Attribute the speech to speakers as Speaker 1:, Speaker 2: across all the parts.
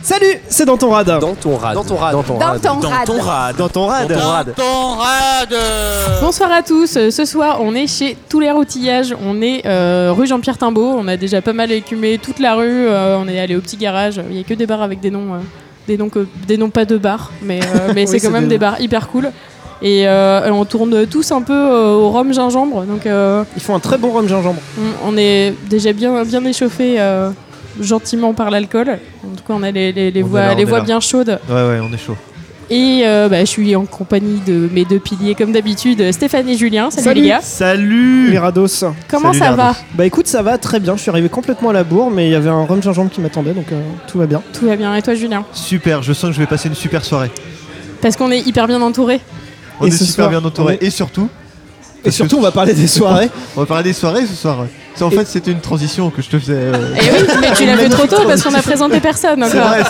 Speaker 1: Salut, c'est dans ton rad.
Speaker 2: Dans ton rad.
Speaker 3: Dans ton rad.
Speaker 2: Dans ton
Speaker 4: Dans
Speaker 2: rad.
Speaker 4: ton
Speaker 3: Dans
Speaker 4: rad.
Speaker 3: ton rad.
Speaker 1: Dans ton rad.
Speaker 3: Dans ton rad.
Speaker 5: Ton rad
Speaker 6: Bonsoir à tous. Euh, Ce soir, on est chez Tous les Routillages. On est euh, rue Jean-Pierre Timbaud. On a déjà pas mal écumé toute la rue. Euh, on est allé au petit garage. Il n'y a que des bars avec des noms, euh, des noms, que- des noms pas de bars, mais, euh, mais
Speaker 1: Oui,
Speaker 6: c'est
Speaker 1: c'est
Speaker 6: quand même
Speaker 1: des
Speaker 6: des bars hyper cool. Et euh, on tourne tous un peu euh, au rhum gingembre. Donc euh,
Speaker 1: Ils font un très bon rhum gingembre.
Speaker 6: on- on est déjà bien, bien échauffé. euh, gentiment par l'alcool. En tout cas, on a les, les- les
Speaker 1: On est
Speaker 6: voix,
Speaker 1: là, on
Speaker 6: les
Speaker 1: est
Speaker 6: voix
Speaker 1: là.
Speaker 6: bien chaudes.
Speaker 1: Ouais, ouais, on est chaud.
Speaker 6: Et euh, bah, je suis en compagnie de mes deux piliers, comme d'habitude, Stéphane et Julien. Salut, les gars.
Speaker 1: Salut les rados.
Speaker 6: Comment
Speaker 3: Salut,
Speaker 6: ça
Speaker 3: Nardos.
Speaker 6: va
Speaker 1: Bah écoute, ça va très bien. Je suis arrivé complètement à la bourre, mais il y avait un rhum gingembre qui m'attendait, donc euh, tout va bien.
Speaker 6: Tout va bien. Et toi, Julien
Speaker 7: Super, je sens que je vais passer une super soirée.
Speaker 6: Parce qu'on est hyper bien entouré.
Speaker 7: On
Speaker 1: Et
Speaker 7: est
Speaker 1: ce
Speaker 7: super
Speaker 1: soir,
Speaker 7: bien entouré.
Speaker 1: on
Speaker 7: Et surtout,
Speaker 1: Et surtout, on va parler des soirées.
Speaker 7: on va parler des soirées ce soir. Ça, en
Speaker 1: Et-
Speaker 7: fait, c'était une transition que je te faisais. euh,
Speaker 8: Eh
Speaker 6: Et oui, mais tu l'as vu trop tôt parce qu'on a présenté personne
Speaker 7: C'est
Speaker 6: encore.
Speaker 7: vrai,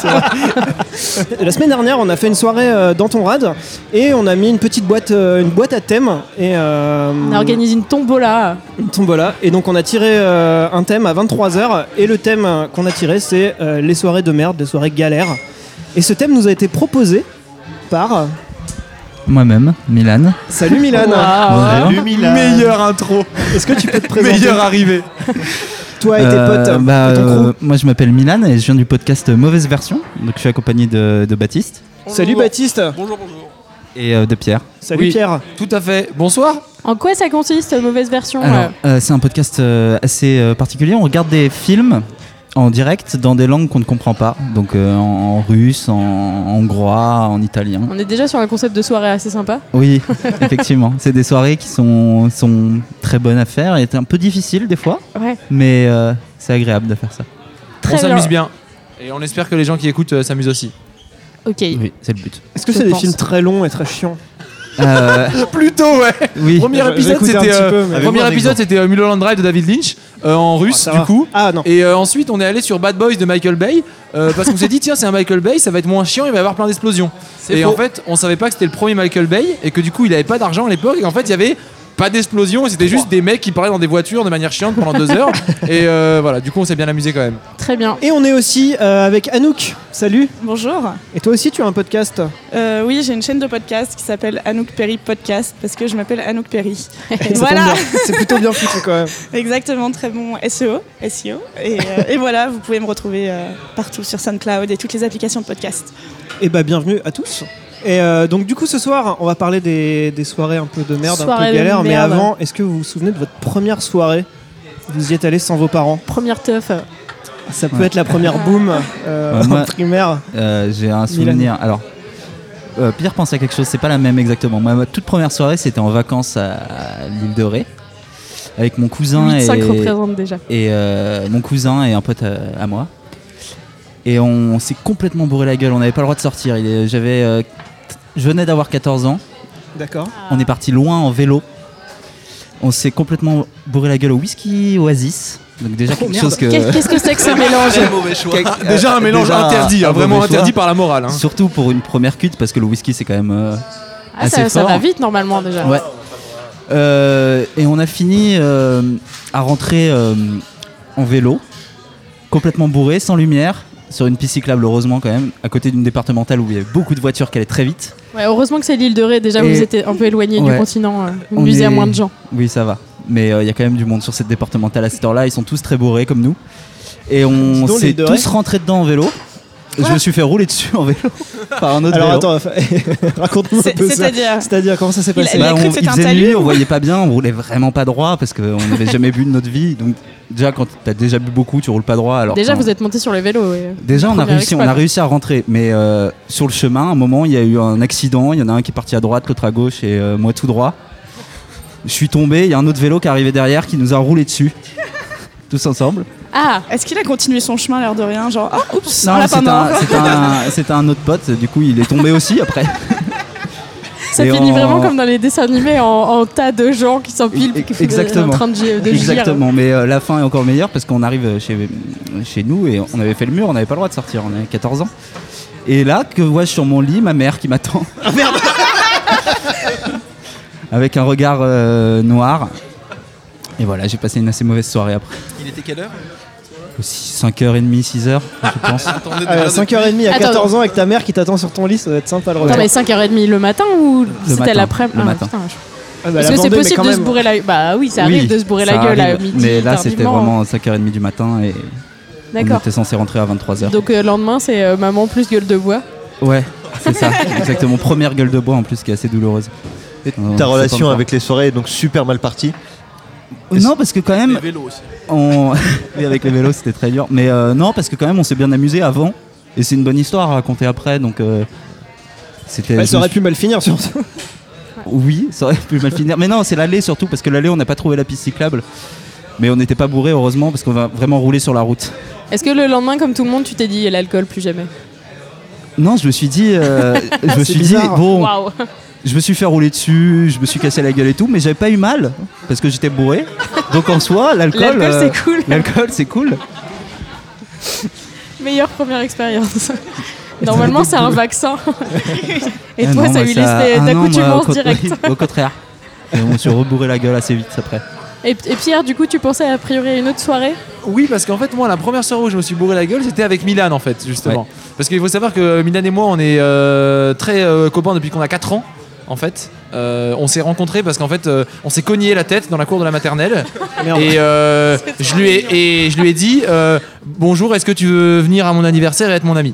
Speaker 7: c'est vrai.
Speaker 1: La semaine dernière, on a fait une soirée euh, dans ton rad et on a mis une petite boîte, euh, une boîte à thème et euh,
Speaker 6: On organise une tombola.
Speaker 1: une tombola. Et donc, on a tiré euh, un thème à 23h et le thème euh, qu'on a tiré, c'est euh, les soirées de merde, les soirées galères. Et ce thème nous a été proposé par.
Speaker 8: Moi-même, Milan.
Speaker 1: Salut Milan
Speaker 6: Waouh.
Speaker 7: Ah. Salut, Milan.
Speaker 3: Meilleure intro.
Speaker 1: Est-ce que tu peux te présenter
Speaker 3: Meilleure arrivée.
Speaker 1: toi et tes
Speaker 8: Euh,
Speaker 1: potes euh,
Speaker 8: bah,
Speaker 1: et ton crew
Speaker 8: euh, Moi, je m'appelle Milan et je viens du podcast Mauvaise Version. Donc, je suis accompagné de, de Baptiste
Speaker 1: Salut Baptiste
Speaker 5: Bonjour, bonjour.
Speaker 8: et euh, de Pierre.
Speaker 1: Salut
Speaker 3: Oui.
Speaker 1: Pierre
Speaker 3: Tout à fait. Bonsoir.
Speaker 6: En quoi ça consiste, mauvaise version euh
Speaker 8: Alors, euh, c'est un podcast euh, assez euh, particulier. On regarde des films en direct dans des langues qu'on ne comprend pas. Donc, euh, en, en russe, en, en hongrois, en italien.
Speaker 6: On est déjà sur un concept de soirée assez sympa.
Speaker 8: Oui, effectivement. C'est des soirées qui sont, sont très bonnes à faire et un peu difficiles des fois,
Speaker 6: Ouais.
Speaker 8: mais euh, c'est agréable de faire ça.
Speaker 6: Très
Speaker 3: on
Speaker 6: bien.
Speaker 3: s'amuse bien. Et on espère que les gens qui écoutent euh, s'amusent aussi.
Speaker 6: Ok.
Speaker 8: Oui, c'est le but.
Speaker 1: Est-ce que
Speaker 6: Je
Speaker 1: c'est des
Speaker 6: pense.
Speaker 1: films très longs et très chiants
Speaker 8: Euh,
Speaker 3: Plutôt, ouais.
Speaker 8: oui.
Speaker 3: Premier
Speaker 1: J'ai- j'ai
Speaker 3: épisode,
Speaker 1: écouté un
Speaker 3: c'était
Speaker 1: petit
Speaker 3: euh,
Speaker 1: peu, mais-
Speaker 7: Avez-vous
Speaker 3: premier
Speaker 7: un
Speaker 3: épisode,
Speaker 7: exemple
Speaker 3: c'était, euh, Mulholland Drive de David Lynch euh, en russe,
Speaker 1: Ah, ça
Speaker 3: du
Speaker 1: va.
Speaker 3: coup.
Speaker 1: Ah non
Speaker 3: Et euh, ensuite, on est allé sur Bad Boys de Michael Bay euh, parce qu'on s'est dit tiens, c'est un Michael Bay, ça va être moins chiant, il va y avoir plein d'explosions. Et en fait, on savait pas que c'était le premier Michael Bay et que du coup, il avait pas d'argent à l'époque et en fait, il y avait pas d'explosion, c'était juste des mecs qui parlaient dans des voitures de manière chiante pendant deux heures. Et euh, voilà, du coup, on s'est bien amusé quand même.
Speaker 6: Très bien.
Speaker 1: Et on est aussi euh, avec Anouk Salut
Speaker 9: Bonjour.
Speaker 1: Et toi aussi tu as un podcast
Speaker 9: Euh, oui, j'ai une chaîne de podcast qui s'appelle Anouk Perry Podcast parce que je m'appelle Anouk Perry. Et
Speaker 1: Ça tombe
Speaker 9: voilà,
Speaker 1: bien. C'est plutôt bien foutu quand même
Speaker 9: exactement, très bon E SEO. SEO. Et, euh, et voilà, vous pouvez me retrouver euh, partout sur SoundCloud et toutes les applications de podcast.
Speaker 1: Et bah bienvenue à tous et euh, donc du coup ce soir on va parler des, des soirées un peu de merde, un
Speaker 6: Soirée
Speaker 1: peu
Speaker 6: de
Speaker 1: galère, mais
Speaker 6: merde.
Speaker 1: avant est-ce que vous vous souvenez de votre première soirée Vous y êtes allé sans vos parents
Speaker 6: Première teuf. euh,
Speaker 1: Ça peut
Speaker 8: Ouais.
Speaker 1: être la première boom euh,
Speaker 8: Ouais,
Speaker 1: en
Speaker 8: moi-
Speaker 1: primaire.
Speaker 8: Euh, j'ai un souvenir. Alors, euh, Pierre pense à quelque chose, c'est pas la même exactement. Moi, ma toute première soirée, c'était en vacances à, à l'île de Ré, avec mon cousin
Speaker 6: 8-5
Speaker 8: et,
Speaker 6: représente déjà.
Speaker 8: et, euh, mon cousin et un pote euh, à moi. Et on, s'est complètement bourré la gueule, on n'avait pas le droit de sortir. Il est- J'avais, euh, je venais d'avoir 14 ans,
Speaker 1: D'accord.
Speaker 8: on est parti loin en vélo. On s'est complètement bourré la gueule au whisky Oasis. Donc déjà quelque
Speaker 1: merde.
Speaker 8: chose que...
Speaker 6: Qu'est- Qu'est-ce que c'est que ce mélange
Speaker 3: mauvais choix.
Speaker 8: Quelque-
Speaker 3: déjà un
Speaker 8: euh,
Speaker 3: mélange
Speaker 8: déjà
Speaker 3: interdit, hein,
Speaker 8: un
Speaker 3: vraiment
Speaker 8: mauvais choix.
Speaker 3: interdit par la morale. hein.
Speaker 8: Surtout pour une première cuite, parce que le whisky c'est quand même... euh,
Speaker 6: ah, ça,
Speaker 8: assez
Speaker 6: ça
Speaker 8: fort.
Speaker 6: va vite normalement déjà.
Speaker 8: Ouais. Euh, et on a fini euh, à rentrer euh, en vélo, complètement bourré, sans lumière, sur une piste cyclable heureusement quand même, à côté d'une départementale où il y avait beaucoup de voitures qui allaient très vite.
Speaker 6: Ouais, heureusement que c'est l'île de Ré. Déjà,
Speaker 8: Et-
Speaker 6: vous étiez un peu éloigné du
Speaker 8: Ouais.
Speaker 6: continent. euh, Vous
Speaker 8: On
Speaker 6: nuisez à
Speaker 8: est-
Speaker 6: moins de gens.
Speaker 8: Oui, ça va. Mais euh, il y a quand même du monde sur cette départementale à cette heure-là, ils sont tous très bourrés comme nous. Et
Speaker 1: Dis
Speaker 8: on
Speaker 1: donc, les
Speaker 8: s'est
Speaker 1: deux
Speaker 8: tous
Speaker 1: restes.
Speaker 8: rentrés dedans en vélo. Je me suis fait rouler dessus en vélo par un autre
Speaker 1: Alors
Speaker 8: vélo.
Speaker 1: attends, raconte-moi un
Speaker 9: C'est-
Speaker 1: peu ça.
Speaker 9: C'est-à-dire.
Speaker 1: C'est-à-dire comment ça s'est
Speaker 9: Il a-
Speaker 1: passé
Speaker 9: il a
Speaker 8: Bah,
Speaker 9: cru
Speaker 8: on-
Speaker 9: que c'était
Speaker 8: il
Speaker 9: un
Speaker 8: faisait
Speaker 9: talus.
Speaker 8: nuit, on voyait pas bien, on roulait vraiment pas droit parce qu'on n'avait jamais bu de notre vie. Donc déjà quand t'as déjà bu beaucoup, tu roules pas droit. Alors
Speaker 6: Déjà,
Speaker 8: quand-
Speaker 6: vous êtes monté sur les vélos. ouais.
Speaker 8: Déjà, on a,
Speaker 6: Premier
Speaker 8: réussi, on
Speaker 6: exploit.
Speaker 8: a réussi à rentrer, mais euh, sur le chemin, à un moment, il y a eu un accident. Il y en a un qui est parti à droite, l'autre à gauche, et euh, moi tout droit. Je suis tombé, il y a un autre vélo qui est arrivé derrière qui nous a roulé dessus, tous ensemble.
Speaker 6: Ah,
Speaker 9: Est-ce qu'il a continué son chemin l'air de rien Genre, ah, oups, on
Speaker 8: Non,
Speaker 9: l'a pas
Speaker 8: c'était
Speaker 9: mort.
Speaker 8: un, c'était un- c'était un autre pote, du coup, il est tombé aussi après.
Speaker 6: Ça
Speaker 8: Et
Speaker 6: finit
Speaker 8: en-
Speaker 6: vraiment comme dans les dessins animés en, en tas de gens qui s'empilent
Speaker 8: E-
Speaker 6: qui font-
Speaker 8: exactement.
Speaker 6: en train de, E gi- de gire.
Speaker 8: Exactement, mais euh, la fin est encore meilleure parce qu'on arrive euh, chez, chez nous et on avait fait le mur, on n'avait pas le droit de sortir, on avait 14 ans. Et là, que vois-je sur mon lit, ma mère qui m'attend.
Speaker 3: Ah,
Speaker 8: Avec un regard euh, noir. Et voilà, j'ai passé une assez mauvaise soirée après.
Speaker 3: Il était quelle heure
Speaker 8: 5h30, 6h, je pense.
Speaker 1: Euh, 5h30 à
Speaker 6: Attends.
Speaker 1: 14 ans avec ta mère qui t'attend sur ton lit, ça doit être sympa le
Speaker 6: Attends,
Speaker 1: retour.
Speaker 6: mais 5h30 le matin ou c'était
Speaker 8: matin,
Speaker 6: l'après-midi
Speaker 8: le
Speaker 6: Ah,
Speaker 8: matin.
Speaker 6: putain, je-
Speaker 1: Ah, bah,
Speaker 6: Parce
Speaker 1: la
Speaker 6: que c'est
Speaker 1: Vendée, mais
Speaker 6: possible
Speaker 1: quand
Speaker 6: de se
Speaker 1: même.
Speaker 6: bourrer la Bah oui, ça arrive
Speaker 8: Oui,
Speaker 6: de se bourrer
Speaker 8: ça
Speaker 6: la gueule à
Speaker 8: arrive.
Speaker 6: midi.
Speaker 8: Mais là, c'était
Speaker 6: tardivement. hein.
Speaker 8: vraiment 5h30 du matin et on
Speaker 6: D'accord.
Speaker 8: était censé rentrer à 23h.
Speaker 6: Donc euh, le lendemain, c'est euh, maman plus gueule de bois.
Speaker 8: Ouais, c'est ça, exactement. Première gueule de bois en plus qui est assez douloureuse.
Speaker 7: Et
Speaker 8: Non, c'est
Speaker 7: ta
Speaker 8: pas
Speaker 7: relation
Speaker 8: encore.
Speaker 7: avec les soirées est donc super mal partie.
Speaker 8: Non, parce que quand même,
Speaker 2: vélos aussi.
Speaker 8: on... oui, avec les vélos c'était très dur. Mais euh, non, parce que quand même, on s'est bien amusé avant et c'est une bonne histoire à raconter après. Donc euh, c'était.
Speaker 1: Bah,
Speaker 8: je
Speaker 1: ça
Speaker 8: me
Speaker 1: aurait pu mal finir surtout.
Speaker 8: Oui, ça aurait pu mal finir. Mais non, c'est l'allée surtout, parce que l'allée, on n'a pas trouvé la piste cyclable. Mais on n'était pas bourré, heureusement, parce qu'on va vraiment rouler sur la route.
Speaker 6: Est-ce que le lendemain, comme tout le monde, tu t'es dit l'alcool plus jamais
Speaker 8: Non, je me suis dit, euh, je me
Speaker 1: C'est
Speaker 8: suis
Speaker 1: bizarre.
Speaker 8: dit, bon,
Speaker 6: Waouh
Speaker 8: je me suis fait rouler dessus, je me suis cassé la gueule et tout, mais j'avais pas eu mal, parce que j'étais bourré. Donc en soi, l'alcool.
Speaker 6: L'alcool,
Speaker 8: euh,
Speaker 6: c'est cool.
Speaker 8: L'alcool, c'est cool.
Speaker 6: Meilleure première expérience. Normalement, c'est un vaccin. Et
Speaker 8: Ah
Speaker 6: toi,
Speaker 8: non,
Speaker 6: ça a
Speaker 8: moi,
Speaker 6: eu l'effet
Speaker 8: ah non, moi, au
Speaker 6: d'accoutumance
Speaker 8: contra-
Speaker 6: directe.
Speaker 8: Au contraire. Et on s'est rebourré la gueule assez vite après.
Speaker 6: Et, et Pierre, du coup, tu pensais a priori à une autre soirée
Speaker 2: Oui, parce qu'en fait, moi, la première soirée où je me suis bourré la gueule, c'était avec Milan, en fait, justement. Parce qu'il faut savoir que Milan et moi, on est euh, très euh, copains depuis qu'on a 4 ans, en fait. Euh, on s'est rencontrés parce qu'en fait, euh, on s'est cogné la tête dans la cour de la maternelle.
Speaker 1: Merde.
Speaker 2: et, euh, je lui ai, et je lui ai dit euh, Bonjour, est-ce que tu veux venir à mon anniversaire et être mon ami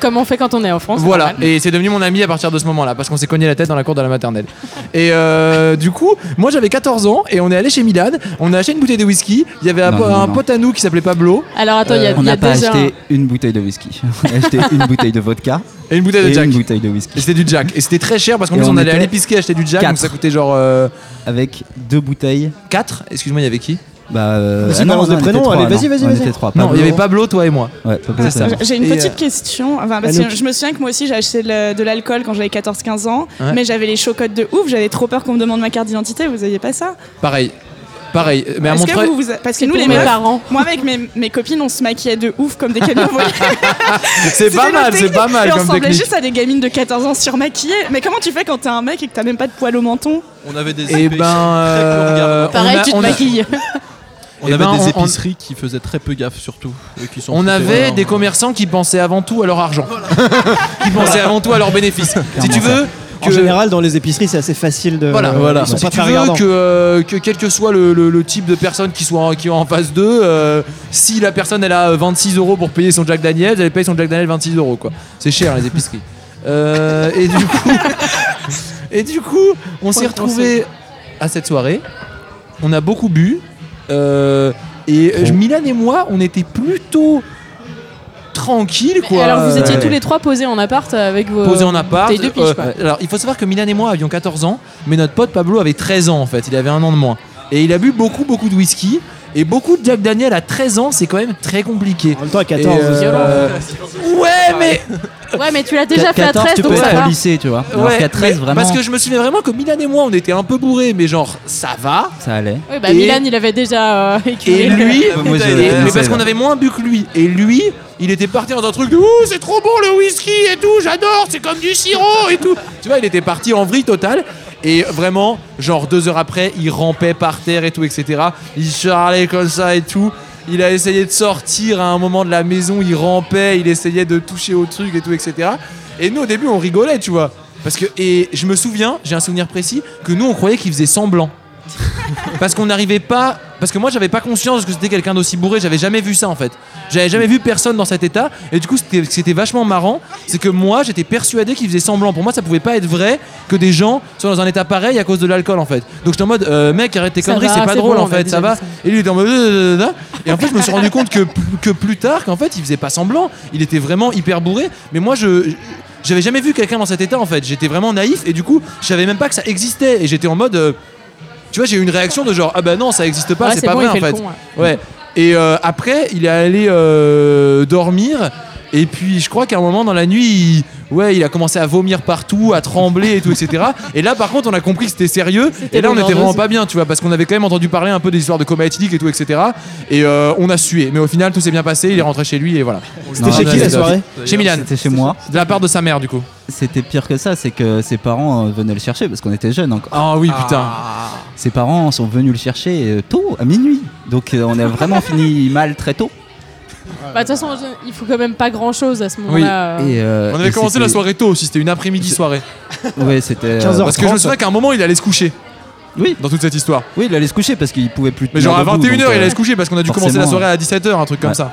Speaker 6: Comme on fait quand on est en France.
Speaker 2: voilà,
Speaker 6: Oh, normal.
Speaker 2: et c'est devenu mon ami à partir de ce moment-là, parce qu'on s'est cogné la tête dans la cour de la maternelle. Et euh, du coup, moi j'avais 14 ans, et on est allé chez Milan, on a acheté une bouteille de whisky, il y avait un,
Speaker 8: Non,
Speaker 2: po-
Speaker 8: non,
Speaker 2: un
Speaker 8: non.
Speaker 2: pote à nous qui s'appelait Pablo,
Speaker 6: Alors attends, il y a,
Speaker 8: on
Speaker 6: il y a
Speaker 8: n'a pas
Speaker 6: déjà.
Speaker 8: acheté une bouteille de whisky. On a acheté une bouteille de vodka
Speaker 2: et une bouteille de
Speaker 8: et
Speaker 2: Jack.
Speaker 8: une bouteille de whisky.
Speaker 2: Et c'était du Jack. Et c'était très cher parce qu'en
Speaker 8: Et
Speaker 2: plus on,
Speaker 8: on
Speaker 2: allait à
Speaker 8: était
Speaker 2: l'épicerie acheter du Jack, donc
Speaker 8: quatre.
Speaker 2: ça coûtait genre
Speaker 8: avec deux bouteilles.
Speaker 2: 4. Excuse-moi, il y avait qui
Speaker 8: Bah, euh,
Speaker 1: Vas-y, balance des
Speaker 8: on était
Speaker 1: prénoms,
Speaker 8: trois,
Speaker 1: allez,
Speaker 8: non.
Speaker 1: vas-y, vas-y,
Speaker 8: On
Speaker 1: vas-y.
Speaker 8: était trois.
Speaker 2: Non, il y
Speaker 8: Pablo.
Speaker 2: avait Pablo, toi et moi.
Speaker 8: Ouais, Pablo,
Speaker 2: Ah,
Speaker 8: c'est
Speaker 2: ça.
Speaker 8: ça.
Speaker 9: J'ai- J'ai une
Speaker 2: Et,
Speaker 9: petite
Speaker 2: euh,
Speaker 9: question. Enfin, parce que
Speaker 1: Anouk.
Speaker 9: je me souviens que moi aussi j'ai acheté le- de l'alcool quand j'avais 14-15 ans,
Speaker 2: Ouais.
Speaker 9: mais j'avais les chocottes de ouf, j'avais trop peur qu'on me demande ma carte d'identité, vous aviez pas ça
Speaker 2: Pareil. Pareil. Mais à
Speaker 9: Est-ce
Speaker 2: Bah, mon
Speaker 9: que
Speaker 2: frère.
Speaker 9: vous, vous a- Parce que
Speaker 6: C'est
Speaker 9: nous
Speaker 6: pour
Speaker 9: les
Speaker 6: mes
Speaker 9: meufs,
Speaker 6: parents.
Speaker 9: moi avec mes, mes copines on se maquillait de ouf comme des camions volés.
Speaker 2: C'est pas
Speaker 9: C'était
Speaker 2: mal,
Speaker 9: notre
Speaker 2: c'est pas
Speaker 9: technique.
Speaker 2: mal
Speaker 9: Et on
Speaker 2: comme
Speaker 9: ressemblait
Speaker 2: technique.
Speaker 9: juste à des gamines de 14 ans surmaquillées. Mais comment tu fais quand t'es un mec et que t'as même pas de poil au menton
Speaker 10: On avait des
Speaker 2: Et ben. euh,
Speaker 6: Pareil,
Speaker 2: on a-
Speaker 6: tu te
Speaker 2: on a-
Speaker 6: maquilles.
Speaker 10: on
Speaker 2: eh
Speaker 10: avait
Speaker 2: ben, on-
Speaker 10: des
Speaker 2: on-
Speaker 10: épiceries qui faisaient très peu gaffe surtout. et qui s'en
Speaker 2: On
Speaker 10: foutaient
Speaker 2: avait
Speaker 10: vraiment.
Speaker 2: des commerçants qui pensaient avant tout à leur argent. qui pensaient avant tout à leurs bénéfices. si tu veux.
Speaker 1: En
Speaker 2: que-
Speaker 1: général, dans les épiceries, c'est assez facile de.
Speaker 2: Voilà,
Speaker 10: voilà.
Speaker 1: Euh, Ils sont
Speaker 2: Si
Speaker 1: pas
Speaker 2: tu
Speaker 1: très hein.
Speaker 2: veux
Speaker 1: regardants.
Speaker 2: que, euh, que quel que soit le, le- le type de personne qui soit en, qui est en face d'eux, euh, si la personne elle a euh, 26 euros pour payer son Jack Daniels, elle paye son Jack Daniels 26 euros quoi. C'est cher les épiceries. Euh, et du coup, et du coup, on s'est retrouvés à cette soirée. On a beaucoup bu. euh, et euh, Milan et moi, on était plutôt tranquilles quoi.
Speaker 6: Alors vous étiez
Speaker 2: Euh,
Speaker 6: tous les trois posés en appart avec vos.
Speaker 2: posé en appart.
Speaker 6: bouteilles de piche,
Speaker 2: Euh,
Speaker 6: quoi.
Speaker 2: alors, il faut savoir que Milan et moi avions 14 ans, mais notre pote Pablo avait 13 ans en fait. Il avait un an de moins. Et il a bu beaucoup, beaucoup de whisky. Et beaucoup de Jack Daniel à 13 ans, c'est quand même très compliqué.
Speaker 1: En même temps, à 14,
Speaker 2: Et, euh, Ouais, mais.
Speaker 6: Ouais, mais tu l'as déjà fait à
Speaker 8: 14,
Speaker 6: 13,
Speaker 8: tu
Speaker 6: donc
Speaker 8: peux
Speaker 6: ça
Speaker 8: être
Speaker 6: va.
Speaker 8: au lycée, tu vois. Alors
Speaker 2: ouais,
Speaker 8: qu'à 13,
Speaker 2: mais-
Speaker 8: vraiment,
Speaker 2: Parce que je me souviens vraiment que Milan et moi, on était un peu bourrés, mais genre, ça va.
Speaker 8: ça allait.
Speaker 6: Oui, bah
Speaker 2: Et-
Speaker 6: Milan, il avait déjà euh, écumé
Speaker 2: Et
Speaker 6: le-
Speaker 2: lui,
Speaker 10: Moi, j'ai-
Speaker 2: et- mais
Speaker 10: j'ai-
Speaker 2: parce qu'on avait moins bu que lui. Et lui, il était parti dans un truc de Ouh, c'est trop bon le whisky et tout, j'adore, c'est comme du sirop et tout. Tu vois, il était parti en vrille totale. Et vraiment, genre deux heures après, il rampait par terre et tout, etc. Il charlait comme ça et tout. Il a essayé de sortir à un moment de la maison, il rampait, il essayait de toucher au truc et tout, etc. Et nous, au début, on rigolait, tu vois. Parce que, et je me souviens, j'ai un souvenir précis, que nous, on croyait qu'il faisait semblant. Parce qu'on n'arrivait pas. Parce que moi, j'avais pas conscience que c'était quelqu'un d'aussi bourré. J'avais jamais vu ça en fait. J'avais jamais vu personne dans cet état. Et du coup, c'était c'était vachement marrant. C'est que moi, j'étais persuadé qu'il faisait semblant. Pour moi, ça pouvait pas être vrai que des gens soient dans un état pareil à cause de l'alcool en fait. Donc j'étais en mode, euh, mec, arrête tes
Speaker 6: Ça
Speaker 2: conneries,
Speaker 6: va,
Speaker 2: c'est pas
Speaker 6: c'est
Speaker 2: drôle
Speaker 6: bon,
Speaker 2: en
Speaker 6: on a
Speaker 2: fait,
Speaker 6: déjà
Speaker 2: ça va.
Speaker 6: vu ça.
Speaker 2: Et lui, il était en mode. euh, euh, euh, euh. Et en fait, je me suis rendu compte que, que plus tard, qu'en fait, il faisait pas semblant. Il était vraiment hyper bourré. Mais moi, je. J'avais jamais vu quelqu'un dans cet état en fait. J'étais vraiment naïf et du coup, je savais même pas que ça existait. Et j'étais en mode. euh, tu vois, j'ai eu une réaction de genre ah bah non, ça existe pas,
Speaker 6: Ouais,
Speaker 2: c'est pas
Speaker 6: bon,
Speaker 2: vrai
Speaker 6: il fait
Speaker 2: en fait.
Speaker 6: le con, ouais.
Speaker 2: Ouais. Et euh, après, il est allé euh, dormir. Et puis, je crois qu'à un moment dans la nuit, il... ouais, il a commencé à vomir partout, à trembler et tout, etc. Et là, par contre, on a compris que c'était sérieux. Et là, on était
Speaker 6: l'overdose.
Speaker 2: vraiment pas bien, tu vois, parce qu'on avait quand même entendu parler un peu des histoires de coma éthylique et tout, etc. Et euh, on a sué. Mais au final, tout s'est bien passé. Il est rentré chez lui et voilà.
Speaker 1: C'était chez
Speaker 8: Non,
Speaker 1: qui
Speaker 8: mais-
Speaker 1: la soirée
Speaker 2: Chez Milan.
Speaker 8: C'était chez moi.
Speaker 2: De la part de sa mère, du coup.
Speaker 8: C'était pire que ça, c'est que ses parents euh, venaient le chercher parce qu'on était jeunes encore.
Speaker 2: Ah oui, putain.
Speaker 8: Ses parents sont venus le chercher euh, tôt, à minuit. Donc euh, on a vraiment fini mal très tôt.
Speaker 6: Bah, De toute façon, je- il faut quand même pas grand chose à ce moment-là. euh.
Speaker 8: Et, euh,
Speaker 3: On
Speaker 8: et
Speaker 3: avait commencé
Speaker 8: c'était-
Speaker 3: la soirée tôt aussi, c'était une après-midi soirée.
Speaker 8: Ouais, c'était. euh,
Speaker 1: 15 heures.
Speaker 3: Parce que je me
Speaker 1: 30.
Speaker 3: souviens qu'à un moment il allait se coucher.
Speaker 8: Oui.
Speaker 3: Dans toute cette histoire.
Speaker 8: Oui, il allait se coucher parce qu'il pouvait plus.
Speaker 3: Mais
Speaker 8: tenir
Speaker 3: genre à
Speaker 8: debout,
Speaker 3: 21h il
Speaker 8: donc, euh,
Speaker 3: allait se coucher parce qu'on a dû commencer la
Speaker 8: forcément,
Speaker 3: soirée à 17h, un truc comme
Speaker 8: Ouais.
Speaker 3: ça.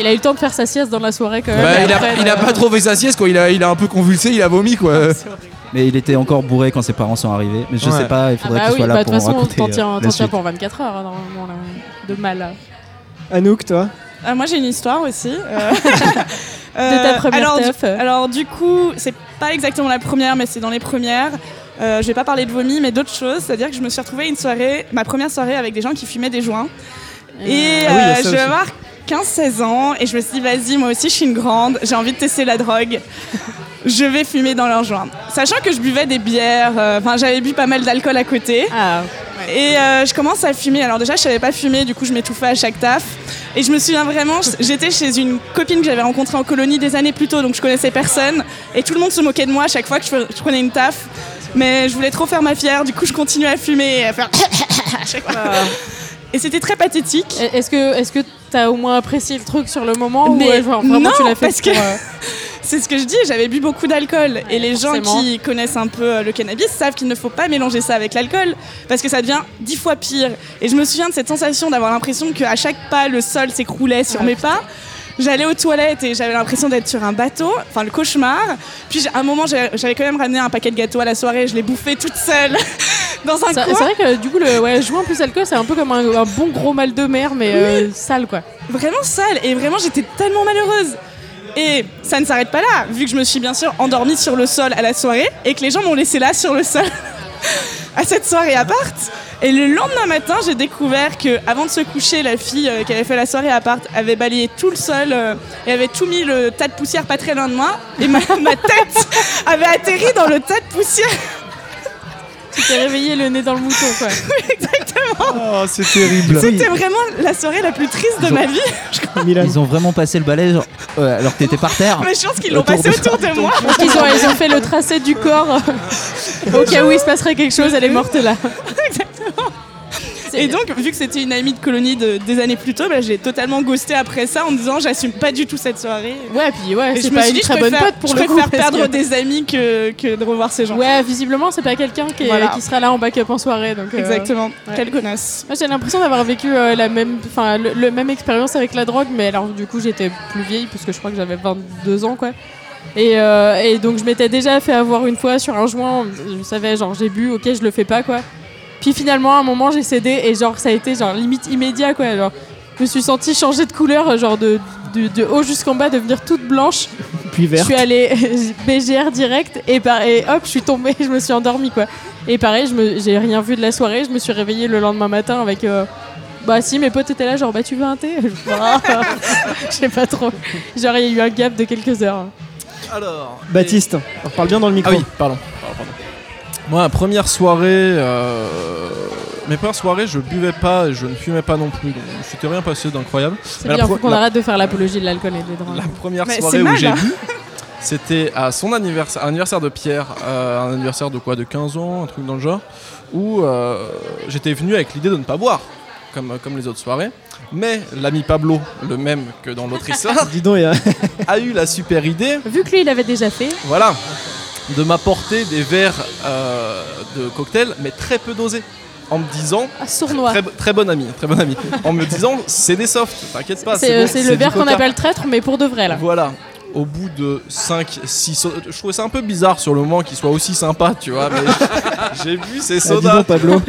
Speaker 6: Il a eu le temps de faire sa sieste dans la soirée quand même.
Speaker 3: Bah,
Speaker 6: et
Speaker 3: il, a,
Speaker 6: après,
Speaker 3: il a
Speaker 6: euh,
Speaker 3: pas trop fait sa sieste quoi, il a, il a un peu convulsé, il a vomi quoi.
Speaker 8: Mais il était encore bourré quand ses parents sont arrivés. Mais je
Speaker 3: Ouais.
Speaker 8: sais pas, il
Speaker 6: Ah
Speaker 8: faudrait
Speaker 6: bah
Speaker 8: qu'il
Speaker 6: oui,
Speaker 8: soit
Speaker 6: bah,
Speaker 8: là
Speaker 6: de toute
Speaker 8: pour
Speaker 6: façon,
Speaker 8: raconter.
Speaker 6: t'en
Speaker 8: euh,
Speaker 6: tiens,
Speaker 8: la
Speaker 6: t'en tiens
Speaker 8: suite.
Speaker 6: pour 24 heures, hein, normalement, là, de mal.
Speaker 1: Anouk, toi
Speaker 9: Euh, moi j'ai une histoire aussi. euh.
Speaker 6: De ta
Speaker 9: Euh,
Speaker 6: première
Speaker 9: alors, du-
Speaker 6: teuf.
Speaker 9: alors du coup, c'est pas exactement la première, mais c'est dans les premières. Euh, je vais pas parler de vomi, mais d'autres choses. C'est-à-dire que je me suis retrouvée à une soirée, ma première soirée avec des gens qui fumaient des joints.
Speaker 1: Ah
Speaker 9: Et
Speaker 1: oui, il y a
Speaker 9: euh,
Speaker 1: ça
Speaker 9: je vais
Speaker 1: aussi.
Speaker 9: avoir 15-16 ans et je me suis dit, vas-y, moi aussi je suis une grande, j'ai envie de tester la drogue. Je vais fumer dans leurs joints. Sachant que je buvais des bières, euh, enfin j'avais bu pas mal d'alcool à côté.
Speaker 6: Ah,
Speaker 9: Et euh, je commence à fumer. Alors déjà, je savais pas fumer, du coup, je m'étouffais à chaque taf. Et je me souviens vraiment, j- j'étais chez une copine que j'avais rencontrée en colonie des années plus tôt, donc je connaissais personne. Et tout le monde se moquait de moi à chaque fois que je, fe- je prenais une taf. Mais je voulais trop faire ma fière, du coup, je continuais à fumer et à faire à chaque fois. Et c'était très pathétique.
Speaker 6: Est-ce que est-ce que t'as au moins apprécié le truc sur le moment ou
Speaker 9: Mais
Speaker 6: euh, genre,
Speaker 9: non,
Speaker 6: vraiment tu l'as fait
Speaker 9: parce que-
Speaker 6: pour, euh,
Speaker 9: C'est ce que je dis, j'avais bu beaucoup d'alcool. et les gens
Speaker 6: forcément.
Speaker 9: qui connaissent un peu euh, le cannabis savent qu'il ne faut pas mélanger ça avec l'alcool parce que ça devient dix fois pire. Et je me souviens de cette sensation d'avoir l'impression qu'à chaque pas, le sol s'écroulait sur
Speaker 6: Ah,
Speaker 9: mes pas. J'allais aux toilettes et j'avais l'impression d'être sur un bateau, enfin le cauchemar. Puis j'ai- à un moment, j'ai- j'avais quand même ramené un paquet de gâteaux à la soirée, je l'ai bouffé toute seule dans un
Speaker 6: ça-
Speaker 9: coin.
Speaker 6: C'est vrai que du coup, le ouais, jouer en plus alcool, c'est un peu comme un, un bon gros mal de mer, mais euh, sale quoi.
Speaker 9: vraiment sale et vraiment j'étais tellement malheureuse. Et ça ne s'arrête pas là, vu que je me suis bien sûr endormie sur le sol à la soirée et que les gens m'ont laissé là sur le sol à cette soirée à part. Et le lendemain matin, j'ai découvert que avant de se coucher, la fille euh, qui avait fait la soirée à part avait balayé tout le sol euh, et avait tout mis le tas de poussière pas très loin de moi. Et ma, ma tête avait atterri dans le tas de poussière.
Speaker 6: Tu t'es réveillé le nez dans le mouton quoi.
Speaker 2: Oh, c'est terrible.
Speaker 9: C'était vraiment la soirée la plus triste de ma vie.
Speaker 1: Milan
Speaker 8: Ils ont vraiment passé le balai genre, euh, alors que t'étais par terre.
Speaker 9: Mais je pense qu'ils l'ont
Speaker 8: Autour
Speaker 9: passé
Speaker 8: de-
Speaker 9: autour de moi.
Speaker 6: Ils ont, ils ont fait le tracé du corps euh, au cas où il se passerait quelque chose, elle est morte là.
Speaker 9: Et donc, vu que c'était une amie de colonie de- des années plus tôt, bah, j'ai totalement ghosté après ça en me disant j'assume pas du tout cette soirée.
Speaker 6: Ouais, puis ouais,
Speaker 9: Et
Speaker 6: c'est
Speaker 9: je me
Speaker 6: pas
Speaker 9: suis
Speaker 6: une
Speaker 9: dit,
Speaker 6: très
Speaker 9: je
Speaker 6: bonne
Speaker 9: préfère,
Speaker 6: pote pour
Speaker 9: je
Speaker 6: le coup.
Speaker 9: préfère
Speaker 6: parce que-
Speaker 9: perdre des amis que, que de revoir ces gens.
Speaker 6: Ouais, visiblement, c'est pas quelqu'un qui, est-
Speaker 9: Voilà.
Speaker 6: qui sera là en backup en soirée. Donc, euh,
Speaker 9: Exactement.
Speaker 6: Ouais.
Speaker 9: Quelle connasse.
Speaker 6: Moi, j'ai l'impression d'avoir vécu euh, la même, enfin, le, le même expérience avec la drogue, mais alors du coup, j'étais plus vieille parce que je crois que j'avais 22 ans, quoi. Et, euh, et donc, je m'étais déjà fait avoir une fois sur un joint. Je savais, genre, j'ai bu, ok, je le fais pas, quoi. Puis finalement, à un moment, j'ai cédé et genre, ça a été genre limite immédiat, quoi. Genre, je me suis sentie changer de couleur, genre de, de, de haut jusqu'en bas, devenir toute blanche.
Speaker 1: Puis
Speaker 6: Je
Speaker 1: vert.
Speaker 6: suis allée BGR direct et, par- et hop, je suis tombée, je me suis endormie quoi. Et pareil, je me- j'ai rien vu de la soirée, je me suis réveillée le lendemain matin avec. euh, bah si, mes potes étaient là, genre bah tu veux un thé Je fais, Ah. Je sais pas trop. Genre il y a eu un gap de quelques heures.
Speaker 2: Alors,
Speaker 1: Baptiste, on parle bien dans le
Speaker 2: Ah
Speaker 1: micro.
Speaker 2: oui, pardon. Pardon, pardon. Moi, première soirée, euh, mes premières soirées, je buvais pas et je ne fumais pas non plus. Donc, je s'était rien passé d'incroyable.
Speaker 6: C'est
Speaker 2: Mais la
Speaker 6: bien,
Speaker 2: pro-
Speaker 6: faut qu'on
Speaker 2: la-
Speaker 6: arrête de faire l'apologie de l'alcool et des drogues.
Speaker 2: La première
Speaker 9: Mais
Speaker 2: soirée
Speaker 9: c'est
Speaker 2: où
Speaker 9: mal,
Speaker 2: j'ai
Speaker 9: hein.
Speaker 2: bu, c'était à son anniversaire, à l'anniversaire de Pierre, euh, un anniversaire de quoi De 15 ans, un truc dans le genre, où euh, j'étais venu avec l'idée de ne pas boire, comme, euh, comme les autres soirées. Mais l'ami Pablo, le même que dans l'autre histoire,
Speaker 1: Dis donc, il y a-
Speaker 2: a eu la super idée
Speaker 6: Vu que lui il avait déjà fait,
Speaker 2: voilà, de m'apporter des verres euh, de cocktail, mais très peu dosés, en me disant,
Speaker 6: ah, sournois.
Speaker 2: très, très bon ami, très bon ami, en me disant, c'est des softs, t'inquiète pas,
Speaker 6: C'est
Speaker 2: bon,
Speaker 6: c'est le
Speaker 2: du
Speaker 6: verre qu'on
Speaker 2: coca.
Speaker 6: appelle traître, mais pour de vrai là.
Speaker 2: Voilà. Au bout de 5, 6 je trouvais ça un peu bizarre sur le moment qu'il soit aussi sympa, tu vois, mais j'ai vu
Speaker 1: Ah,
Speaker 2: ces
Speaker 1: dis
Speaker 2: sodas.
Speaker 1: donc, Pablo.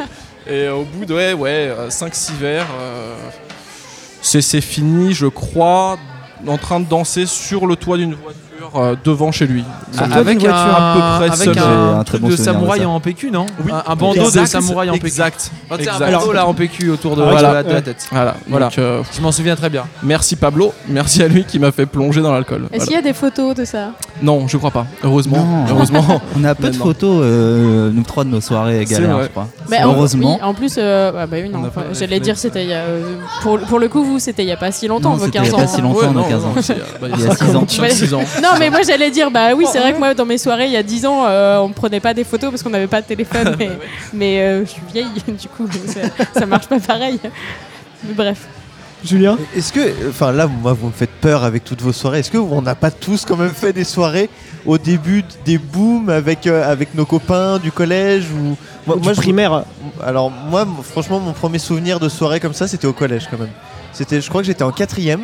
Speaker 2: Et au bout de, ouais, ouais, 5-6 verres, euh, c'est c'est fini, je crois, en train de danser sur le toit d'une voiture euh, devant chez lui.
Speaker 1: Sur le toit
Speaker 3: avec
Speaker 1: d'une
Speaker 3: un,
Speaker 1: voiture.
Speaker 2: à peu près
Speaker 3: avec
Speaker 2: seul.
Speaker 3: un,
Speaker 8: J'ai un très
Speaker 3: truc
Speaker 8: bon
Speaker 3: de
Speaker 8: souvenir de
Speaker 3: samouraï
Speaker 8: ça.
Speaker 3: en PQ, non
Speaker 2: Oui.
Speaker 3: un, un bandeau de
Speaker 2: Exact.
Speaker 3: samouraï en PQ.
Speaker 2: Exact.
Speaker 3: Enfin, tu sais, un
Speaker 2: Exact.
Speaker 3: bandeau là en PQ autour de,
Speaker 1: Ah,
Speaker 3: voilà,
Speaker 1: ouais.
Speaker 3: de la tête.
Speaker 2: Voilà,
Speaker 3: Voilà.
Speaker 2: Donc, euh,
Speaker 3: Je m'en souviens très bien.
Speaker 2: merci Pablo, merci à lui qui m'a fait plonger dans l'alcool.
Speaker 6: Est-ce qu'il y a des photos de ça
Speaker 2: Voilà. Non, je crois pas. Heureusement,
Speaker 8: Non.
Speaker 2: heureusement.
Speaker 8: On a peu de
Speaker 2: Maintenant.
Speaker 8: photos, euh, nous trois de nos soirées
Speaker 2: C'est
Speaker 8: galères,
Speaker 2: vrai.
Speaker 8: je crois.
Speaker 6: Mais Bah, en-
Speaker 8: Heureusement.
Speaker 6: oui, en plus, euh, ah bah oui, non,
Speaker 2: On a
Speaker 6: enfin,
Speaker 2: pas les
Speaker 6: j'allais dire, c'était il y a, euh, pour, pour le coup, vous, c'était il y a pas si longtemps,
Speaker 8: Non,
Speaker 6: vos
Speaker 8: c'était
Speaker 6: 15 ans.
Speaker 8: pas si longtemps,
Speaker 2: Ouais,
Speaker 8: on a
Speaker 2: non,
Speaker 8: 15 ans.
Speaker 2: non,
Speaker 3: euh,
Speaker 2: c'est- bah,
Speaker 8: Il y a 6 ans.
Speaker 2: il y a 6 ans.
Speaker 6: Non, mais moi, j'allais dire, bah oui, c'est vrai que moi, dans mes soirées, il y a 10 ans, euh, on prenait pas des photos parce qu'on n'avait pas de téléphone, mais, mais, euh, je suis vieille, du coup, ça, ça marche pas pareil. Mais bref.
Speaker 1: Julien
Speaker 7: Est-ce que, enfin là, moi, vous me faites peur avec toutes vos soirées. Est-ce que on n'a pas tous quand même fait des soirées au début des booms avec euh, avec nos copains du collège ou moi,
Speaker 1: Ou du
Speaker 7: moi, je-
Speaker 1: primaire.
Speaker 7: Alors moi, m- franchement, mon premier souvenir de soirée comme ça, c'était au collège quand même. C'était, je crois que j'étais en quatrième.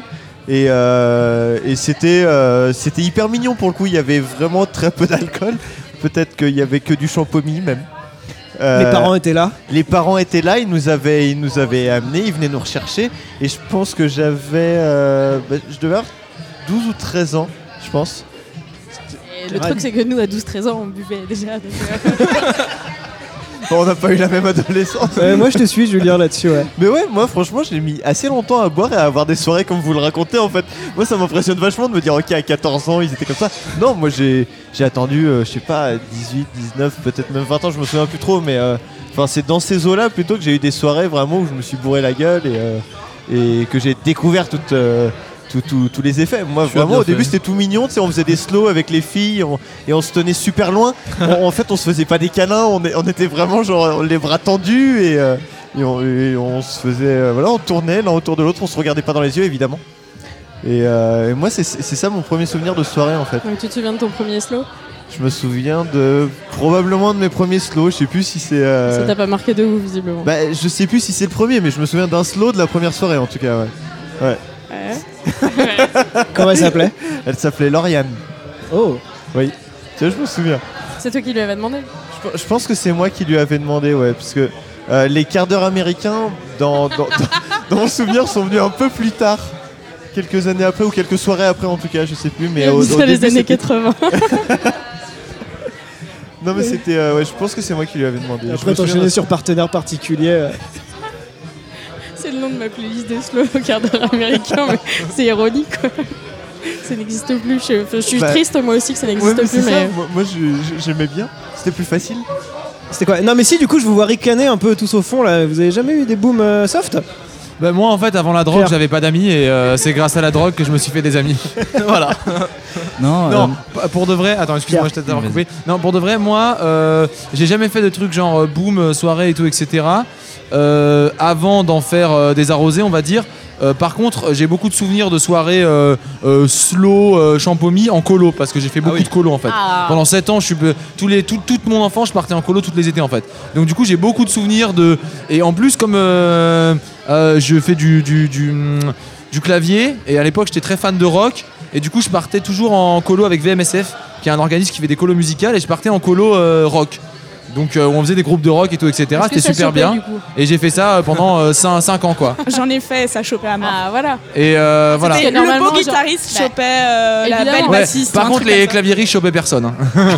Speaker 7: Et, euh, et c'était, euh, c'était hyper mignon pour le coup. Il y avait vraiment très peu d'alcool. Peut-être qu'il y avait que du champomis même. Euh,
Speaker 1: Les parents étaient là.
Speaker 7: les parents étaient là, ils nous avaient, ils nous avaient amenés, ils venaient nous rechercher. Et je pense que j'avais. euh, bah, je devais avoir 12 ou 13 ans, je pense.
Speaker 6: le
Speaker 1: Ouais.
Speaker 6: truc, c'est que nous, à 12-13 ans, on buvait déjà. donc, euh,
Speaker 7: Bon, on n'a pas eu la même adolescence.
Speaker 1: Ouais, moi, je te suis, Julien, là-dessus, ouais.
Speaker 7: Mais ouais, moi franchement, j'ai mis assez longtemps à boire et à avoir des soirées comme vous le racontez en fait. Moi ça m'impressionne vachement de me dire OK à 14 ans, ils étaient comme ça. Non, moi j'ai j'ai attendu euh, je sais pas 18, 19, peut-être même 20 ans, je me souviens plus trop mais euh, enfin c'est dans ces eaux-là plutôt que j'ai eu des soirées vraiment où je me suis bourré la gueule et euh, et que j'ai découvert toute euh, tout- tout- tous les effets. Moi,
Speaker 2: Tu as
Speaker 7: vraiment,
Speaker 2: bien
Speaker 7: au début,
Speaker 2: fait.
Speaker 7: c'était tout mignon. Tu sais, on faisait des slows avec les filles on- et on se tenait super loin. On- en fait, on se faisait pas des câlins. On, est- on était vraiment genre les bras tendus et, euh, et on, et on se faisait. euh, voilà, on tournait l'un autour de l'autre. On se regardait pas dans les yeux, évidemment. Et, euh, et moi, c'est c'est ça mon premier souvenir de soirée en fait.
Speaker 6: donc euh, tu te souviens de ton premier slow
Speaker 7: Je me souviens de probablement de mes premiers slows. Je sais plus si c'est. euh,
Speaker 6: Ça t'a pas marqué de ouf, visiblement.
Speaker 7: bah, je sais plus si c'est le premier, mais je me souviens d'un slow de la première soirée en tout cas. ouais.
Speaker 6: Ouais.
Speaker 1: Comment elle s'appelait
Speaker 7: Elle s'appelait Lauriane.
Speaker 1: Oh
Speaker 7: Tu vois, je me souviens.
Speaker 6: C'est toi qui lui avais demandé.
Speaker 7: Je- Je pense que c'est moi qui lui avais demandé, ouais, parce que euh, les quarts d'heure américains, dans, dans, dans- dans mon souvenir, sont venus un peu plus tard. Quelques années après, ou quelques soirées après en tout cas, je sais plus, mais au, au
Speaker 6: Jusqu'à les
Speaker 7: début,
Speaker 6: années
Speaker 7: c'était-
Speaker 6: 80.
Speaker 7: Non, mais c'était. euh, ouais, je pense que c'est moi qui lui avais demandé.
Speaker 1: Et
Speaker 7: Je me
Speaker 1: après,
Speaker 7: souviens
Speaker 1: t'enchaînais sur partenaire particulier. euh.
Speaker 6: C'est le nom de ma playlist des slow au quart d'heure américain, mais c'est ironique quoi. Ça n'existe plus. Je, je suis
Speaker 7: Bah.
Speaker 6: triste moi aussi que ça
Speaker 7: d'un-
Speaker 6: n'existe
Speaker 7: Ouais, mais c'est ça,
Speaker 6: plus, mais
Speaker 7: moi, moi, je- je- j'aimais bien. C'était plus facile.
Speaker 1: C'était quoi Non, mais si, du coup, je vous vois ricaner un peu tous au fond, là. Vous avez jamais eu des booms euh, soft
Speaker 3: Bah, moi en fait avant la drogue
Speaker 1: Claire.
Speaker 3: j'avais pas d'amis et euh, c'est grâce à la drogue que je me suis fait des amis. voilà.
Speaker 8: Non, euh,
Speaker 3: Non, p- pour de vrai, attends, excuse-moi, je t'ai d'avoir coupé. Non, pour de vrai, moi, euh, j'ai jamais fait de trucs genre euh, boom, euh, soirée et tout, etc. Euh, avant d'en faire euh, des arrosés, on va dire. Euh, par contre, j'ai beaucoup de souvenirs de soirées euh, euh, slow, euh, champomis en colo, parce que j'ai fait beaucoup de colo en fait.
Speaker 6: Ah.
Speaker 3: Pendant 7 ans, je suis be- tous les, tout, toute mon enfance, je partais en colo tous les étés en fait. Donc du coup, j'ai beaucoup de souvenirs de. Et en plus, comme euh, euh, je fais du, du, du, hum, du clavier, et à l'époque, j'étais très fan de rock, et du coup, je partais toujours en colo avec VMSF, qui est un organisme qui fait des colos musicales, et je partais en colo euh, rock. Donc euh, on faisait des groupes de rock et tout, etc.
Speaker 6: Est-ce que
Speaker 3: C'était
Speaker 6: ça
Speaker 3: super
Speaker 6: chopait,
Speaker 3: bien.
Speaker 6: du coup
Speaker 3: Et j'ai fait ça euh, pendant 5, ans quoi.
Speaker 9: J'en ai fait, ça chopait à mort.
Speaker 6: Ah voilà.
Speaker 3: Et euh, voilà.
Speaker 9: Et
Speaker 6: Parce que
Speaker 9: le
Speaker 6: normalement,
Speaker 9: beau
Speaker 6: genre-
Speaker 9: guitariste
Speaker 6: Bah,
Speaker 9: chopait euh, la
Speaker 6: évidemment.
Speaker 9: belle
Speaker 6: Ouais,
Speaker 9: bassiste.
Speaker 3: Par
Speaker 9: un
Speaker 3: contre,
Speaker 9: truc
Speaker 3: les
Speaker 9: comme ça.
Speaker 3: claviéristes chopaient personne. hein.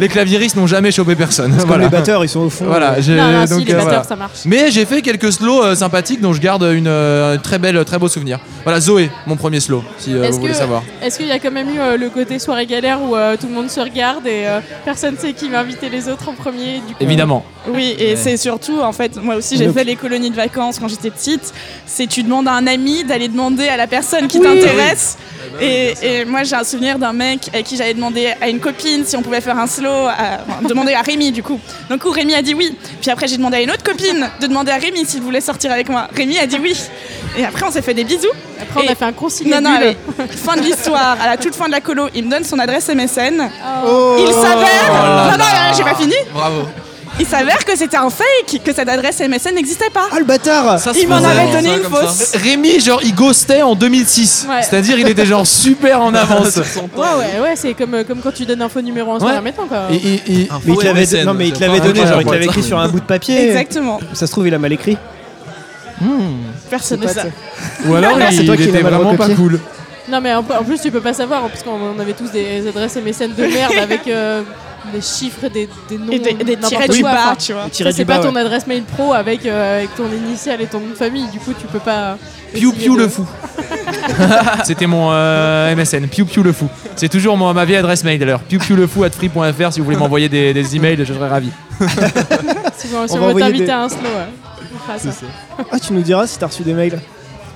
Speaker 3: les claviéristes n'ont jamais chopé personne.
Speaker 1: Parce que
Speaker 3: Voilà.
Speaker 1: les batteurs, ils sont au fond.
Speaker 3: Voilà, j'ai-
Speaker 6: non, non, si,
Speaker 3: donc,
Speaker 6: les
Speaker 3: euh,
Speaker 6: batteurs,
Speaker 3: voilà.
Speaker 6: ça marche.
Speaker 3: Mais j'ai fait quelques slows euh, sympathiques dont je garde une euh, très belle, très beau souvenir. Voilà, Zoé, mon premier slow, si euh,
Speaker 6: Est-ce
Speaker 3: vous voulez
Speaker 6: que-
Speaker 3: savoir.
Speaker 6: Est-ce qu'il y a quand même eu euh, le côté soirée galère où euh, tout le monde se regarde et euh, personne sait qui va inviter les autres en premier du coup,
Speaker 3: Évidemment.
Speaker 9: Oui, et
Speaker 8: Ouais.
Speaker 9: c'est surtout, en fait, moi aussi j'ai
Speaker 1: Donc-
Speaker 9: fait les colonies de vacances quand j'étais petite. C'est tu demandes à un ami d'aller demander à la personne qui
Speaker 6: Oui.
Speaker 9: t'intéresse. Et, et moi j'ai un souvenir d'un mec à qui j'avais demandé à une copine si on pouvait faire un slow, à- enfin, demander à Rémi du coup. Donc coup Rémi a dit oui. Puis après j'ai demandé à une autre copine de demander à Rémi s'il voulait sortir avec moi. Rémi a dit oui. Et après on s'est fait des bisous.
Speaker 6: Après, on a
Speaker 9: Et-
Speaker 6: fait un conciliabule.
Speaker 9: Non, non, mais fin de l'histoire, à la toute fin de la colo, il me donne son adresse MSN. Il
Speaker 3: Oh
Speaker 9: s'avère.
Speaker 3: là
Speaker 9: non, non,
Speaker 3: là.
Speaker 9: j'ai pas fini.
Speaker 3: Bravo.
Speaker 9: Il s'avère que c'était un fake, que cette adresse MSN n'existait pas.
Speaker 1: Ah, le bâtard
Speaker 3: Ça,
Speaker 9: Il m'en
Speaker 3: faisait,
Speaker 9: avait
Speaker 3: hein,
Speaker 9: donné
Speaker 3: ça,
Speaker 9: une
Speaker 3: comme
Speaker 9: fausse.
Speaker 3: ça. Rémi, genre, il ghostait en 2006.
Speaker 6: Ouais.
Speaker 3: C'est-à-dire, il était genre super en avance.
Speaker 6: Ouais, ouais, ouais, c'est comme, euh, comme quand tu donnes un faux numéro en se
Speaker 3: Ouais.
Speaker 6: permettant quoi.
Speaker 3: Et- et- et-
Speaker 1: mais il te l'avait non, mais il te l'avait donné, genre il te l'avait écrit sur un bout de papier.
Speaker 9: Exactement.
Speaker 1: Ça se trouve, il a mal écrit.
Speaker 9: Personne ne sait.
Speaker 3: Ou alors,
Speaker 1: C'est
Speaker 3: il
Speaker 1: toi qui
Speaker 3: était
Speaker 1: l'as mal
Speaker 3: vraiment pas
Speaker 1: recopié.
Speaker 3: cool.
Speaker 6: Non, mais en, en plus, tu peux pas savoir, hein, parce qu'on on avait tous des adresses MSN de merde avec euh, des chiffres, des, des noms,
Speaker 9: Et des, des
Speaker 6: n'importe
Speaker 9: tirets
Speaker 6: quoi,
Speaker 9: du
Speaker 6: enfin,
Speaker 9: bas, tu vois.
Speaker 1: Tiré
Speaker 6: Ça, c'est
Speaker 1: du
Speaker 6: pas
Speaker 1: bas.
Speaker 6: ton
Speaker 1: ouais.
Speaker 6: adresse mail pro avec, euh, avec ton initial et ton nom de famille, du coup tu peux pas.
Speaker 3: Piou
Speaker 6: essayer
Speaker 3: Piou
Speaker 6: de-
Speaker 3: le fou. C'était mon euh, MSN, Piou Piou le fou. C'est toujours mon- ma vieille adresse mail d'ailleurs. Piou Piou le fou at free.fr si vous voulez m'envoyer des, des emails, je serais ravi.
Speaker 6: Si on,
Speaker 1: On
Speaker 6: si on
Speaker 1: va
Speaker 6: veut
Speaker 1: envoyer
Speaker 6: t'inviter
Speaker 1: des-
Speaker 6: à un slow, ouais. on fera ça.
Speaker 1: Ah, tu nous diras si t'as reçu des mails.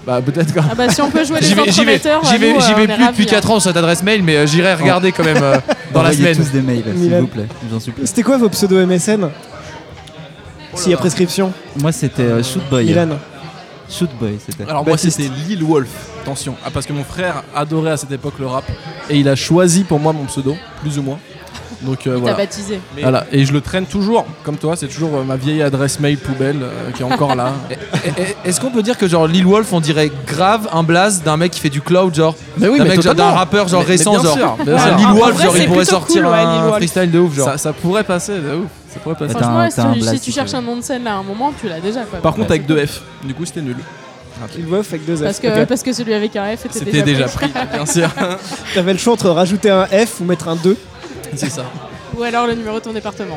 Speaker 3: Bah peut-être quand.
Speaker 6: Ah bah si on peut jouer
Speaker 3: J'y
Speaker 6: les
Speaker 3: vais, j'y vais,
Speaker 6: entremetteurs,
Speaker 3: j'y vais,
Speaker 6: nous,
Speaker 3: j'y
Speaker 6: euh, on
Speaker 3: vais
Speaker 6: est
Speaker 3: plus depuis
Speaker 6: ravis,
Speaker 3: 4 ans sur cette adresse mail, mais euh, j'irai regarder quand même euh, dans la
Speaker 8: Envoyez
Speaker 3: semaine.
Speaker 8: tous des mails, s'il
Speaker 1: Milan.
Speaker 8: vous plaît. Je vous en supplie.
Speaker 1: C'était quoi vos pseudo MSN S'il y a prescription,
Speaker 8: Moi, c'était euh, Shoot Boy.
Speaker 1: Milan.
Speaker 8: Shoot Boy, c'était.
Speaker 2: Alors moi
Speaker 7: Baptiste.
Speaker 2: c'était Lil Wolf, attention, Ah, parce que mon frère adorait à cette époque le rap et il a choisi pour moi mon pseudo, plus ou moins. Donc euh,
Speaker 6: T'as
Speaker 2: voilà.
Speaker 6: baptisé.
Speaker 2: Voilà. Et je le traîne toujours, comme toi, c'est toujours euh, ma vieille adresse mail poubelle euh, qui est encore là.
Speaker 3: Et- et- Est-ce qu'on peut dire que genre Lil Wolf on dirait grave un blaze d'un mec qui fait du cloud genre
Speaker 2: Mais oui,
Speaker 3: d'un mec genre- d'un rappeur genre
Speaker 2: Mais- mais
Speaker 3: récent
Speaker 2: bien
Speaker 3: genre
Speaker 2: sûr, bien
Speaker 3: Un
Speaker 2: sûr. Ah,
Speaker 3: Lil
Speaker 9: En
Speaker 3: Wolf
Speaker 9: vrai,
Speaker 3: genre
Speaker 9: c'est
Speaker 3: il pourrait
Speaker 9: plutôt
Speaker 3: sortir
Speaker 9: cool, ouais, Lil
Speaker 3: un
Speaker 9: Wolf.
Speaker 3: freestyle de ouf genre.
Speaker 2: Ça, ça pourrait passer, de ouf, ça pourrait passer.
Speaker 8: T'as un-
Speaker 6: Franchement,
Speaker 8: t'as un
Speaker 6: si, tu-
Speaker 8: blast,
Speaker 6: si tu
Speaker 8: c'est
Speaker 6: cherches
Speaker 8: vrai.
Speaker 6: un nom de scène là, à un moment, tu l'as déjà. Quoi.
Speaker 2: Par contre avec deux F, du coup c'était nul.
Speaker 1: Kill Wolf avec deux F.
Speaker 6: Parce que,
Speaker 1: Ok.
Speaker 6: parce que celui avec un F était
Speaker 2: C'était
Speaker 6: déjà,
Speaker 2: déjà
Speaker 6: pris.
Speaker 2: pris, bien sûr.
Speaker 1: T'avais le choix entre rajouter un F ou mettre un 2
Speaker 2: c'est ça.
Speaker 6: Ou alors le numéro de ton département.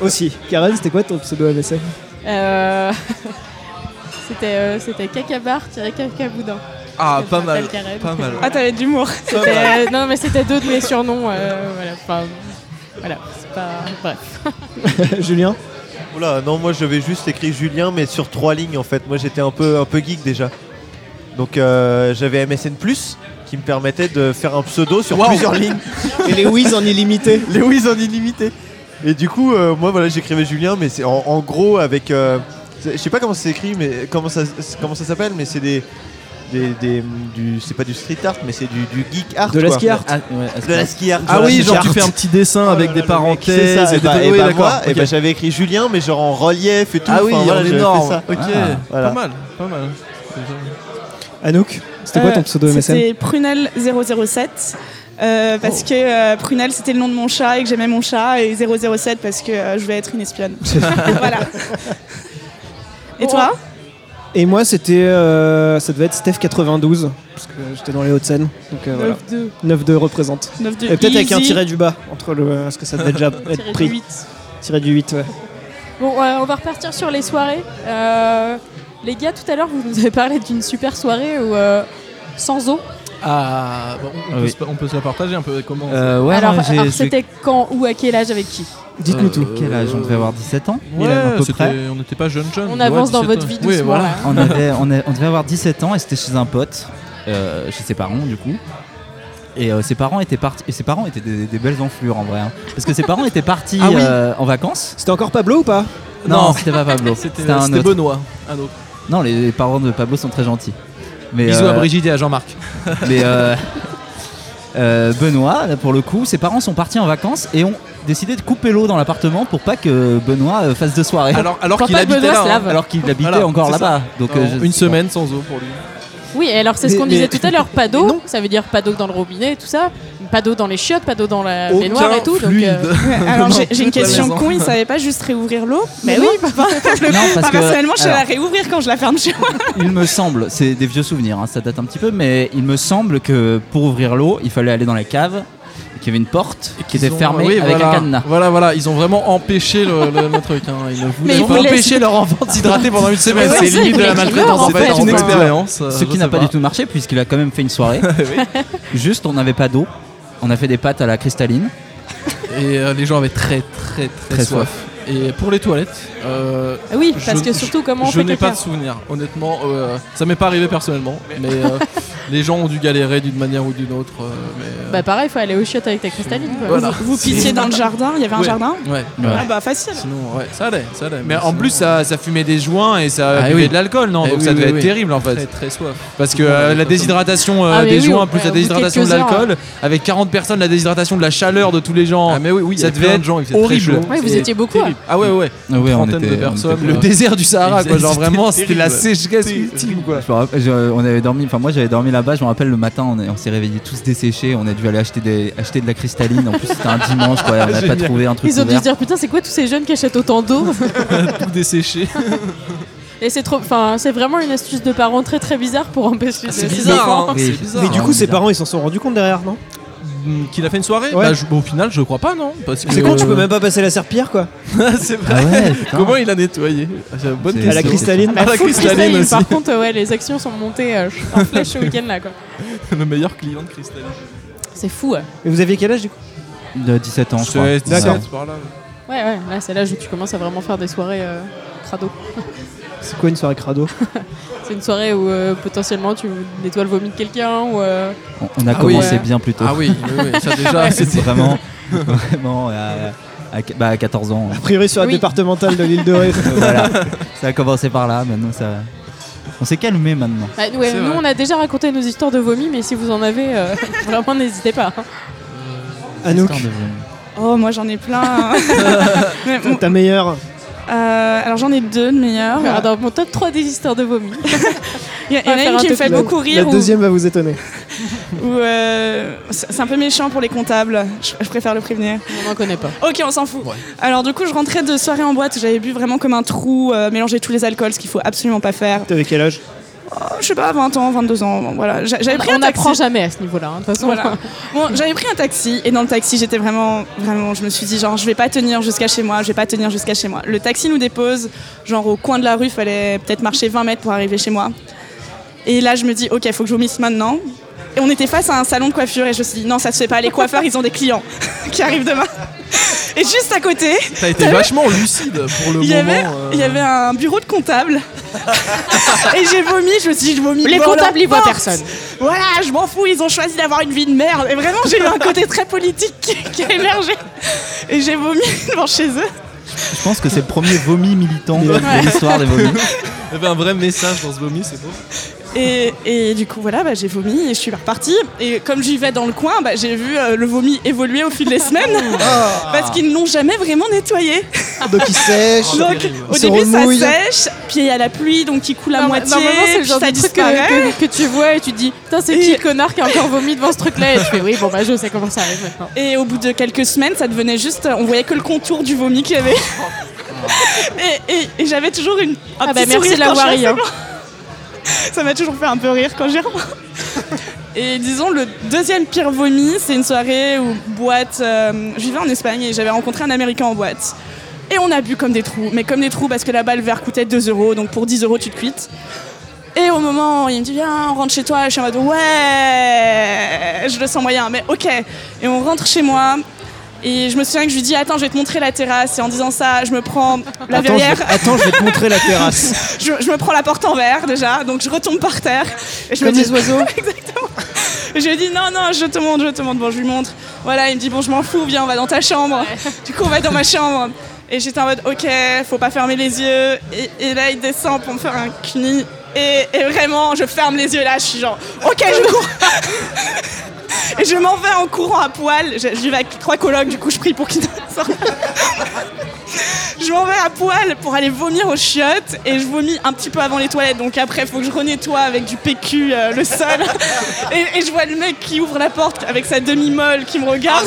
Speaker 1: aussi. Karen, c'était quoi ton pseudo MSF
Speaker 6: Euh, c'était euh, c'était cacabar-cacaboudin.
Speaker 2: Ah
Speaker 6: Je
Speaker 2: pas
Speaker 6: m'appelle
Speaker 2: mal,
Speaker 6: Karen.
Speaker 2: pas mal.
Speaker 9: Ah, t'avais de l'humour.
Speaker 6: C'était- euh, non, mais c'était deux de mes surnoms. euh, voilà, enfin, voilà, c'est pas. Bref.
Speaker 1: Julien
Speaker 7: Oula, non, moi j'avais juste écrit Julien, mais sur trois lignes en fait. Moi j'étais un peu, un peu geek déjà. Donc euh, j'avais MSN Plus qui me permettait de faire un pseudo sur plusieurs lignes.
Speaker 1: Et les Wiz en illimité
Speaker 7: Les Wiz en illimité. Et du coup, euh, moi voilà, j'écrivais Julien, mais c'est en, en gros avec. euh, c'est- je sais pas comment c'est écrit, mais comment ça, c'est- comment ça s'appelle, mais c'est des. des, des- du, c'est pas du street art, mais c'est du, du geek art.
Speaker 1: De la
Speaker 7: quoi.
Speaker 1: ski art
Speaker 8: Ah, ouais, est-ce
Speaker 7: De
Speaker 8: que-
Speaker 7: la ski art.
Speaker 2: Ah
Speaker 7: de la
Speaker 2: oui,
Speaker 7: ski
Speaker 2: genre
Speaker 7: art.
Speaker 2: tu fais un petit dessin
Speaker 7: Ah
Speaker 2: avec des
Speaker 7: C'est
Speaker 2: parenthèses
Speaker 7: ça, et
Speaker 2: et des
Speaker 7: bah, et
Speaker 2: oui,
Speaker 7: bah,
Speaker 2: d'accord,
Speaker 7: moi, et
Speaker 2: ok.
Speaker 7: bah, j'avais écrit Julien, mais genre en relief et tout.
Speaker 2: Ah oui,
Speaker 7: enfin,
Speaker 2: en
Speaker 7: voilà, j'avais fait
Speaker 2: énorme.
Speaker 7: ça.
Speaker 2: Ok,
Speaker 3: Eh,
Speaker 8: Ah,
Speaker 7: voilà.
Speaker 2: pas mal, pas mal.
Speaker 1: Anouk, c'était quoi ton pseudo
Speaker 9: Euh,
Speaker 1: MSN
Speaker 9: C'était Prunel 007. euh, parce que euh, Prunel c'était le nom de mon chat et que j'aimais mon chat et 007 parce que euh, je voulais être une espionne. voilà. Et toi
Speaker 1: Et moi, c'était. euh, ça devait être Steph92, parce que j'étais dans les Hauts-de-Seine. Donc euh, voilà.
Speaker 9: 9-2.
Speaker 1: 9-2 représente.
Speaker 9: 9 de
Speaker 1: Et peut-être avec un
Speaker 9: Easy.
Speaker 1: tiré du bas, entre le. Parce que ça devait déjà
Speaker 6: Tiré
Speaker 1: être
Speaker 6: du
Speaker 1: pris.
Speaker 6: huit.
Speaker 1: Tiré du 8, ouais.
Speaker 6: Bon, euh, on va repartir sur les soirées. Euh, les gars, tout à l'heure, vous nous avez parlé d'une super soirée où, euh, sans eau.
Speaker 2: Ah, bon, on,
Speaker 8: Ah
Speaker 2: peut
Speaker 8: oui.
Speaker 2: se, on peut se la partager un peu comment
Speaker 8: Euh, ouais,
Speaker 6: alors,
Speaker 8: non, j'ai-
Speaker 6: alors,
Speaker 8: j'ai-
Speaker 6: c'était quand, où, à quel âge, avec qui
Speaker 1: Dites-nous tout.
Speaker 8: Quel âge On devait avoir 17 ans.
Speaker 2: Euh, Ouais,
Speaker 8: à peu
Speaker 2: c'était-
Speaker 8: près.
Speaker 2: on n'était pas jeune jeune.
Speaker 6: On avance dans votre vie
Speaker 2: vidéo.
Speaker 6: doucement. hein.
Speaker 2: voilà.
Speaker 6: là.
Speaker 8: on, avait, on, a- on devait avoir 17 ans et c'était chez un pote, euh, chez ses parents du coup. Et euh, ses parents étaient partis. Et ses parents étaient des, des belles enflures en vrai. hein. Parce que ses parents étaient partis
Speaker 2: Ah oui.
Speaker 8: euh, en vacances.
Speaker 1: C'était encore Pablo ou pas
Speaker 8: Non,
Speaker 2: Non.
Speaker 8: c'était pas Pablo.
Speaker 2: C'était
Speaker 8: C'était un
Speaker 2: c'était
Speaker 8: autre.
Speaker 2: Benoît. Un autre.
Speaker 8: Non, les, les parents de Pablo sont très gentils. Mais,
Speaker 3: Bisous à
Speaker 8: euh,
Speaker 3: Brigitte et à Jean-Marc.
Speaker 8: mais, euh, euh, Benoît, là, pour le coup, ses parents sont partis en vacances et ont décidé de couper l'eau dans l'appartement pour pas que Benoît euh, fasse de soirée.
Speaker 2: Alors, alors
Speaker 6: Papa
Speaker 2: qu'il habitait
Speaker 6: Benoît
Speaker 2: là.
Speaker 6: se
Speaker 2: hein.
Speaker 6: lave.
Speaker 8: Alors qu'il habitait
Speaker 2: Voilà,
Speaker 8: encore
Speaker 2: c'est ça.
Speaker 8: là-bas. Donc euh, je-
Speaker 2: une semaine sans eau pour lui.
Speaker 6: Oui, et alors c'est ce
Speaker 1: Mais-
Speaker 6: qu'on
Speaker 1: mais-
Speaker 6: disait tout à l'heure, pas
Speaker 1: Mais
Speaker 6: d'eau,
Speaker 1: non.
Speaker 6: ça veut dire pas d'eau dans le robinet, tout ça, pas d'eau dans les chiottes, pas d'eau dans la
Speaker 2: Aucun
Speaker 6: baignoire et tout. Donc,
Speaker 2: fluide.
Speaker 6: euh,
Speaker 9: Ouais, Alors
Speaker 2: Non,
Speaker 9: j'ai- j'ai une
Speaker 2: toute la
Speaker 9: question
Speaker 2: maison.
Speaker 9: con, ils savaient pas juste réouvrir l'eau Mais oui, papa.
Speaker 8: Non, parce
Speaker 9: Enfin,
Speaker 8: que-
Speaker 9: personnellement, je sais
Speaker 8: alors,
Speaker 9: la réouvrir quand je la ferme chez moi.
Speaker 8: Il me semble, c'est des vieux souvenirs, hein, ça date un petit peu, mais il me semble que pour ouvrir l'eau, il fallait aller dans la cave, et qu'il y avait une porte qui était
Speaker 2: Ils ont-
Speaker 8: fermée
Speaker 2: oui,
Speaker 8: avec
Speaker 2: voilà.
Speaker 8: un cadenas.
Speaker 2: Voilà, voilà, ils ont vraiment empêché le, le- le truc. hein. Ils ne voulaient
Speaker 6: Mais
Speaker 2: pas
Speaker 6: ils voulaient-
Speaker 2: empêcher leur enfant de s'hydrater pendant une semaine.
Speaker 6: Mais ouais,
Speaker 2: c'est
Speaker 6: ça,
Speaker 2: limite
Speaker 6: ils
Speaker 2: de la
Speaker 6: voulaient qu'ils
Speaker 2: maltraitance.
Speaker 6: meurent,
Speaker 2: en
Speaker 6: en
Speaker 2: fait,
Speaker 6: fait.
Speaker 2: une expérience. euh,
Speaker 8: Ce
Speaker 2: je
Speaker 8: qui n'a
Speaker 2: sais
Speaker 8: pas du tout marché, puisqu'il a quand même fait une soirée. Juste, on n'avait pas d'eau, on a fait des pâtes à la cristalline.
Speaker 2: Et euh, les gens avaient très, très, très,
Speaker 8: Très
Speaker 2: soif. Et pour les toilettes, euh,
Speaker 6: ah oui,
Speaker 2: Je-
Speaker 6: parce que surtout comment on
Speaker 2: je
Speaker 6: fait
Speaker 2: n'ai pas
Speaker 6: caca
Speaker 2: de souvenir. Honnêtement, euh, ça m'est pas arrivé personnellement, mais euh, les gens ont dû galérer d'une manière ou d'une autre. euh, mais, euh,
Speaker 6: Bah pareil, faut aller aux chiottes avec ta cristalline. quoi.
Speaker 2: Voilà.
Speaker 9: Vous pissiez dans le jardin, il y avait un
Speaker 2: Ouais.
Speaker 9: jardin
Speaker 2: Ouais.
Speaker 9: Ah bah facile.
Speaker 2: Sinon, ouais, ça allait, ça allait.
Speaker 3: Mais en
Speaker 2: sinon,
Speaker 3: plus
Speaker 7: euh,
Speaker 3: ça, ça fumait des joints et ça
Speaker 2: Ah
Speaker 3: buvait
Speaker 2: oui.
Speaker 3: de l'alcool non
Speaker 2: Eh
Speaker 3: donc
Speaker 2: oui,
Speaker 3: ça
Speaker 2: oui,
Speaker 3: devait être
Speaker 2: oui.
Speaker 3: terrible en fait
Speaker 2: très, très soif.
Speaker 3: parce que euh, la déshydratation euh,
Speaker 6: Ah, mais
Speaker 3: des
Speaker 6: oui,
Speaker 3: joints
Speaker 6: au-
Speaker 3: plus
Speaker 6: au
Speaker 3: la
Speaker 6: bout de
Speaker 3: déshydratation de
Speaker 6: quelques heures.
Speaker 3: l'alcool avec 40 personnes la déshydratation de la chaleur de tous les gens
Speaker 2: Ah, mais oui, oui, il y
Speaker 3: ça
Speaker 2: avait
Speaker 3: devait
Speaker 2: plein de
Speaker 3: être
Speaker 2: gens, il faisait très
Speaker 3: horrible.
Speaker 2: chaud,
Speaker 6: Ouais, vous
Speaker 2: c'était
Speaker 6: étiez beaucoup, hein.
Speaker 2: terrible. Ah ouais, ouais.
Speaker 8: Ah ouais, on
Speaker 2: trentaine de
Speaker 8: était- on
Speaker 2: personnes.
Speaker 8: était-
Speaker 3: le
Speaker 2: euh,
Speaker 3: désert du Sahara quoi
Speaker 2: C'était
Speaker 3: genre vraiment c'était la
Speaker 2: terrible.
Speaker 3: sécheresse
Speaker 2: C'était-
Speaker 3: ultime quoi
Speaker 8: Je me rappelle- je- on avait dormi, enfin moi j'avais dormi là-bas, je me rappelle le matin, on, est- on s'est réveillés tous desséchés, on a dû aller acheter, des, acheter de la cristalline, en plus c'était un dimanche, quoi, on n'a pas
Speaker 2: Génial.
Speaker 8: trouvé un truc
Speaker 6: Ils ont dû
Speaker 8: ouvert.
Speaker 6: se dire putain, c'est quoi tous ces jeunes qui achètent autant d'eau
Speaker 2: tout desséché.
Speaker 6: Et c'est trop, enfin c'est vraiment une astuce de parents très très bizarre pour empêcher.
Speaker 2: Ah, c'est
Speaker 6: de-
Speaker 2: bizarre,
Speaker 6: enfants.
Speaker 2: hein.
Speaker 8: Oui.
Speaker 2: C'est bizarre.
Speaker 1: Mais du
Speaker 8: Ah,
Speaker 1: coup, ses
Speaker 8: bizarre.
Speaker 1: parents, ils s'en sont rendus compte derrière, non
Speaker 2: Mm, Qu'il a fait une soirée
Speaker 1: Ouais.
Speaker 2: Bah, je- bon, Au final, je crois pas, non Parce que
Speaker 1: C'est con, tu peux même pas passer la serpillère, quoi.
Speaker 2: C'est vrai.
Speaker 8: Ah ouais, putain.
Speaker 2: Comment il a nettoyé Ah, c'est une
Speaker 8: C'est-
Speaker 2: Bonne question.
Speaker 1: À la
Speaker 8: c'est-
Speaker 1: cristalline.
Speaker 2: Ah, la
Speaker 6: Full
Speaker 2: cristalline
Speaker 6: cristalline,
Speaker 2: aussi.
Speaker 6: Par contre, ouais, les actions sont montées euh, en flèche ce week-end là quoi.
Speaker 2: Le meilleur client de cristalline.
Speaker 6: C'est fou. Ouais,
Speaker 1: Et vous aviez quel âge, du coup
Speaker 8: De 17 ans, je crois.
Speaker 2: 16,
Speaker 1: D'accord.
Speaker 2: 17, par là.
Speaker 6: ouais, ouais, là c'est l'âge où tu commences à vraiment faire des soirées euh, crado.
Speaker 1: C'est quoi une soirée crado
Speaker 6: C'est une soirée où euh, potentiellement tu nettoies le vomi de quelqu'un ou. euh,
Speaker 8: On, on a
Speaker 2: Ah oui.
Speaker 8: commencé bien plus tôt.
Speaker 2: Ah oui, oui, oui, ça déjà,
Speaker 8: C'est
Speaker 2: c'était
Speaker 8: vraiment, vraiment à, à- bah, à 14 ans.
Speaker 1: A priori, sur la
Speaker 6: Oui.
Speaker 1: départementale de l'île de Ré.
Speaker 8: voilà. Ça a commencé par là, maintenant ça. On s'est calmé maintenant.
Speaker 6: Bah, ouais,
Speaker 2: C'est
Speaker 6: nous,
Speaker 2: vrai.
Speaker 6: on a déjà raconté nos histoires de vomi, mais si vous en avez, euh, vraiment n'hésitez pas. hein.
Speaker 1: Anouk,
Speaker 8: Histoire de-
Speaker 9: Oh, moi j'en ai plein. Mais bon,
Speaker 1: ta meilleure.
Speaker 9: euh, alors j'en ai deux de meilleurs.
Speaker 2: Ah.
Speaker 6: Alors, dans mon top 3 des histoires de vomi.
Speaker 9: Il y en
Speaker 6: On va
Speaker 9: a
Speaker 6: faire
Speaker 9: une
Speaker 6: un
Speaker 9: qui me
Speaker 6: top
Speaker 9: fait
Speaker 6: list.
Speaker 9: beaucoup
Speaker 1: La
Speaker 9: rire. où-
Speaker 1: deuxième va vous étonner.
Speaker 9: où, euh, c'est c'est un peu méchant pour les comptables. Je- je préfère le prévenir.
Speaker 6: On n'en connaît pas.
Speaker 9: Ok, on s'en fout. Alors du coup, je rentrais de soirée en boîte, j'avais bu vraiment comme un trou, euh, mélangé tous les alcools, ce qu'il faut absolument pas faire.
Speaker 1: T'avais quel âge
Speaker 9: Oh, je sais pas, 20 ans, 22 ans, bon, voilà. J'a- J'avais pris
Speaker 6: On
Speaker 9: un taxi.
Speaker 6: n'apprend jamais à ce niveau-là. hein, De toute façon,
Speaker 9: Voilà. Bon, j'avais pris un taxi et dans le taxi, j'étais vraiment, vraiment, je me suis dit genre, je vais pas tenir jusqu'à chez moi, je vais pas tenir jusqu'à chez moi. Le taxi nous dépose, genre au coin de la rue, fallait peut-être marcher 20 mètres pour arriver chez moi. Et là, je me dis, ok, faut que je vomisse maintenant. Et on était face à un salon de coiffure et je me suis dit, non, ça se fait pas, les coiffeurs, ils ont des clients qui arrivent demain. Et juste à côté,
Speaker 2: T'as été vachement lucide pour le
Speaker 9: Il y,
Speaker 2: moment.
Speaker 9: avait,
Speaker 2: euh,
Speaker 9: il y avait un bureau de comptable. et j'ai vomi, je me suis dit, je vomis.
Speaker 6: Les
Speaker 9: devant leur
Speaker 6: comptables, ils voient
Speaker 9: porte.
Speaker 6: personne.
Speaker 9: Voilà, je m'en fous, ils ont choisi d'avoir une vie de merde. Et vraiment, j'ai eu un côté très politique qui, qui a émergé. Et j'ai vomi devant chez eux.
Speaker 8: Je pense que c'est le premier vomi militant de- de l'histoire des vomis.
Speaker 1: Ah,
Speaker 2: il y avait un vrai message dans ce vomi, c'est beau.
Speaker 9: Et, et du coup, voilà, bah, j'ai vomi et je suis repartie. Et comme j'y vais dans le coin, bah, j'ai vu euh, le vomi évoluer au fil des semaines.
Speaker 6: Oh.
Speaker 9: parce qu'ils ne l'ont jamais vraiment nettoyé.
Speaker 6: Ah,
Speaker 1: Donc il sèche.
Speaker 9: Donc, au
Speaker 1: se
Speaker 9: début, ça
Speaker 1: remouille.
Speaker 9: sèche, puis il y a la pluie, donc il coule à
Speaker 6: Norma-
Speaker 9: moitié.
Speaker 6: Normalement, c'est le
Speaker 9: puis
Speaker 6: genre
Speaker 9: ça
Speaker 6: de truc
Speaker 9: disparaît.
Speaker 6: que, que- que tu vois et tu te dis Putain, c'est qui le connard qui a encore vomi devant ce truc-là Et tu fais Oui, bon, bah, je sais comment ça arrive maintenant.
Speaker 9: Et au bout de quelques semaines, ça devenait juste. On voyait que le contour du vomi qu'il y avait. et et- et j'avais toujours une. Un
Speaker 6: Ah bah,
Speaker 9: petit
Speaker 6: merci
Speaker 9: sourire
Speaker 6: de l'avoir
Speaker 9: quand je
Speaker 6: ri, hein.
Speaker 9: passais- Ça m'a toujours fait un peu rire quand j'y repense. Et disons, le deuxième pire vomi, c'est une soirée où boîte. euh, je vivais en Espagne et j'avais rencontré un américain en boîte. Et on a bu comme des trous, mais comme des trous parce que là-bas le verre coûtait 2 euros, donc pour 10 euros tu te quittes. Et au moment, il me dit Viens, on rentre chez toi. Et je suis en mode Ouais, je le sens moyen, mais ok. Et on rentre chez moi. Et je me souviens que je lui dis Attends, je vais te montrer la terrasse. Et en disant ça, je me prends la
Speaker 1: Attends je,
Speaker 9: verrière,
Speaker 1: vais, attends, je vais te montrer la terrasse.
Speaker 9: je, je me prends la porte en verre déjà, donc je retombe par terre. Et je me
Speaker 1: Comme
Speaker 9: dis
Speaker 1: les oiseaux.
Speaker 9: Exactement. Et je lui dis Non, non, je te montre, je te montre. Bon, je lui montre. Voilà, il me dit Bon, je m'en fous, viens, on va dans ta chambre. Du coup, on va dans ma chambre. Et j'étais en mode Ok, faut pas fermer les yeux. Et, et là, il descend pour me faire un cuni. Et, et vraiment, je ferme les yeux et là, je suis genre Ok,
Speaker 1: Ah,
Speaker 9: je cours. Et je m'en vais en courant à poil. Je, je vais avec trois colocs, du coup, je prie pour qu'ils ne sortent pas. Je m'en vais à poil pour aller vomir aux chiottes et je vomis un petit peu avant les toilettes. Donc après, il faut que je renettoie avec du PQ euh, le sol. Et, et je vois le mec qui ouvre la porte avec sa demi-molle qui me regarde.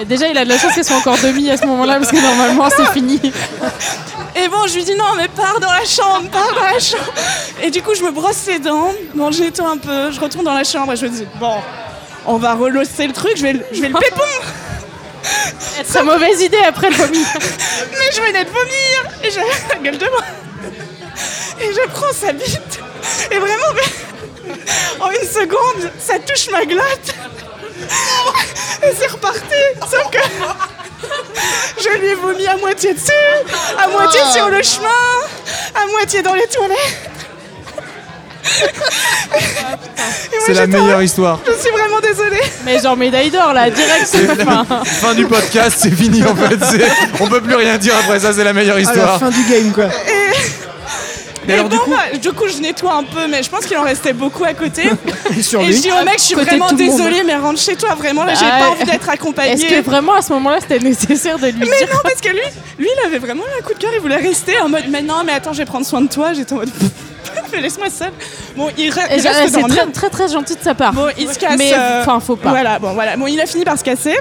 Speaker 6: Et déjà, il a de la chance qu'elle soit encore demi à ce moment-là parce que normalement, c'est fini.
Speaker 9: Et bon, je lui dis non, mais pars dans la chambre, pars dans la chambre. Et du coup, je me brosse les dents, bon, je nettoie un peu, je retourne dans la chambre et je me dis bon, on va relosser le truc, je vais, le- je vais le pépon.
Speaker 6: C'est très mauvaise idée après le vomi.
Speaker 9: Mais je venais de vomir Et j'avais la gueule de moi Et je prends sa bite Et vraiment, mais, en une seconde, ça touche ma glotte Et c'est reparti Sauf que je lui ai vomi à moitié dessus, à moitié
Speaker 3: Ah.
Speaker 9: sur le chemin, à moitié dans les toilettes Et moi,
Speaker 3: C'est la
Speaker 9: j'étais en-
Speaker 3: meilleure histoire.
Speaker 9: Je suis vraiment désolée
Speaker 6: Mais genre médaille d'or là, direct. Enfin,
Speaker 3: Fin du podcast, c'est fini en fait. c'est- On peut plus rien dire après ça, c'est la meilleure
Speaker 1: À la
Speaker 3: histoire.
Speaker 1: fin du game, quoi.
Speaker 9: Et,
Speaker 3: alors,
Speaker 9: bon,
Speaker 3: du coup-
Speaker 9: bah, du coup, je nettoie un peu, mais je pense qu'il en restait beaucoup à côté.
Speaker 1: Et sur
Speaker 9: Et je dis
Speaker 1: lui.
Speaker 9: au mec, je suis
Speaker 6: Côté
Speaker 9: vraiment
Speaker 6: tout le monde.
Speaker 9: désolée, mais rentre chez toi, vraiment, là, j'ai
Speaker 6: Bah,
Speaker 9: pas envie d'être
Speaker 6: Est-ce
Speaker 9: accompagnée.
Speaker 6: que vraiment à ce moment-là, c'était nécessaire de lui
Speaker 9: Mais
Speaker 6: dire
Speaker 9: non, parce que lui, lui, il avait vraiment eu un coup de cœur, il voulait rester en mode, mais non, mais attends, je vais prendre soin de toi. J'étais en mode, mais laisse-moi seule. Bon, il, re-
Speaker 6: Et
Speaker 9: il
Speaker 6: genre,
Speaker 9: reste
Speaker 6: C'est
Speaker 9: dormir.
Speaker 6: très, très très gentil de sa part.
Speaker 9: Bon, il se casse.
Speaker 6: Mais
Speaker 9: euh,
Speaker 6: enfin, faut pas.
Speaker 9: Voilà, bon, voilà. Bon, il a fini par se casser.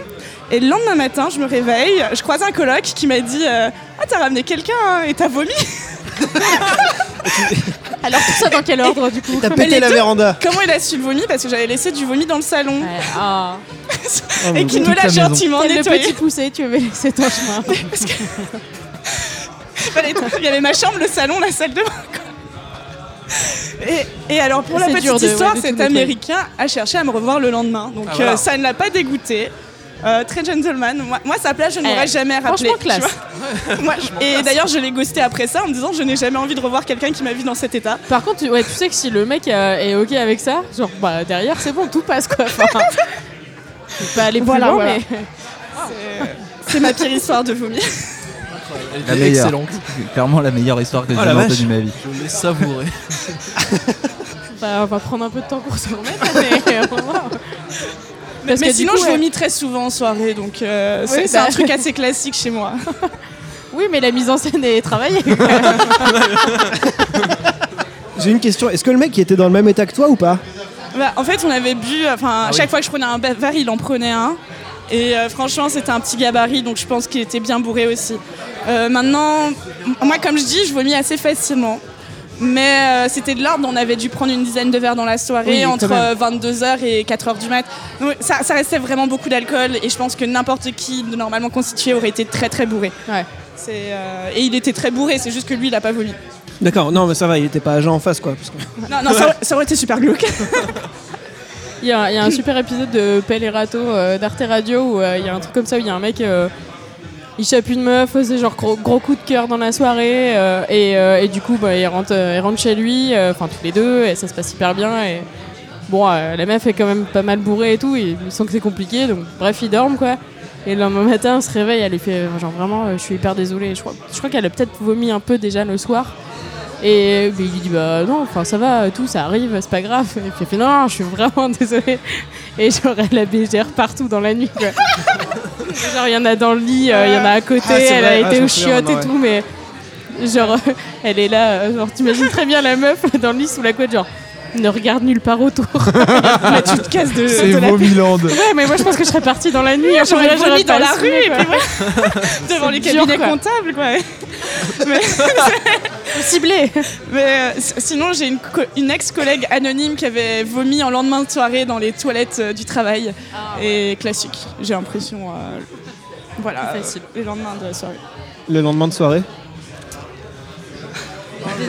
Speaker 9: Et le lendemain matin, je me réveille, je croise un coloc qui m'a dit euh, Ah, t'as ramené quelqu'un hein, et t'as vomi.
Speaker 6: Alors tout ça dans quel ordre du coup
Speaker 1: T'as
Speaker 9: Mais les
Speaker 1: pété la
Speaker 9: deux-
Speaker 1: véranda.
Speaker 9: Comment il a su le vomi Parce que j'avais laissé du vomi dans le salon
Speaker 6: Ouais, ah.
Speaker 9: et qu'il me l'a gentiment
Speaker 6: Tel le
Speaker 9: nettoyé.
Speaker 6: petit poussé, tu avais laissé ton chemin.
Speaker 9: Fallait- Il y avait ma chambre, le salon, la salle de bain. quoi. Et, et alors pour la
Speaker 6: C'est dur
Speaker 9: petite
Speaker 6: de- ouais,
Speaker 9: histoire,
Speaker 6: de tout
Speaker 9: cet
Speaker 6: nettoyer.
Speaker 9: Américain a cherché à me revoir le lendemain. Donc
Speaker 2: Ah, voilà.
Speaker 9: euh, ça ne l'a pas dégoûté. Euh, très gentleman. Moi, moi, sa place, je ne l'aurais
Speaker 6: Eh,
Speaker 9: jamais rappelé.
Speaker 6: franchement, classe.
Speaker 9: tu vois. Moi, et d'ailleurs, je l'ai ghosté après ça en me disant je n'ai jamais envie de revoir quelqu'un qui m'a vu dans cet état.
Speaker 6: Par contre, tu- ouais, tu sais que si le mec euh, est ok avec ça, genre bah derrière c'est bon, tout passe quoi. Enfin, faut pas aller plus
Speaker 9: Voilà,
Speaker 6: loin,
Speaker 9: voilà.
Speaker 6: mais
Speaker 9: C'est ma pire histoire de vomi.
Speaker 2: Elle
Speaker 8: La
Speaker 2: était
Speaker 8: meilleure.
Speaker 2: excellente.
Speaker 8: Clairement la meilleure histoire que j'ai
Speaker 1: Oh la
Speaker 8: jamais
Speaker 1: vache.
Speaker 8: entendue de ma vie.
Speaker 2: Je l'ai savourée.
Speaker 6: Bah, on va prendre un peu de temps pour se remettre, hein, mais euh, on va voir.
Speaker 9: Mais,
Speaker 6: Parce que du
Speaker 9: sinon,
Speaker 6: coup,
Speaker 9: je
Speaker 6: ouais.
Speaker 9: vomis très souvent en soirée, donc euh, c'est
Speaker 6: bah.
Speaker 9: c'est un truc assez classique chez moi.
Speaker 6: Oui, mais la mise en scène est travaillée. quand même.
Speaker 1: J'ai une question. Est-ce que le mec il était dans le même état que toi ou pas
Speaker 9: Bah, en fait, on avait bu, enfin, à chaque fois que je prenais un ba- verre, il en prenait un. Et euh, franchement, c'était un petit gabarit, donc je pense qu'il était bien bourré aussi. Euh, maintenant, m- moi, comme je dis, je vomis assez facilement. Mais euh, c'était de l'ordre, on avait dû prendre une dizaine de verres dans la
Speaker 1: Oui,
Speaker 9: soirée,
Speaker 1: quand
Speaker 9: entre
Speaker 1: même.
Speaker 9: 22h et 4h du mat. Donc, ça, ça restait vraiment beaucoup d'alcool, et je pense que n'importe qui, de normalement constitué, aurait été très très bourré.
Speaker 6: Ouais.
Speaker 9: C'est, euh, et il était très bourré, c'est juste que lui, il a pas vomi.
Speaker 1: D'accord, non, mais ça va, il était pas agent en face quoi. parce que-
Speaker 9: Non, non, ça, ça aurait été super glauque.
Speaker 6: Il y, a il y a un super épisode de Pelle et Rato euh, d'Arte Radio où euh, il y a un truc comme ça où il y a un mec. euh, il chape une meuf, euh, c'est genre gros, gros coup de cœur dans la soirée, euh, et, euh, et du coup bah, il, rentre, euh, il rentre chez lui, euh, enfin tous les deux, et ça se passe hyper bien. Et bon, euh, la meuf est quand même pas mal bourrée et tout, il il sent que c'est compliqué, donc bref, ils dorment quoi. Et le lendemain matin, on se réveille, elle lui fait euh, genre vraiment, euh, je suis hyper désolée, je crois, je crois qu'elle a peut-être vomi un peu déjà le soir. Et mais il lui dit bah non, enfin ça va, tout ça arrive, c'est pas grave. Et puis elle fait non, je suis vraiment désolée. Et genre elle a bégère partout dans la nuit. Quoi. genre il y en a dans le lit, euh, il y en a à côté,
Speaker 1: Ah, c'est
Speaker 6: elle
Speaker 1: vrai,
Speaker 6: a
Speaker 1: ah,
Speaker 6: été
Speaker 1: je me
Speaker 6: aux
Speaker 1: souviens
Speaker 6: chiottes et
Speaker 1: maintenant,
Speaker 6: tout, mais genre euh, elle est là, euh, genre t'imagines très bien la meuf dans le lit sous la couette, genre ne regarde nulle part autour. Là tu te casses de, de la
Speaker 3: Milan.
Speaker 6: Ouais, mais moi je pense que je serais partie dans la nuit. hein,
Speaker 9: j'aurais
Speaker 6: là,
Speaker 9: vomi
Speaker 6: pas
Speaker 9: dans la
Speaker 6: assumé,
Speaker 9: rue, et
Speaker 6: quoi.
Speaker 9: puis devant les
Speaker 6: dur,
Speaker 9: cabinets
Speaker 6: quoi.
Speaker 9: comptables, quoi.
Speaker 6: Ciblé.
Speaker 9: Mais euh, s- sinon, j'ai une, co- une ex-collègue anonyme qui avait vomi en lendemain de soirée dans les toilettes euh, du travail.
Speaker 6: Ah,
Speaker 9: Et classique, j'ai l'impression. euh, voilà,
Speaker 6: Facile.
Speaker 9: euh, les lendemains de la soirée.
Speaker 1: Le lendemain de soirée.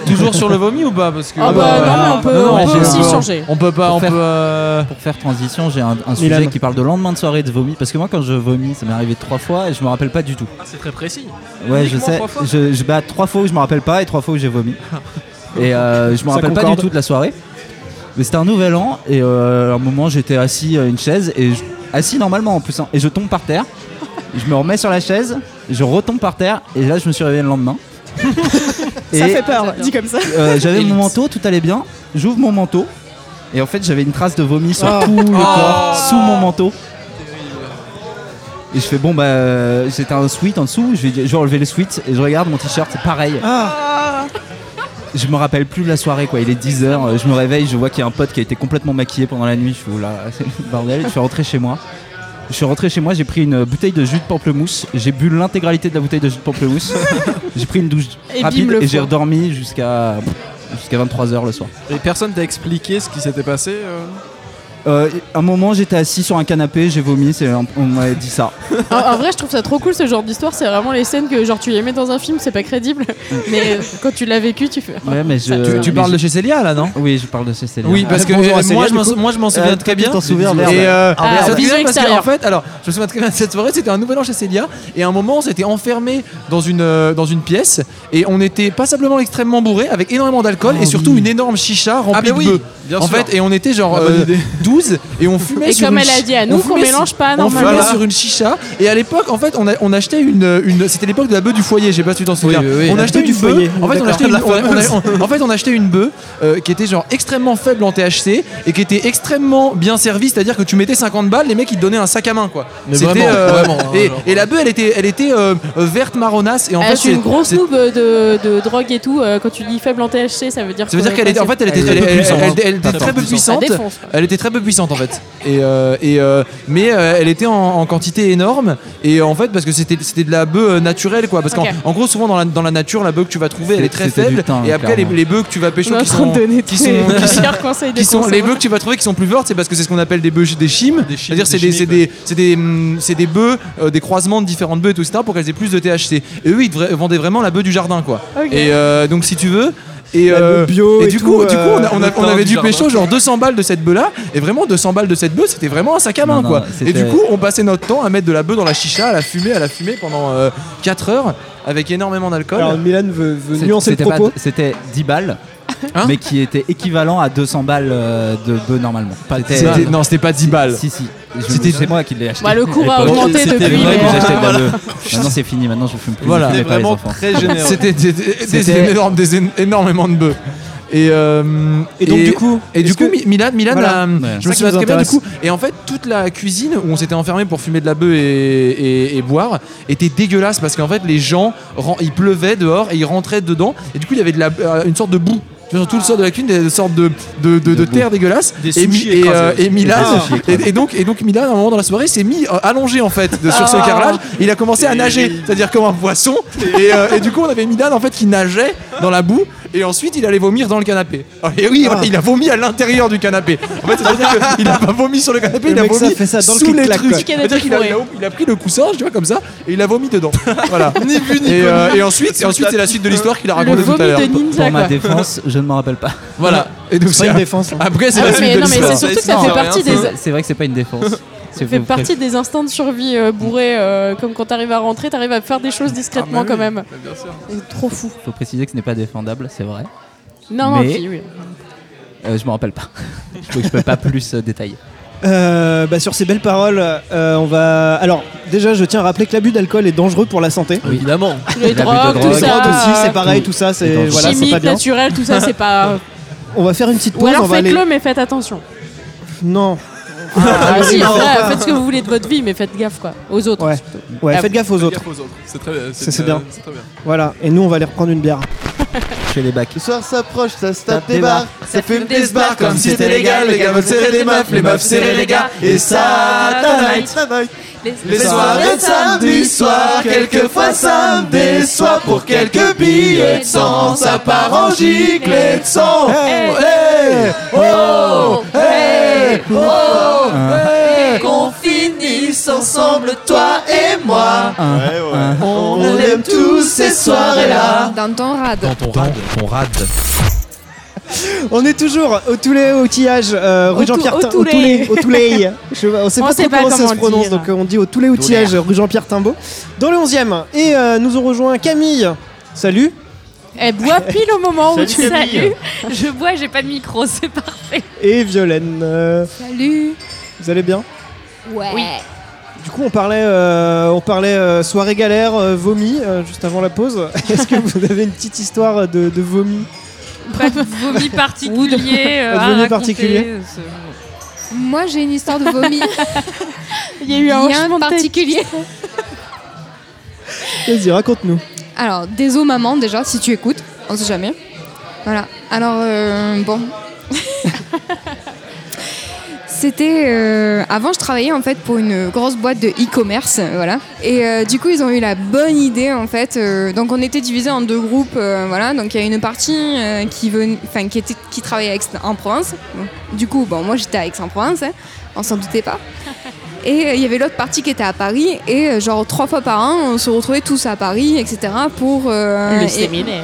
Speaker 3: Toujours sur le vomi ou pas Parce que. euh,
Speaker 6: Ah bah, non, mais on peut-
Speaker 8: on peut aussi
Speaker 6: changer.
Speaker 3: On peut pas,
Speaker 8: Pour
Speaker 3: on peut.
Speaker 8: faire-
Speaker 3: euh,
Speaker 8: Pour faire transition, j'ai un, un sujet
Speaker 1: Milan.
Speaker 8: qui parle de lendemain de soirée de vomi. Parce que moi, quand je vomis, ça m'est arrivé trois fois et je me rappelle pas du tout.
Speaker 2: Ah, c'est très précis.
Speaker 8: Ouais, je
Speaker 2: Uniquement
Speaker 8: sais.
Speaker 2: trois fois
Speaker 8: Je, je bah, trois fois où je me rappelle pas et trois fois où j'ai vomi. Et euh, je me
Speaker 1: Ça
Speaker 8: rappelle pas du
Speaker 1: concorde.
Speaker 8: tout de la soirée. Mais c'était un nouvel an et euh, à un moment j'étais assis à une chaise et je- assis normalement en plus hein, et je tombe par terre. Je me remets sur la chaise, je retombe par terre et là je me suis réveillé le lendemain. et
Speaker 9: Ça fait peur, dit comme ça.
Speaker 8: euh, j'avais mon manteau, tout allait bien. J'ouvre mon manteau et en fait j'avais une trace de vomi sur tout le corps sous mon manteau. Et je fais bon bah euh, c'était un sweat en dessous, je vais, je vais enlever le sweat et je regarde mon t-shirt, c'est pareil. Je me rappelle plus de la soirée quoi, il est 10h, je me réveille, je vois qu'il y a un pote qui a été complètement maquillé pendant la nuit, je suis là, c'est le bordel, je suis rentré chez moi. Je suis rentré chez moi, j'ai pris une bouteille de jus de pamplemousse, j'ai bu l'intégralité de la bouteille de jus de pamplemousse, j'ai pris une douche
Speaker 6: Et bim,
Speaker 8: rapide
Speaker 6: le
Speaker 8: et j'ai
Speaker 6: foie.
Speaker 8: redormi jusqu'à jusqu'à 23h le soir.
Speaker 2: Et personne t'a expliqué ce qui s'était passé euh
Speaker 8: Euh, un moment j'étais assis sur un canapé, j'ai vomi, c'est un- on m'avait dit ça.
Speaker 6: En, en vrai, je trouve ça trop cool ce genre d'histoire. C'est vraiment les scènes que genre tu les mets dans un film, c'est pas crédible. Mais euh, quand tu l'as vécu, tu fais.
Speaker 8: Ouais mais
Speaker 6: Ça-
Speaker 8: je
Speaker 3: Tu, tu
Speaker 8: mais
Speaker 3: parles de
Speaker 8: je-
Speaker 3: chez Célia là, non
Speaker 8: Oui, je parle de Cécilia.
Speaker 3: Oui, parce que
Speaker 1: bonjour à
Speaker 3: euh, moi,
Speaker 1: Célia,
Speaker 3: je m'en
Speaker 1: du
Speaker 3: sou- moi je m'en souviens
Speaker 8: Euh,
Speaker 3: très bien.
Speaker 1: Hein
Speaker 8: tu t'en souviens,
Speaker 3: Et,
Speaker 8: merde.
Speaker 3: euh,
Speaker 6: Ah,
Speaker 2: bah,
Speaker 3: ça
Speaker 6: merde.
Speaker 3: me souvient
Speaker 6: Vision
Speaker 3: parce que,
Speaker 6: extérieure.
Speaker 3: en fait, alors, je me souviens très bien de cette soirée, c'était un nouvel an chez Célia, et à un moment, on s'était enfermé dans une, euh, dans une pièce, et on était pas simplement extrêmement bourré, avec énormément d'alcool, et surtout une énorme chicha remplie
Speaker 2: Oh, Ah, mais oui,
Speaker 3: de bœufs.
Speaker 2: bien
Speaker 3: En
Speaker 2: sûr.
Speaker 3: fait, et on était genre
Speaker 2: La bonne
Speaker 3: euh,
Speaker 2: idée.
Speaker 3: 12, et on fumait
Speaker 6: Et
Speaker 3: sur
Speaker 6: comme
Speaker 3: une
Speaker 6: elle a
Speaker 3: chi-
Speaker 6: dit à nous,
Speaker 3: on
Speaker 6: qu'on
Speaker 3: fumait
Speaker 6: mélange
Speaker 3: sur-
Speaker 6: pas,
Speaker 3: On
Speaker 6: normalement.
Speaker 3: fumait sur une chicha, et à l'époque, en fait, on, a- on achetait une. une c'était l'époque de la bœuf du foyer, je sais pas si tu t'en souviens.
Speaker 2: oui, oui.
Speaker 3: On
Speaker 1: La
Speaker 3: achetait
Speaker 1: bœuf
Speaker 3: une
Speaker 1: du
Speaker 3: bœuf,
Speaker 1: foyer,
Speaker 3: en fait, on
Speaker 1: d'accord.
Speaker 3: achetait une-
Speaker 2: La
Speaker 3: on a- on a-
Speaker 2: fameuse.
Speaker 3: on- en fait, on achetait une bœuf euh, qui était genre extrêmement faible en THC et qui était extrêmement bien servie, c'est-à-dire que tu mettais 50 balles, les mecs ils te donnaient un sac à main quoi.
Speaker 2: Mais
Speaker 3: C'était, euh,
Speaker 2: vraiment, vraiment, hein,
Speaker 3: et,
Speaker 2: genre.
Speaker 3: et la bœuf elle était, elle était euh, euh, verte marronasse et en
Speaker 6: Ah,
Speaker 3: fait
Speaker 6: je suis
Speaker 3: c'est-
Speaker 6: une grosse
Speaker 3: c'est-
Speaker 6: noob de, de drogue et tout. euh, Quand tu dis faible en THC, ça veut dire.
Speaker 3: Ça veut dire qu'elle était en fait elle était
Speaker 8: Elle
Speaker 3: elle-
Speaker 8: est peu
Speaker 3: elle-
Speaker 8: puissante.
Speaker 3: elle- elle- elle était
Speaker 8: Très
Speaker 3: très peu
Speaker 6: ça
Speaker 3: puissante.
Speaker 6: défonce. quoi.
Speaker 3: Elle était très peu puissante en fait. Et, euh, et, euh, mais euh, elle était en, en quantité énorme. Et en fait, parce que c'était c'était de la bœuf euh, naturelle quoi. Parce
Speaker 6: Ok.
Speaker 3: qu'en en gros, souvent dans la, dans la nature, la bœuf que tu vas trouver, elle est très
Speaker 8: C'était du
Speaker 3: faible.
Speaker 8: thym,
Speaker 3: et après, les,
Speaker 8: clairement.
Speaker 3: les bœufs que tu vas
Speaker 6: Je
Speaker 3: pêcher
Speaker 6: suis en
Speaker 3: qui
Speaker 6: train
Speaker 3: sont,
Speaker 6: de donner
Speaker 3: qui
Speaker 6: tous
Speaker 3: sont-
Speaker 6: les
Speaker 3: qui sont-
Speaker 6: meilleurs conseils de
Speaker 3: qui sont les
Speaker 6: consommation.
Speaker 3: bœufs que tu vas trouver qui sont plus fortes, c'est parce que c'est ce qu'on appelle des bœufs des chimes.
Speaker 2: Des chimes,
Speaker 3: C'est-à-dire c'est
Speaker 2: des
Speaker 3: des c'est
Speaker 2: chimies,
Speaker 3: des c'est des hum, c'est des bœufs euh, des croisements de différentes bœufs et tout etc pour qu'elles aient plus de THC. Et eux ils devraient- vendaient vraiment la bœuf du jardin quoi.
Speaker 6: Ok.
Speaker 3: Et euh, donc si tu veux et,
Speaker 1: La
Speaker 3: euh,
Speaker 1: bœuf bio
Speaker 3: et
Speaker 1: et
Speaker 3: du
Speaker 1: tout,
Speaker 3: coup, du coup,
Speaker 1: euh,
Speaker 3: on, a- on a-
Speaker 2: le
Speaker 3: on
Speaker 2: pain
Speaker 3: avait
Speaker 2: du
Speaker 3: dû
Speaker 2: jardin.
Speaker 3: pécho genre 200 balles de cette bœuf là, et vraiment 200 balles de cette bœuf, c'était vraiment un sac à main
Speaker 8: Non, non,
Speaker 3: quoi. et
Speaker 8: c'était-
Speaker 3: du coup, on passait notre temps à mettre de la bœuf dans la chicha, à la fumer, à la fumer pendant 4 heures avec énormément d'alcool.
Speaker 1: Alors Milan veut, veut
Speaker 8: C'est-
Speaker 1: nuancer le
Speaker 8: c'était pas-
Speaker 1: propos.
Speaker 8: C'était 10 balles.
Speaker 3: Hein
Speaker 8: mais qui était équivalent à 200 balles euh, de bœufs normalement. C'était- euh,
Speaker 3: C'était- Non, c'était pas 10 balles.
Speaker 8: Si, si. Je-
Speaker 3: C'était-
Speaker 8: C'est moi qui l'ai acheté.
Speaker 6: Bah, le cours a
Speaker 8: À l'époque.
Speaker 6: augmenté
Speaker 8: C'était
Speaker 6: depuis, euh,
Speaker 8: moi
Speaker 6: mais-
Speaker 8: qui j'ai acheté de la bœuf. Maintenant, c'est fini. Maintenant, je fume plus.
Speaker 3: Voilà.
Speaker 8: je
Speaker 2: C'était
Speaker 8: fumais pas les
Speaker 2: vraiment
Speaker 8: enfants.
Speaker 2: très généreux.
Speaker 3: C'était des, des- des
Speaker 8: C'était-
Speaker 3: énormes, des éno- énormément de bœufs. Et, euh,
Speaker 1: Et donc, du coup,
Speaker 3: et du
Speaker 1: est-ce
Speaker 3: coup,
Speaker 1: que-
Speaker 3: Mi- Milan, Milan,
Speaker 1: Voilà.
Speaker 3: a-
Speaker 8: Ouais.
Speaker 3: je me
Speaker 1: Ça qui nous
Speaker 3: souviens très bien du
Speaker 1: intéresse.
Speaker 3: coup. Et en fait, toute la cuisine où on s'était enfermé pour fumer de la bœuf et, et- et boire était dégueulasse parce qu'en fait, les gens, ren- il pleuvait dehors et ils rentraient dedans. Et du coup, il y avait de la, euh, une sorte de boue. Tu vois, Sur tout le sol de la cuisine, des sortes de, de, de- de
Speaker 8: boue.
Speaker 3: terre dégueulasse.
Speaker 2: Des
Speaker 3: et, Mi-
Speaker 2: sushis
Speaker 3: et,
Speaker 2: écrasés
Speaker 3: euh,
Speaker 2: aussi.
Speaker 3: et Milan,
Speaker 8: Des sushis écrasés.
Speaker 3: et, et donc, et donc Milan, à un moment dans la soirée, s'est mis euh, allongé en fait de- sur ce
Speaker 1: Ah.
Speaker 3: carrelage. Il a commencé à nager, c'est-à-dire comme un poisson. Et, euh, et du coup, on avait Milan en fait qui nageait dans la boue. Et ensuite, il allait vomir dans le canapé. Ah, Et oui, il a vomi à l'intérieur du canapé. En fait, c'est-à-dire qu'il a pas vomi sur le canapé,
Speaker 1: Le
Speaker 3: il a
Speaker 1: mec, ça
Speaker 3: vomi
Speaker 1: fait ça dans le
Speaker 3: sous les
Speaker 1: clic-clac,
Speaker 3: trucs.
Speaker 1: quoi.
Speaker 3: C'est-à-dire qu'il a, il a- il a pris le coussin, tu vois, comme ça, et il a vomi dedans. Voilà.
Speaker 2: Ni vu ni
Speaker 3: Et,
Speaker 2: connu.
Speaker 3: euh, et ensuite, et ensuite, c'est la suite de l'histoire qu'il a
Speaker 6: Le
Speaker 3: racontée tout à
Speaker 6: vomi
Speaker 3: l'heure.
Speaker 6: de ninja,
Speaker 8: Pour ma
Speaker 6: quoi.
Speaker 8: défense, je ne m'en rappelle pas.
Speaker 3: Voilà. Et donc,
Speaker 1: C'est pas
Speaker 3: c'est-
Speaker 1: une défense. hein.
Speaker 3: après, c'est
Speaker 6: Ah
Speaker 3: la
Speaker 6: ouais,
Speaker 3: suite
Speaker 6: mais
Speaker 3: de
Speaker 6: non, mais c'est
Speaker 3: l'histoire.
Speaker 6: surtout que ça
Speaker 2: Non,
Speaker 6: fait
Speaker 2: rien,
Speaker 6: partie des,
Speaker 8: C'est vrai que c'est pas une défense. C'est
Speaker 6: fait partie des instincts de survie euh, bourrés. euh, comme quand t'arrives à rentrer, t'arrives à faire des choses discrètement quand même.
Speaker 2: Mais bien sûr.
Speaker 6: C'est trop fou.
Speaker 8: Faut préciser que ce n'est pas défendable, c'est vrai.
Speaker 6: Non, non,
Speaker 8: Mais-
Speaker 6: puis oui.
Speaker 8: Euh, je m'en rappelle pas. je ne peux pas plus euh, détailler.
Speaker 1: Euh, bah, sur ces belles paroles, euh, on va. Alors, déjà, je tiens à rappeler que l'abus d'alcool est dangereux pour la santé.
Speaker 2: Évidemment.
Speaker 6: Les
Speaker 8: L'abus de
Speaker 6: drogues, tout
Speaker 8: drogue.
Speaker 1: Les
Speaker 6: ça.
Speaker 1: drogues aussi, c'est
Speaker 6: euh,
Speaker 1: pareil,
Speaker 8: tout.
Speaker 1: tout ça,
Speaker 8: Et
Speaker 1: c'est
Speaker 8: dangereux.
Speaker 1: voilà, c'est
Speaker 6: chimique,
Speaker 1: pas bien.
Speaker 6: naturel, tout ça, c'est pas.
Speaker 1: On va faire une petite
Speaker 6: Ou
Speaker 1: pause. on
Speaker 6: alors
Speaker 1: va
Speaker 6: faites-le,
Speaker 1: aller.
Speaker 6: mais faites attention.
Speaker 1: Non.
Speaker 6: Ah, si,
Speaker 1: non,
Speaker 6: après,
Speaker 1: pas.
Speaker 6: faites ce que vous voulez de votre vie, mais faites gaffe, quoi. Aux autres.
Speaker 1: Ouais.
Speaker 6: surtout.
Speaker 1: Ouais,
Speaker 6: Ah,
Speaker 1: faites gaffe aux autres.
Speaker 2: Gaffe aux autres. C'est très bien.
Speaker 1: Ça, c'est bien.
Speaker 2: C'est très bien.
Speaker 1: Voilà. Et nous, on va aller reprendre une bière.
Speaker 8: Chez les bacs.
Speaker 7: Le soir s'approche, ça se tape
Speaker 8: Tape
Speaker 7: des
Speaker 8: des
Speaker 7: barres, ça fume des bars comme si c'était légal. Les gars veulent serrer les meufs, les meufs serrer les gars. Et ça, tonight, tonight. Les soirées de samedi soir, quelquefois ça me déçoit pour quelques billets de sang. Ça part en giclée de sang.
Speaker 3: Hey Oh Hey Oh Hey
Speaker 7: Qu'on finisse ensemble, toi et moi. On aime tous ces soirées-là.
Speaker 9: Dans ton rad.
Speaker 3: ton rad, ton rad.
Speaker 1: On est toujours au Toulet, au Tillage, euh, rue
Speaker 6: Au tou-
Speaker 1: Jean-Pierre
Speaker 6: au
Speaker 1: Tin-
Speaker 6: Toulet.
Speaker 1: au Toulet. Je- on sait
Speaker 6: On
Speaker 1: pas
Speaker 6: sait
Speaker 1: trop
Speaker 6: pas
Speaker 1: comment, ça
Speaker 6: comment
Speaker 1: se prononce,
Speaker 6: dire.
Speaker 1: donc euh, on dit au Toulet, au Tillage, rue Jean-Pierre Timbaud. Dans le 11 e Et euh, nous ont rejoint Camille. Salut.
Speaker 6: Elle boit Eh, pile au moment où
Speaker 7: Salut,
Speaker 6: tu
Speaker 7: Camille.
Speaker 6: salues.
Speaker 11: Je bois, j'ai pas de micro, c'est parfait.
Speaker 1: Et Violaine. Euh,
Speaker 9: Salut.
Speaker 1: vous allez bien
Speaker 9: Ouais.
Speaker 1: Du coup, on parlait, euh, on parlait euh, soirée galère, euh, vomi, euh, juste avant la pause. Est-ce que vous avez une petite histoire de, de vomi
Speaker 11: Pas de vomi particulier. euh,
Speaker 1: Pas de
Speaker 11: à
Speaker 1: vomi
Speaker 11: raconter,
Speaker 1: particulier.
Speaker 11: euh, ce-
Speaker 9: Moi, j'ai une histoire de vomi.
Speaker 6: Il y a eu un
Speaker 9: Rien
Speaker 6: hochement
Speaker 9: de
Speaker 6: de tête.
Speaker 9: particulier.
Speaker 1: Vas-y, raconte-nous.
Speaker 9: Alors, désolé maman déjà, si tu écoutes, on sait jamais. Voilà. Alors, euh, bon. C'était euh, avant je travaillais en fait pour une grosse boîte de e-commerce, euh, voilà. Et euh, du coup ils ont eu la bonne idée en fait. euh, donc on était divisés en deux groupes, euh, voilà. Donc il y a une partie euh, qui ven- enfin qui était qui travaillait à Aix- en province. Bon, Du coup bon moi j'étais à Aix-en-Provence, hein, on s'en doutait pas. Et euh, il y avait l'autre partie qui était à Paris. Et euh, genre trois fois par an, on se retrouvait tous à Paris, etc. pour, euh,
Speaker 6: Le
Speaker 9: et-
Speaker 6: séminaire.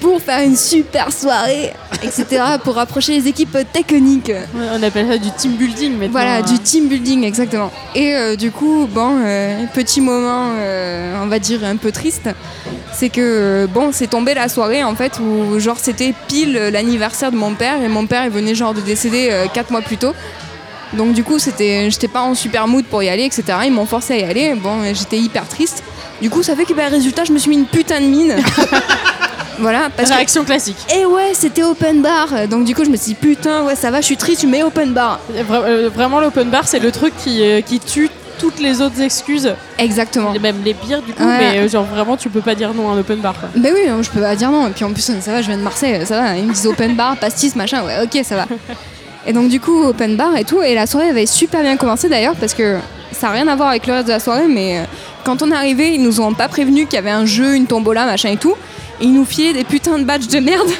Speaker 9: pour faire une super soirée, etc. pour rapprocher les équipes techniques.
Speaker 6: On appelle ça du team building maintenant.
Speaker 9: Voilà,
Speaker 6: hein.
Speaker 9: du team building, exactement. Et euh, du coup, bon, euh, petit moment, euh, on va dire un peu triste, c'est que, euh, bon, c'est tombé la soirée, en fait, où, genre, c'était pile euh, l'anniversaire de mon père, et mon père, il venait, genre, de décéder 4 mois plus tôt. Donc, du coup, c'était, j'étais pas en super mood pour y aller, etc. Ils m'ont forcé à y aller, bon, euh, j'étais hyper triste. Du coup, ça fait que, bah, résultat, je me suis mis une putain de mine. voilà, parce que
Speaker 6: Réaction classique.
Speaker 9: et Eh ouais, c'était open bar. Donc du coup, je me suis dit, putain, ouais, ça va, je suis triste, mais open bar.
Speaker 6: Vra- euh, Vraiment, l'open bar, c'est le truc qui, euh, qui tue toutes les autres excuses,
Speaker 9: Exactement.
Speaker 6: et même les pires du coup,
Speaker 9: Ouais.
Speaker 6: mais euh, genre vraiment, tu peux pas dire non à un open bar. quoi.
Speaker 9: Ben oui, je peux pas dire non. Et puis en plus, ça va, je viens de Marseille, ça va. Ils me disent open bar, pastis, machin. Ouais, ok, ça va. Et donc du coup, open bar et tout. Et la soirée avait super bien commencé d'ailleurs, parce que ça n'a rien à voir avec le reste de la soirée, mais euh, quand on est arrivé, ils nous ont pas prévenu qu'il y avait un jeu, une tombola, machin et tout. Et ils nous filaient des putains de badges de merde.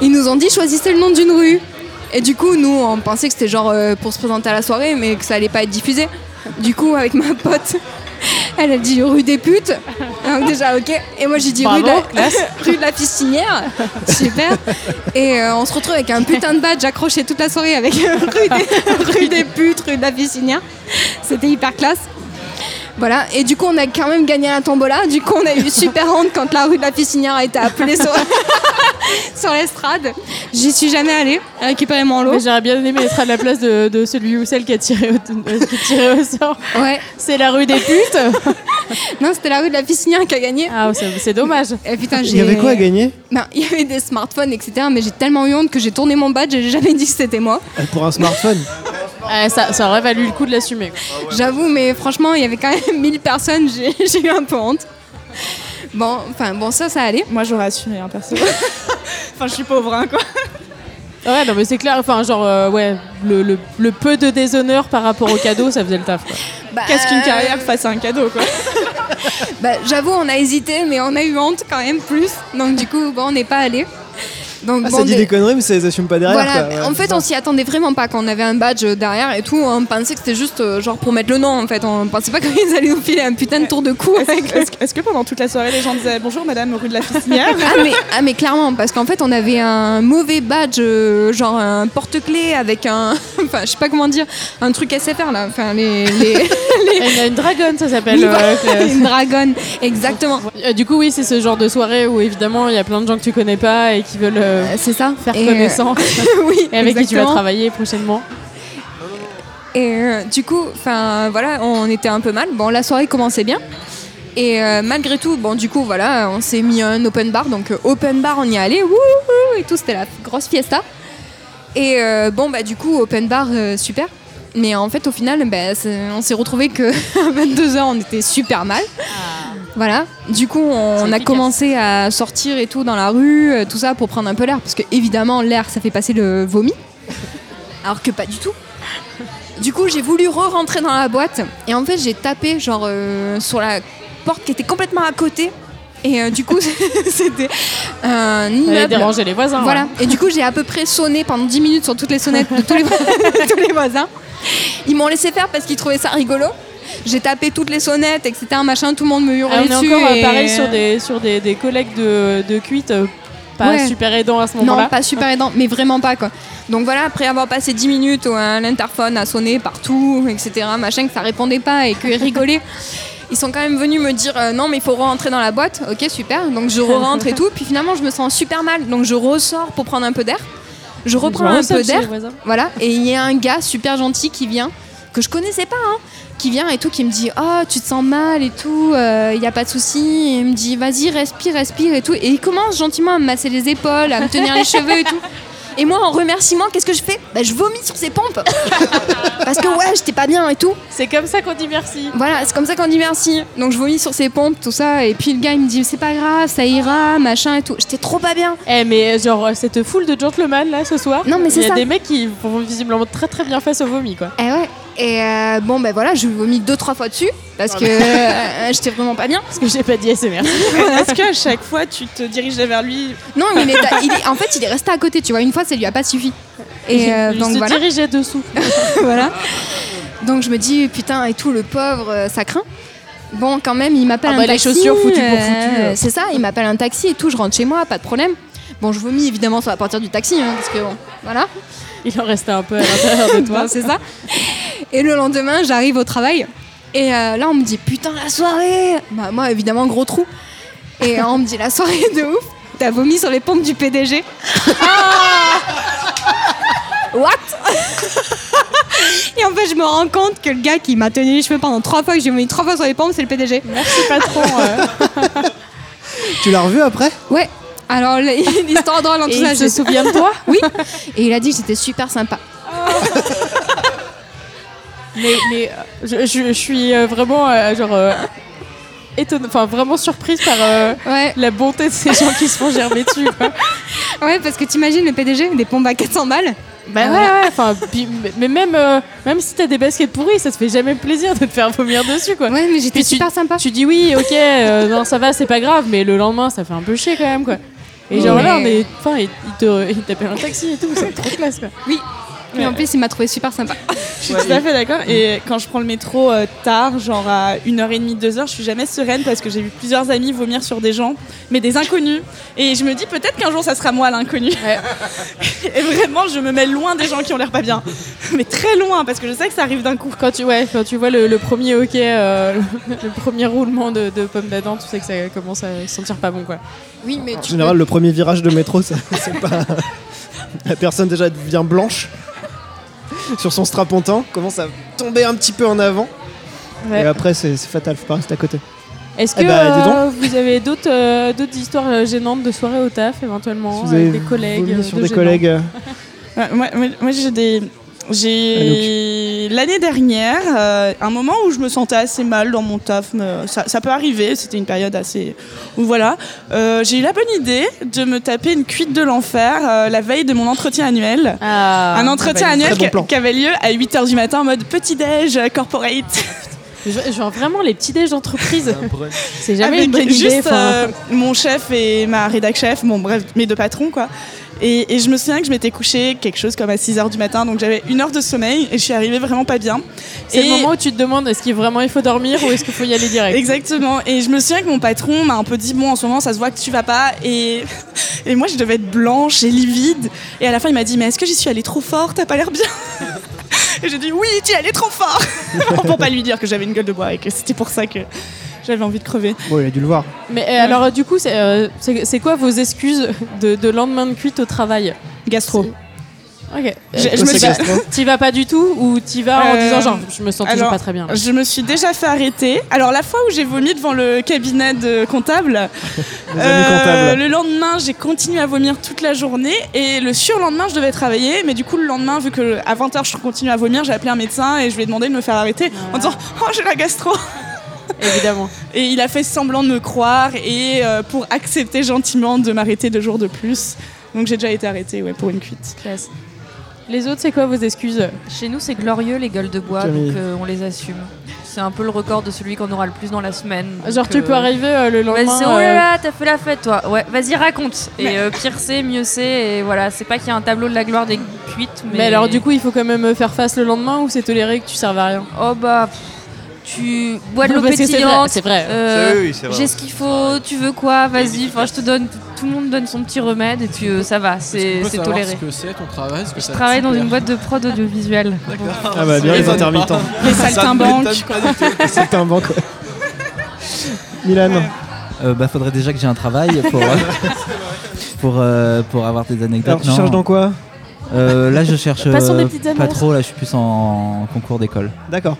Speaker 9: Ils nous ont dit, choisissez le nom d'une rue. Et du coup, nous, on pensait que c'était genre euh, pour se présenter à la soirée, mais que ça allait pas être diffusé. Du coup, avec ma pote, elle a dit rue des putes. Donc déjà, ok. Et moi, j'ai dit rue de,
Speaker 6: Bravo,
Speaker 9: la, rue de la piscinière. Super. Et euh, on se retrouve avec un putain de badge accroché toute la soirée avec euh, rue, des, rue des putes, rue de la piscinière. C'était hyper classe. Voilà, et du coup, on a quand même gagné la tombola. Du coup, on a eu super honte quand la rue de la Piscinière a été appelée sur, sur l'estrade. J'y suis jamais allée récupérer mon lot.
Speaker 6: Mais J'aurais bien aimé être à la place de, de celui ou celle qui a tiré au, euh, qui a tiré au sort.
Speaker 9: Ouais,
Speaker 6: C'est la rue des putes.
Speaker 9: non, c'était la rue de la Piscinière qui a gagné.
Speaker 6: Ah, c'est c'est dommage.
Speaker 9: Et putain,
Speaker 1: Il y avait quoi à gagner
Speaker 9: Ben, Il y avait des smartphones, etc. Mais j'ai tellement eu honte que j'ai tourné mon badge et j'ai jamais dit que c'était moi.
Speaker 1: Euh, Pour un smartphone.
Speaker 6: Ah, ça, ça aurait valu le coup de l'assumer. quoi.
Speaker 9: J'avoue, mais franchement, il y avait quand même 1000 personnes, j'ai j'ai eu un peu honte. Bon, enfin, bon, ça, ça allait.
Speaker 12: Moi, j'aurais assuré, hein, perso. enfin, je suis pauvre, hein, quoi.
Speaker 6: Ouais, non, mais c'est clair. Enfin, genre, euh, ouais, le, le- le peu de déshonneur par rapport au cadeau, ça faisait le taf. quoi.
Speaker 9: Bah,
Speaker 12: Qu'est-ce qu'une carrière face à un cadeau, quoi.
Speaker 9: bah, J'avoue, on a hésité, mais on a eu honte quand même plus. Donc, du coup, bon, on n'est pas allé. Donc,
Speaker 1: Ah,
Speaker 9: bon,
Speaker 1: ça dit
Speaker 9: des-
Speaker 1: des conneries, mais ça les assume pas derrière.
Speaker 9: Voilà,
Speaker 1: quoi. Ouais,
Speaker 9: en fait, on s'y attendait vraiment pas quand on avait un badge derrière et tout. On pensait que c'était juste euh, genre pour mettre le nom en fait. On pensait pas qu'ils allaient nous filer un putain de tour de cou avec euh, le-
Speaker 12: Est-ce est-ce que pendant toute la soirée, les gens disaient bonjour, madame, rue de la Fistinière
Speaker 9: Ah mais, ah, mais clairement, parce qu'en fait, on avait un mauvais badge, euh, genre un porte-clés avec un. Enfin, je sais pas comment dire, un truc SFR là. Enfin, les. les...
Speaker 6: Elle a une dragonne, ça s'appelle.
Speaker 9: Oui,
Speaker 6: euh,
Speaker 9: voilà,
Speaker 6: avec le-
Speaker 9: une dragonne, exactement.
Speaker 6: Euh, du coup, oui, c'est ce genre de soirée où évidemment il y a plein de gens que tu connais pas et qui veulent euh,
Speaker 9: Euh, C'est ça
Speaker 6: faire
Speaker 9: Et, euh,
Speaker 6: connaissance
Speaker 9: oui,
Speaker 6: et avec qui tu vas
Speaker 9: exactement.
Speaker 6: travailler prochainement.
Speaker 9: Et euh, du coup, enfin voilà, on était un peu mal. Bon, la soirée commençait bien. Et euh, malgré tout, bon, du coup, voilà, on s'est mis un open bar. Donc, euh, open bar, on y allait, wouhou, et tout, c'était la grosse fiesta. Et euh, bon, bah, du coup, open bar, euh, super. Mais en fait, au final, bah, c'est- on s'est retrouvé que à 22h, on était super mal. Voilà. Du coup,
Speaker 13: Ah. C'est
Speaker 9: on a
Speaker 13: efficace.
Speaker 9: commencé à sortir et tout dans la rue, euh, tout ça, pour prendre un peu l'air. Parce que, évidemment, l'air, ça fait passer le vomi. Alors que pas du tout. Du coup, j'ai voulu re-rentrer dans la boîte et en fait, j'ai tapé genre euh, sur la porte qui était complètement à côté. Et euh, du coup, c'était un
Speaker 6: Elle a
Speaker 9: immeuble.
Speaker 6: dérangé les voisins.
Speaker 9: Voilà.
Speaker 6: ouais.
Speaker 9: Et du coup, j'ai à peu près sonné pendant 10 minutes sur toutes les sonnettes de tous les, de tous les voisins. Ils m'ont laissé faire parce qu'ils trouvaient ça rigolo. J'ai tapé toutes les sonnettes, etc. Machin, tout le monde me
Speaker 6: Ah,
Speaker 9: hurlait
Speaker 6: on est
Speaker 9: dessus.
Speaker 6: encore euh,
Speaker 9: et-
Speaker 6: pareil sur des sur des, des collègues de, de cuite euh, pas
Speaker 9: Ouais.
Speaker 6: super aidants à ce
Speaker 9: Non,
Speaker 6: moment-là.
Speaker 9: pas super aidant, mais vraiment pas quoi. Donc voilà, après avoir passé 10 minutes où hein, l'interphone a sonné partout, etc., machin, que ça répondait pas et que rigolait, ils sont quand même venus me dire euh, non, mais il faut rentrer dans la boîte. Ok, super. Donc je rentre et tout. Puis finalement, je me sens super mal. Donc je ressors pour prendre un peu d'air. Je
Speaker 6: Bah,
Speaker 9: reprends un peu d'air. Voilà, et il y a un gars super gentil qui vient, que je connaissais pas, hein, qui vient et tout, qui me dit Oh, tu te sens mal et tout, il n'y a pas de souci. Et Il me dit Vas-y, respire, respire et tout. Et il commence gentiment à me masser les épaules, à me tenir les cheveux et tout. Et moi, en remerciement, qu'est-ce que je fais Bah, Je vomis sur ses pompes Parce que ouais, j'étais pas bien et tout.
Speaker 6: C'est comme ça qu'on dit merci.
Speaker 9: Voilà, c'est comme ça qu'on dit merci. Donc je vomis sur ses pompes, tout ça. Et puis le gars, il me dit C'est pas grave, ça ira, machin et tout. J'étais trop pas bien.
Speaker 6: Eh mais genre euh, cette foule de gentlemen là ce soir.
Speaker 9: Non, mais c'est
Speaker 6: Il y a
Speaker 9: ça.
Speaker 6: des mecs qui vont visiblement très très bien face au vomi quoi.
Speaker 9: Eh ouais. Et euh, bon, ben voilà, je lui ai vomi deux, trois fois dessus parce que euh, j'étais vraiment pas bien.
Speaker 6: Parce que j'ai pas dit SMR.
Speaker 12: Est-ce qu'à chaque fois, tu te dirigeais vers lui
Speaker 9: Non, il est, à- il est- en fait, il est resté à côté, tu vois. Une fois, ça lui a pas suffi. Et euh,
Speaker 6: Il
Speaker 9: donc
Speaker 6: se
Speaker 9: voilà,
Speaker 6: dirigeait dessous.
Speaker 9: voilà. Donc je me dis, putain, et tout, le pauvre, euh, ça craint. Bon, quand même, il m'appelle
Speaker 6: Ah
Speaker 9: un
Speaker 6: bah, les
Speaker 9: taxi.
Speaker 6: chaussures foutues pour foutues, euh.
Speaker 9: C'est ça, il m'appelle un taxi et tout, je rentre chez moi, pas de problème. Bon, je vomis évidemment sur la portière du taxi, hein, parce que bon, voilà.
Speaker 6: Il en restait un peu à l'intérieur de toi.
Speaker 9: Bon, c'est ça. Et le lendemain, j'arrive au travail. Et euh, là, on me dit putain la soirée. Bah moi, évidemment, gros trou. Et euh, on me dit la soirée de ouf. T'as vomi sur les pompes du PDG. Ah What Et en fait, je me rends compte que le gars qui m'a tenu les cheveux pendant trois fois, que j'ai vomi trois fois sur les pompes, c'est le PDG.
Speaker 6: Merci patron. euh.
Speaker 1: Tu l'as revu après
Speaker 9: Ouais. Alors, l'histoire drôle en tout
Speaker 6: Et
Speaker 9: ça,
Speaker 6: il se
Speaker 9: je
Speaker 6: souvient de toi
Speaker 9: Oui. Et il a dit que j'étais super sympa.
Speaker 6: Mais, mais, euh, je, je- je suis euh, vraiment euh, genre euh, étonne- enfin vraiment surprise par euh,
Speaker 9: Ouais.
Speaker 6: la bonté de ces gens qui se font germer dessus. quoi.
Speaker 9: Ouais, parce que t'imagines le PDG, des pompes à 400 balles.
Speaker 6: Bah ouais, ouais. Enfin, puis- mais- mais même euh, même si t'as des baskets pourries, ça te fait jamais plaisir de te faire vomir dessus, quoi.
Speaker 9: Ouais, mais j'étais
Speaker 6: Puis tu-
Speaker 9: super sympa.
Speaker 6: Tu dis oui, ok, euh, non ça va, c'est pas grave, mais le lendemain ça fait un peu chier quand même, quoi. Et genre
Speaker 9: Ouais.
Speaker 6: là, on est, enfin, il, il te, il t'appelle un taxi et tout, c'est trop classe, quoi.
Speaker 4: Mais en plus, il m'a trouvé super sympa.
Speaker 9: Je suis tout à fait d'accord. Et quand je prends le métro euh, tard, genre à 1h30, 2h, je suis jamais sereine parce que j'ai vu plusieurs amis vomir sur des gens, mais des inconnus. Et je me dis peut-être qu'un jour ça sera moi l'inconnu. Et vraiment, je me mets loin des gens qui ont l'air pas bien. Mais très loin parce que je sais que ça arrive d'un coup.
Speaker 6: Quand tu, ouais, quand tu vois le, le premier hockey, euh, le, le premier roulement de, de pomme d'Adam, tu sais que ça commence à sentir pas bon quoi.
Speaker 4: Oui, mais
Speaker 1: En
Speaker 4: tu
Speaker 1: général, le premier virage de métro, ça- c'est pas. La personne déjà devient blanche sur son strapontin, commence à tomber un petit peu en avant, et
Speaker 6: Ouais.
Speaker 1: après, c'est c'est fatal, faut pas rester à côté.
Speaker 6: Est-ce que
Speaker 1: Eh bah, dis donc.
Speaker 6: euh, vous avez d'autres euh, d'autres histoires euh, gênantes de soirées au taf éventuellement
Speaker 1: Si vous
Speaker 6: avec
Speaker 1: avez
Speaker 6: des collègues
Speaker 1: vomi
Speaker 6: euh,
Speaker 1: sur
Speaker 6: de
Speaker 1: des
Speaker 6: gênants
Speaker 1: collègues. euh,
Speaker 9: Ouais, moi, moi- moi, j'ai des.
Speaker 1: Ah,
Speaker 9: J'ai l'année dernière euh, un moment où je me sentais assez mal dans mon taf. mais ça, ça peut arriver. C'était une période assez. Où voilà, Euh, j'ai eu la bonne idée de me taper une cuite de l'enfer euh, la veille de mon entretien annuel.
Speaker 6: Ah,
Speaker 9: un entretien
Speaker 6: bah,
Speaker 9: annuel
Speaker 1: très bon
Speaker 9: qui-
Speaker 1: plan.
Speaker 9: qui avait lieu à 8h du matin en mode petit déj euh, corporate.
Speaker 6: je- Genre vraiment les petits déj d'entreprise. C'est jamais
Speaker 9: Avec
Speaker 6: une bonne idée.
Speaker 9: Ah, juste
Speaker 6: enfin.
Speaker 9: euh, mon chef et ma rédac chef, bon bref, mes deux patrons quoi. Et, et je me souviens que je m'étais couchée quelque chose comme à 6h du matin, donc j'avais une heure de sommeil et je suis arrivée vraiment pas bien.
Speaker 6: C'est
Speaker 9: Et-
Speaker 6: le moment où tu te demandes est-ce qu'il vraiment il faut dormir ou est-ce qu'il faut y aller direct.
Speaker 9: Exactement. Et je me souviens que mon patron m'a un peu dit bon en ce moment ça se voit que tu vas pas et et moi je devais être blanche et livide et à la fin il m'a dit mais est-ce que j'y suis allée trop fort t'as pas l'air bien et j'ai dit oui tu es allée trop fort pour pas lui dire que j'avais une gueule de bois et que c'était pour ça que j'avais envie de crever.
Speaker 1: Bon, il a dû le voir.
Speaker 6: Mais euh, alors euh, du coup c'est euh, c'est c'est quoi vos excuses de, de lendemain de cuite au travail
Speaker 9: Gastro.
Speaker 6: Ok.
Speaker 9: Je-
Speaker 6: Euh,
Speaker 9: je me
Speaker 1: C'est
Speaker 9: suis-
Speaker 1: gastro.
Speaker 6: T'y vas pas du tout ou t'y vas en
Speaker 9: Euh,
Speaker 6: disant genre je me sens toujours
Speaker 9: alors,
Speaker 6: pas très bien.
Speaker 9: Je me suis déjà fait arrêter. Alors la fois où j'ai vomi devant le cabinet de comptable, euh,
Speaker 1: Les amis
Speaker 6: Euh,
Speaker 1: comptables.
Speaker 9: le lendemain j'ai continué à vomir toute la journée et le surlendemain je devais travailler. Mais du coup le lendemain vu que à 20h je continue à vomir, j'ai appelé un médecin et je lui ai demandé de me faire arrêter en disant oh j'ai la gastro.
Speaker 6: Évidemment.
Speaker 9: Et il a fait semblant de me croire et euh, pour accepter gentiment de m'arrêter deux jours de plus. Donc j'ai déjà été arrêtée ouais, pour une cuite.
Speaker 6: Classe. Les autres c'est quoi vos excuses
Speaker 5: Chez nous, c'est glorieux les gueules de bois,
Speaker 1: Camille.
Speaker 5: donc euh, on les assume. C'est un peu le record de celui qu'on aura le plus dans la semaine. donc,
Speaker 6: Genre tu
Speaker 5: euh,
Speaker 6: peux arriver euh, le
Speaker 5: Vas-y,
Speaker 6: lendemain.
Speaker 5: c'est, oh là
Speaker 6: euh,
Speaker 5: là, t'as fait la fête toi. Ouais, vas-y, raconte. Et euh, pire c'est, mieux c'est. Et voilà, c'est pas qu'il y a un tableau de la gloire des cuites, mais.
Speaker 6: mais... alors du coup il faut quand même euh, faire face le lendemain ou c'est toléré que tu serves à rien.
Speaker 5: Oh bah, pff, tu bois de l'eau
Speaker 6: Parce que c'est vrai.
Speaker 5: pétillante.
Speaker 6: C'est vrai.
Speaker 5: euh,
Speaker 7: C'est- Eh oui, oui, c'est vrai.
Speaker 5: J'ai ce qu'il faut, tu veux quoi, vas-y. Enfin, je te donne, tout le monde donne son petit remède et tu, euh, ça va,
Speaker 2: Est-ce qu'on
Speaker 5: c'est,
Speaker 2: peut
Speaker 5: c'est
Speaker 2: savoir
Speaker 5: toléré.
Speaker 2: ce que c'est ton travail Est-ce que
Speaker 5: Je
Speaker 2: ça-
Speaker 5: travaille dans
Speaker 2: super.
Speaker 5: une boîte de prod audiovisuelle.
Speaker 1: Ah bah bien
Speaker 2: Ça
Speaker 1: les
Speaker 2: m'étonne
Speaker 1: intermittents.
Speaker 9: Les
Speaker 2: Ça ne
Speaker 9: saltimbanques.
Speaker 2: m'étonne pas du tout.
Speaker 1: C'est un banc. Milan,
Speaker 8: Euh, bah, faudrait déjà que j'ai un travail pour, euh, pour, euh, pour avoir des anecdotes.
Speaker 1: alors tu
Speaker 8: non.
Speaker 1: cherches dans quoi
Speaker 8: Euh, Là, je cherche
Speaker 6: Passons des
Speaker 8: euh,
Speaker 6: petites
Speaker 8: pas
Speaker 6: annonces.
Speaker 8: trop. Là, je suis plus en concours d'école.
Speaker 1: D'accord.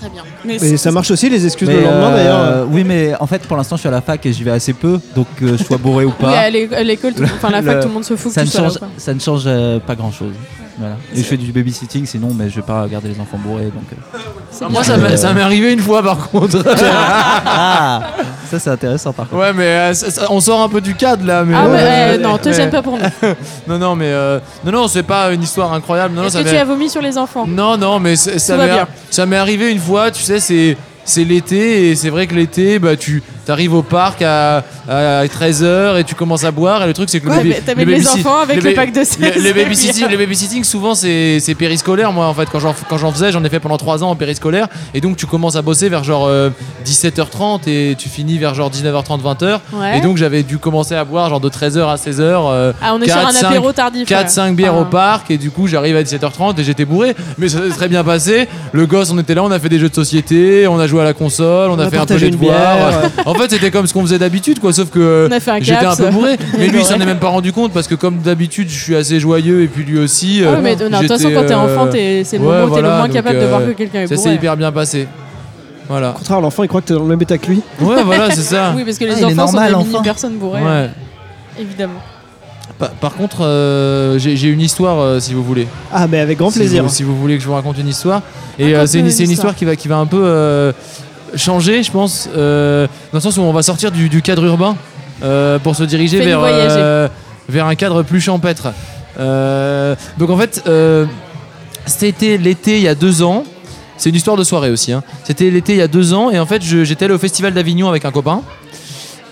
Speaker 6: Très bien.
Speaker 9: Mais
Speaker 1: Et ça marche aussi les excuses
Speaker 8: Mais,
Speaker 1: le lendemain
Speaker 8: euh,
Speaker 1: d'ailleurs.
Speaker 8: Oui, mais en fait, pour l'instant, je suis à la fac et j'y vais assez peu, donc euh, je sois bourré ou
Speaker 6: Oui, à
Speaker 8: pas.
Speaker 6: l'é- à l'école, tout- enfin la fac,
Speaker 8: le-
Speaker 6: tout le monde se fout que
Speaker 8: Ça
Speaker 6: tu
Speaker 8: ne,
Speaker 6: sois là,
Speaker 8: change,
Speaker 6: quoi.
Speaker 8: ça ne change euh, pas grand chose. Voilà. Et je fais du babysitting sinon, mais je vais pas garder les enfants bourrés. Donc, euh.
Speaker 2: Ah,
Speaker 3: Moi, ça m'est ça m'est arrivé une fois par contre.
Speaker 8: ah, ça c'est intéressant par contre.
Speaker 3: ouais, mais euh, ça- ça- on sort un peu du cadre là. Mais
Speaker 6: Ah
Speaker 3: Ouais,
Speaker 6: mais
Speaker 3: ouais,
Speaker 6: euh,
Speaker 3: ouais,
Speaker 6: non, te
Speaker 3: mais-
Speaker 6: gêne pas pour nous.
Speaker 3: Non, non, mais euh, non, non, c'est pas une histoire incroyable. Non, non,
Speaker 6: Est-ce
Speaker 3: ça
Speaker 6: que tu
Speaker 3: m'est-
Speaker 6: as vomi sur les enfants
Speaker 3: Non, non, mais c'est- ça
Speaker 6: Tout va
Speaker 3: m'est-
Speaker 6: bien.
Speaker 3: ça m'est arrivé une fois, tu sais, c'est. C'est l'été et c'est vrai que l'été, bah, tu arrives au parc à, 13h et tu commences à boire et le truc c'est que le
Speaker 6: Ouais,
Speaker 3: baby-
Speaker 6: mais t'avais les
Speaker 3: babysit-
Speaker 6: enfants avec le
Speaker 3: ba-
Speaker 6: pack de
Speaker 3: le,
Speaker 6: 16,
Speaker 3: le
Speaker 6: c'est
Speaker 3: babysitting,
Speaker 6: bien.
Speaker 3: le babysitting, souvent c'est c'est périscolaire moi en fait quand j'en quand j'en faisais j'en ai fait pendant 3 ans en périscolaire et donc tu commences à bosser vers genre euh, 17h30 et tu finis vers genre 19h30 20h
Speaker 6: Ouais.
Speaker 3: et donc j'avais dû commencer à boire genre de 13h à 16h euh,
Speaker 6: Ah, on est
Speaker 3: quatre,
Speaker 6: sur un
Speaker 3: cinq,
Speaker 6: apéro tardif. ouais.
Speaker 3: 4-5 bières
Speaker 6: Ah.
Speaker 3: au parc et du coup j'arrive à 17h30 et j'étais bourré mais ça s'est très bien passé le gosse on était là on a fait des jeux de société on a joué à la console on,
Speaker 1: On
Speaker 3: a,
Speaker 1: a
Speaker 3: fait un peu
Speaker 1: partagé
Speaker 3: les
Speaker 1: une
Speaker 3: devoirs
Speaker 1: bière.
Speaker 3: en fait c'était comme ce qu'on faisait d'habitude quoi sauf que euh,
Speaker 6: On a fait un
Speaker 3: j'étais un
Speaker 6: caps.
Speaker 3: peu bourré mais lui il s'en est même pas rendu compte parce que comme d'habitude je suis assez joyeux et puis lui aussi
Speaker 6: Ah
Speaker 3: euh,
Speaker 6: ouais, mais non, de toute façon,
Speaker 3: j'étais,
Speaker 6: quand t'es enfant,
Speaker 3: euh,
Speaker 6: t'es- c'est le
Speaker 3: ouais,
Speaker 6: moment où t'es le
Speaker 3: voilà,
Speaker 6: moins
Speaker 3: donc,
Speaker 6: capable de
Speaker 3: euh,
Speaker 6: voir que quelqu'un est
Speaker 3: ça s'est
Speaker 6: bourré.
Speaker 3: hyper bien passé voilà
Speaker 1: Au contraire, l'enfant il croit que t'es dans le même état que lui.
Speaker 3: ouais voilà c'est ça
Speaker 6: Oui, parce que
Speaker 8: Ah,
Speaker 6: les
Speaker 8: il est
Speaker 6: enfants sont
Speaker 8: normal,
Speaker 6: des
Speaker 8: enfin.
Speaker 6: mini personnes bourrées,
Speaker 3: Ouais.
Speaker 6: évidemment.
Speaker 3: Pa- par contre euh, j'ai j'ai une histoire euh, si vous voulez
Speaker 1: Ah mais avec grand
Speaker 3: si
Speaker 1: plaisir.
Speaker 3: vous- si vous voulez que je vous raconte une histoire. Et
Speaker 6: Raconte-nous
Speaker 3: euh, c'est une,
Speaker 6: une
Speaker 3: c'est une
Speaker 6: histoire.
Speaker 3: histoire qui va, qui va un peu euh, changer, je pense, euh, dans le sens où on va sortir du, du cadre urbain euh, pour se diriger
Speaker 6: Fais-nous
Speaker 3: vers, euh, vers un cadre plus champêtre. Euh, donc en fait, euh, c'était l'été il y a deux ans. C'est une histoire de soirée aussi. hein. C'était l'été il y a deux ans et en fait je- j'étais allé au festival d'Avignon avec un copain.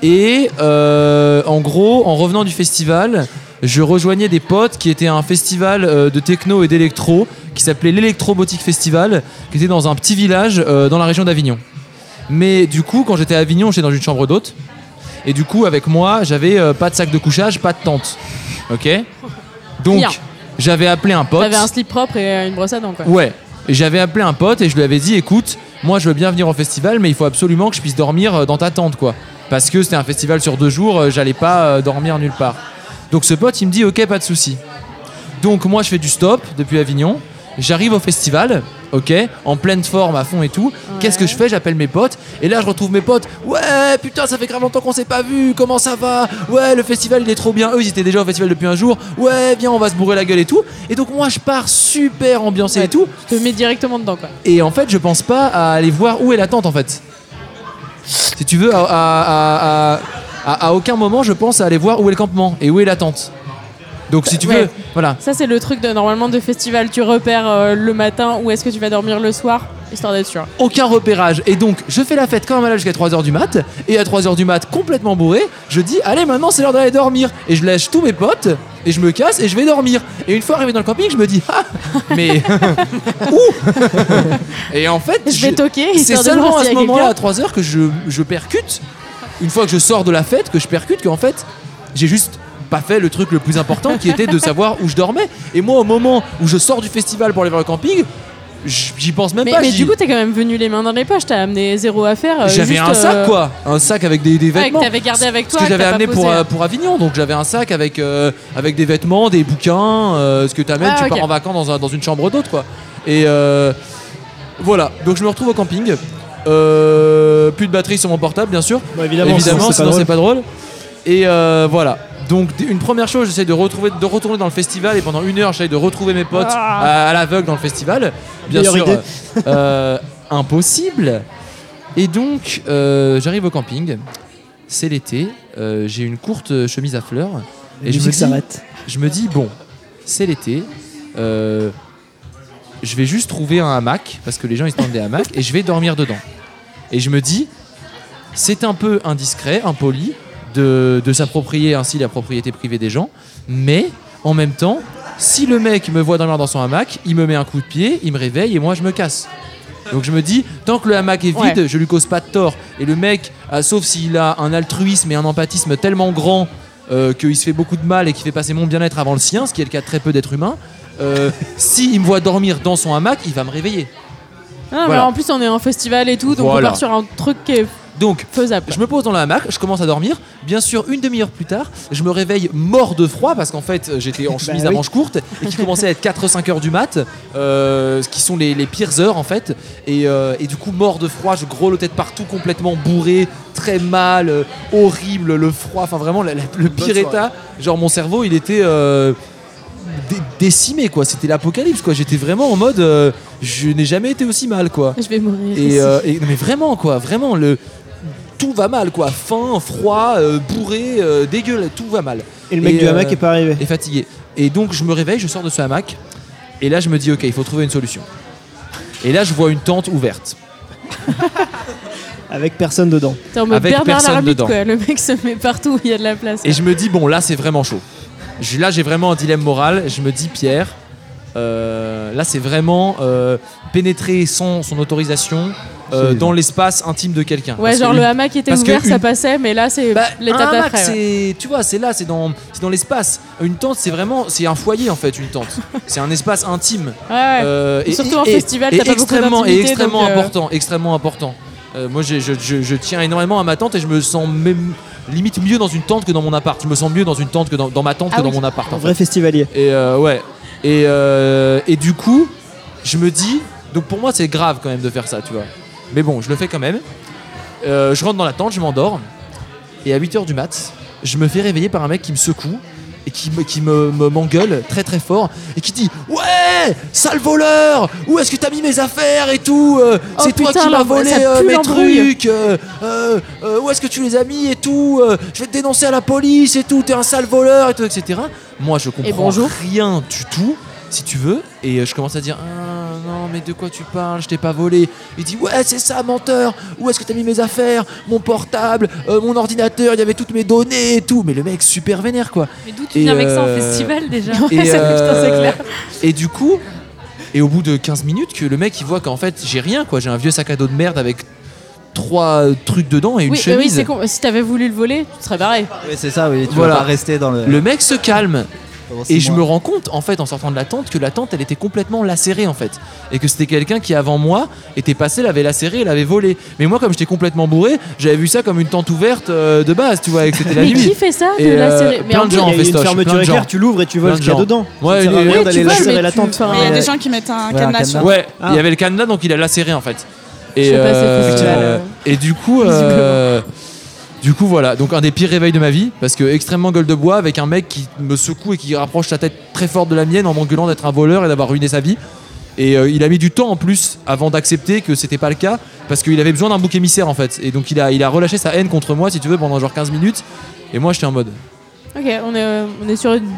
Speaker 3: Et euh, en gros, en revenant du festival, je rejoignais des potes qui étaient à un festival euh, de techno et d'électro qui s'appelait l'Electrobotique Festival, qui était dans un petit village euh, dans la région d'Avignon. Mais du coup, quand j'étais à Avignon, j'étais dans une chambre d'hôte. Et du coup, avec moi, j'avais euh, pas de sac de couchage, pas de tente. Ok Donc,
Speaker 6: Bien.
Speaker 3: j'avais appelé un pote.
Speaker 6: T'avais un slip propre et euh, une brosse à dents, quoi.
Speaker 3: Ouais. Et J'avais appelé un pote et je lui avais dit écoute, moi je veux bien venir au festival, mais il faut absolument que je puisse dormir euh, dans ta tente, quoi. Parce que c'était un festival sur deux jours, euh, j'allais pas euh, dormir nulle part. Donc ce pote, il me dit ok, pas de souci. Donc moi je fais du stop depuis Avignon, j'arrive au festival, ok, en pleine forme, à fond et tout. Qu'est-ce que je fais J'appelle mes potes et là je retrouve mes potes. Ouais, putain, ça fait grave longtemps qu'on s'est pas vu. Comment ça va Ouais, le festival il est trop bien. Eux ils étaient déjà au festival depuis un jour. Ouais, viens, on va se bourrer la gueule et tout. Et donc moi je pars super ambiancé et tout.
Speaker 6: Je te mets directement dedans, quoi.
Speaker 3: Et en fait, je pense pas à aller voir où est la tente en fait. Si tu veux, à, à- à- à- à- à aucun moment je pense à aller voir où est le campement et où est la tente. Donc si tu
Speaker 6: Ouais.
Speaker 3: veux, voilà.
Speaker 6: Ça, c'est le truc de normalement de festival. Tu repères euh, le matin où est-ce que tu vas dormir le soir, histoire d'être sûr.
Speaker 3: aucun repérage. Et donc, je fais la fête comme un malade jusqu'à 3h du mat. Et à 3h du mat, complètement bourré, je dis Allez, maintenant c'est l'heure d'aller dormir. Et je lâche tous mes potes, et je me casse, et je vais dormir. Et une fois arrivé dans le camping, je me dis Ah Mais. Ouh Et en fait,
Speaker 6: Je vais
Speaker 3: je-
Speaker 6: toquer,
Speaker 3: c'est
Speaker 6: histoire de
Speaker 3: seulement
Speaker 6: voir
Speaker 3: à
Speaker 6: s'il
Speaker 3: ce
Speaker 6: y a
Speaker 3: moment-là, à
Speaker 6: quelqu'un.
Speaker 3: 3h, que je, je percute. Une fois que je sors de la fête, que je percute, qu'en fait, j'ai juste pas fait le truc le plus important qui était de savoir où je dormais. Et moi, au moment où je sors du festival pour aller vers le camping, j'y pense même
Speaker 6: Mais,
Speaker 3: pas.
Speaker 6: mais
Speaker 3: j'y-
Speaker 6: du coup, t'es quand même venu les mains dans les poches. T'as amené zéro affaire. euh,
Speaker 3: j'avais
Speaker 6: juste,
Speaker 3: un sac
Speaker 6: euh,
Speaker 3: quoi, un sac avec des, des
Speaker 6: que
Speaker 3: vêtements.
Speaker 6: t'avais gardé avec
Speaker 3: Ce
Speaker 6: toi,
Speaker 3: que
Speaker 6: que
Speaker 3: j'avais
Speaker 6: t'as pas
Speaker 3: amené pour,
Speaker 6: posé.
Speaker 3: euh, pour Avignon, donc j'avais un sac avec, euh, avec des vêtements, des bouquins, euh, ce que t'amènes,
Speaker 6: Ah,
Speaker 3: tu
Speaker 6: ok.
Speaker 3: pars en vacances dans, un- dans une chambre d'hôte quoi. Et euh, voilà, donc je me retrouve au camping. Euh, plus de batterie sur mon portable bien sûr,
Speaker 1: Bon, évidemment,
Speaker 3: évidemment,
Speaker 1: sinon,
Speaker 3: sinon c'est
Speaker 1: drôle.
Speaker 3: pas drôle. Et euh, voilà. Donc d- une première chose, j'essaie de retrouver, de retourner dans le festival et pendant une heure, j'essaie de retrouver mes potes à, à l'aveugle dans le festival. Bien
Speaker 1: Meilleure
Speaker 3: sûr,
Speaker 1: idée.
Speaker 3: euh, euh, impossible. Et donc, euh, j'arrive au camping. C'est l'été. euh, J'ai une courte chemise à fleurs.
Speaker 1: La
Speaker 3: Et je me,
Speaker 1: musique
Speaker 3: dis,
Speaker 1: s'arrête.
Speaker 3: je me dis, bon, c'est l'été. euh, je vais juste trouver un hamac parce que les gens ils se tendent des hamacs et je vais dormir dedans. Et je me dis, c'est un peu indiscret, impoli de, de s'approprier ainsi la propriété privée des gens, mais en même temps, si le mec me voit dormir dans son hamac, il me met un coup de pied, il me réveille et moi je me casse. Donc je me dis, tant que le hamac est vide, je lui cause pas de tort. Et le mec, ah, sauf s'il a un altruisme et un empathisme tellement grand euh, qu'il se fait beaucoup de mal et qu'il fait passer mon bien-être avant le sien, ce qui est le cas de très peu d'êtres humains, euh, si il me voit dormir dans son hamac, il va me réveiller.
Speaker 6: Non, mais
Speaker 3: Voilà.
Speaker 6: en plus, on est en festival et tout, donc
Speaker 3: Voilà.
Speaker 6: on part sur un truc qui est
Speaker 3: Donc,
Speaker 6: faisable.
Speaker 3: Je me pose dans la hamac, je commence à dormir. Bien sûr, une demi-heure plus tard, je me réveille mort de froid parce qu'en fait, euh, j'étais en chemise à
Speaker 1: oui.
Speaker 3: manches courtes et qui commençait à être 4-5 heures du mat, euh, ce qui sont les, les pires heures en fait. Et, euh, et du coup, mort de froid, je grelottais de partout, complètement bourré, très mal, euh, horrible, le froid, enfin vraiment la- la- le pire état. Genre, mon cerveau, il était. euh, dé- décimé quoi c'était l'apocalypse quoi j'étais vraiment en mode euh, je n'ai jamais été aussi mal quoi
Speaker 6: Je vais mourir. ici.
Speaker 3: et, euh, et- non, mais vraiment quoi, vraiment le tout va mal quoi, faim, froid, euh, bourré, euh, dégueulasse, tout va mal
Speaker 1: Et le mec
Speaker 3: Et,
Speaker 1: du
Speaker 3: euh,
Speaker 1: hamac est pas arrivé.
Speaker 3: et fatigué. Et donc je me réveille, je sors de ce hamac et là je me dis ok, il faut trouver une solution. Et là je vois une tente ouverte.
Speaker 1: Avec personne dedans.
Speaker 6: T'es en mode
Speaker 3: avec
Speaker 6: Bernard
Speaker 3: personne
Speaker 6: Lhermitte,
Speaker 3: dedans.
Speaker 6: quoi. Le mec se met partout où il y a de la place.
Speaker 3: Et je me dis bon là c'est vraiment chaud. Je- là j'ai vraiment un dilemme moral. Je me dis Pierre, euh, là c'est vraiment euh, pénétrer sans son autorisation euh,
Speaker 7: C'est-
Speaker 3: dans l'espace intime de quelqu'un.
Speaker 6: Ouais,
Speaker 3: Parce
Speaker 6: genre
Speaker 3: que
Speaker 6: le hamac était
Speaker 3: parce que
Speaker 6: ouvert, ça
Speaker 3: une-
Speaker 6: passait, mais là, c'est
Speaker 3: Bah,
Speaker 6: l'étape
Speaker 3: un hamac,
Speaker 6: d'après. ouais.
Speaker 3: c'est- tu vois, c'est là, c'est dans, c'est dans l'espace. Une tente, c'est vraiment, c'est un foyer en fait, une tente. c'est un espace intime.
Speaker 6: Ouais, ouais.
Speaker 3: Euh,
Speaker 6: Surtout en festival,
Speaker 3: et
Speaker 6: t'as pas beaucoup
Speaker 3: extrêmement, et
Speaker 6: d'intimité,
Speaker 3: extrêmement
Speaker 6: donc, euh,
Speaker 3: important, extrêmement important. Euh, moi, j'ai- je, je- je tiens énormément à ma tente et je me sens même limite mieux dans une tente que dans mon appart. Je me sens mieux dans une tente que dans, dans ma tente
Speaker 6: Ah
Speaker 3: que dans
Speaker 6: oui.
Speaker 3: mon appart. hein.
Speaker 1: Un
Speaker 3: en
Speaker 1: vrai festivalier.
Speaker 3: et euh, ouais. Et, euh, et du coup, je me dis. Donc pour moi, c'est grave quand même de faire ça, tu vois. Mais bon, je le fais quand même. Euh, je rentre dans la tente, je m'endors. Et à 8h du mat, je me fais réveiller par un mec qui me secoue et qui me qui me- me- m'engueule très très fort et qui dit ouais sale voleur où est-ce que t'as mis mes affaires et tout euh,
Speaker 6: Oh
Speaker 3: c'est toi
Speaker 6: putain,
Speaker 3: qui m'as
Speaker 6: l'en-
Speaker 3: volé
Speaker 6: ça
Speaker 3: euh,
Speaker 6: pue
Speaker 3: mes
Speaker 6: l'embrouille.
Speaker 3: trucs euh, euh, euh, où est-ce que tu les as mis et tout euh, je vais te dénoncer à la police et tout t'es un sale voleur et tout etc moi je comprends
Speaker 6: bonjour.
Speaker 3: rien du tout si tu veux et euh, je commence à dire ah, non non, mais de quoi tu parles Je t'ai pas volé. Il dit Ouais, c'est ça, menteur Où est-ce que t'as mis mes affaires Mon portable, euh, mon ordinateur, il y avait toutes mes données et tout. Mais le mec, super vénère quoi.
Speaker 5: Mais d'où tu viens avec ça en
Speaker 3: euh,
Speaker 5: festival déjà Ça, putain,
Speaker 3: Et,
Speaker 5: c'est
Speaker 3: euh,
Speaker 5: clair.
Speaker 3: et du coup, et au bout de 15 minutes, que le mec il voit qu'en fait j'ai rien quoi, j'ai un vieux sac à dos de merde avec trois euh, trucs dedans et une
Speaker 6: Oui, mais oui
Speaker 3: chemise.
Speaker 6: c'est con. Si t'avais voulu le voler, tu serais barré.
Speaker 8: Oui, c'est ça, oui, tu
Speaker 3: Voilà.
Speaker 8: vas pas rester dans le.
Speaker 3: le mec se calme
Speaker 8: pendant six
Speaker 3: et je
Speaker 8: mois.
Speaker 3: me rends compte en fait en sortant de la tente que la tente elle était complètement lacérée en fait et que c'était quelqu'un qui avant moi était passé, l'avait lacérée, et l'avait volée. Mais moi comme j'étais complètement bourré, j'avais vu ça comme une tente ouverte euh, de base, tu vois, et que c'était la
Speaker 6: mais qui
Speaker 3: nuit.
Speaker 6: fait ça de
Speaker 3: Et,
Speaker 6: la
Speaker 3: euh,
Speaker 6: série Mais
Speaker 3: plein
Speaker 6: en
Speaker 3: de
Speaker 6: plus,
Speaker 3: gens.
Speaker 1: Il y
Speaker 3: en
Speaker 1: a une
Speaker 3: festoche, plein
Speaker 1: fermeture
Speaker 3: de gens.
Speaker 1: éclair, tu l'ouvres et tu vois
Speaker 3: Plein
Speaker 1: ce
Speaker 3: de
Speaker 1: qu'il y a
Speaker 3: gens.
Speaker 1: dedans.
Speaker 3: Ouais,
Speaker 1: ça sert à
Speaker 3: il-
Speaker 1: rien
Speaker 6: oui,
Speaker 1: d'aller
Speaker 6: tu vois,
Speaker 1: lacérer
Speaker 6: mais
Speaker 1: la
Speaker 6: tu-
Speaker 1: tente.
Speaker 6: enfin,
Speaker 9: Mais il y a
Speaker 8: Ouais.
Speaker 9: des gens qui mettent un
Speaker 8: Ouais, un
Speaker 9: cadenas sur.
Speaker 8: cadenas.
Speaker 3: Ouais,
Speaker 1: Ah.
Speaker 3: il y avait le cadenas donc il a lacéré en fait.
Speaker 6: Je
Speaker 3: Et,
Speaker 6: sais pas, c'est
Speaker 3: euh,
Speaker 6: festival, euh,
Speaker 3: et du coup, euh, du coup voilà, donc un des pires réveils de ma vie parce que extrêmement gueule de bois avec un mec qui me secoue et qui rapproche sa tête très fort de la mienne en m'engueulant d'être un voleur et d'avoir ruiné sa vie. Et euh, il a mis du temps en plus avant d'accepter que c'était pas le cas parce qu'il avait besoin d'un bouc émissaire en fait. Et donc il a, il a relâché sa haine contre moi si tu veux pendant genre 15 minutes. Et moi j'étais en mode
Speaker 6: Ok, on est, euh, on est sur une-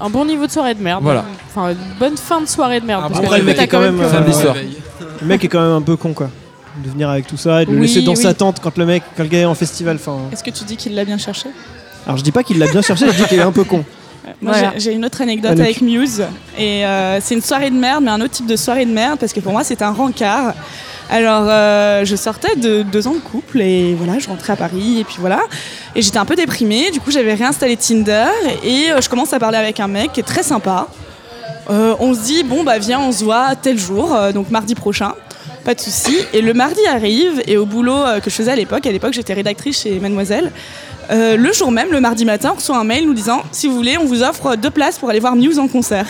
Speaker 6: un bon niveau de soirée de merde.
Speaker 3: Voilà.
Speaker 6: Enfin, une bonne fin de soirée de merde.
Speaker 2: Ah,
Speaker 6: parce
Speaker 2: bon
Speaker 6: que
Speaker 2: réveil,
Speaker 6: t'as
Speaker 2: quand
Speaker 6: même
Speaker 1: même,
Speaker 6: pleuré.
Speaker 1: euh,
Speaker 3: fin de l'histoire.
Speaker 1: Le mec est quand même un peu con quoi. De venir avec tout ça et de le
Speaker 6: Oui,
Speaker 1: laisser dans
Speaker 6: oui.
Speaker 1: sa tente quand le mec, quand le gars est en festival. Enfin,
Speaker 9: Est-ce que tu dis qu'il l'a bien cherché
Speaker 1: alors je dis pas qu'il l'a bien cherché, je dis qu'il est un peu con.
Speaker 9: Moi,
Speaker 5: Voilà.
Speaker 9: j'ai- j'ai une autre anecdote
Speaker 1: Anouk.
Speaker 9: avec Muse. Et euh, c'est une soirée de merde, mais un autre type de soirée de merde, parce que pour moi, c'était un rencard. Alors, euh, je sortais de deux ans de couple, et voilà, je rentrais à Paris, et puis voilà. Et j'étais un peu déprimée, du coup, j'avais réinstallé Tinder, et euh, je commence à parler avec un mec qui est très sympa. Euh, on se dit, bon, bah viens, on se voit tel jour, euh, donc mardi prochain. Pas de souci. Et le mardi arrive, et au boulot euh, que je faisais à l'époque, à l'époque j'étais rédactrice chez Mademoiselle, euh, le jour même, le mardi matin, on reçoit un mail nous disant si vous voulez, on vous offre deux places pour aller voir Muse en concert.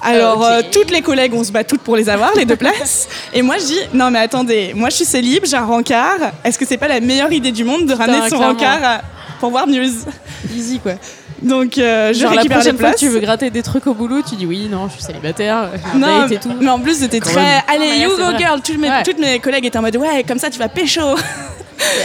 Speaker 9: Alors,
Speaker 6: Ah,
Speaker 9: euh, toutes les collègues, on se bat toutes pour les avoir, les deux places. Et moi, je dis non, mais attendez, moi je suis célib, j'ai un rencard. Est-ce que c'est pas la meilleure idée du monde de ramener son
Speaker 6: clairement.
Speaker 9: rencard à- pour voir Muse
Speaker 6: Easy quoi.
Speaker 9: Donc, euh, je
Speaker 6: Genre la
Speaker 9: récupère les
Speaker 6: prochaine fois
Speaker 9: places.
Speaker 6: que tu veux gratter des trucs au boulot, tu dis oui, non, je suis célibataire, j'ai un
Speaker 9: Non,
Speaker 6: date et bah, tout.
Speaker 9: mais en plus, c'était très. Allez,
Speaker 5: Ah,
Speaker 9: you
Speaker 5: c'est
Speaker 9: go
Speaker 5: vrai.
Speaker 9: girl. Toutes mes,
Speaker 6: Ouais.
Speaker 9: toutes mes collègues étaient en mode ouais, comme ça tu vas pécho.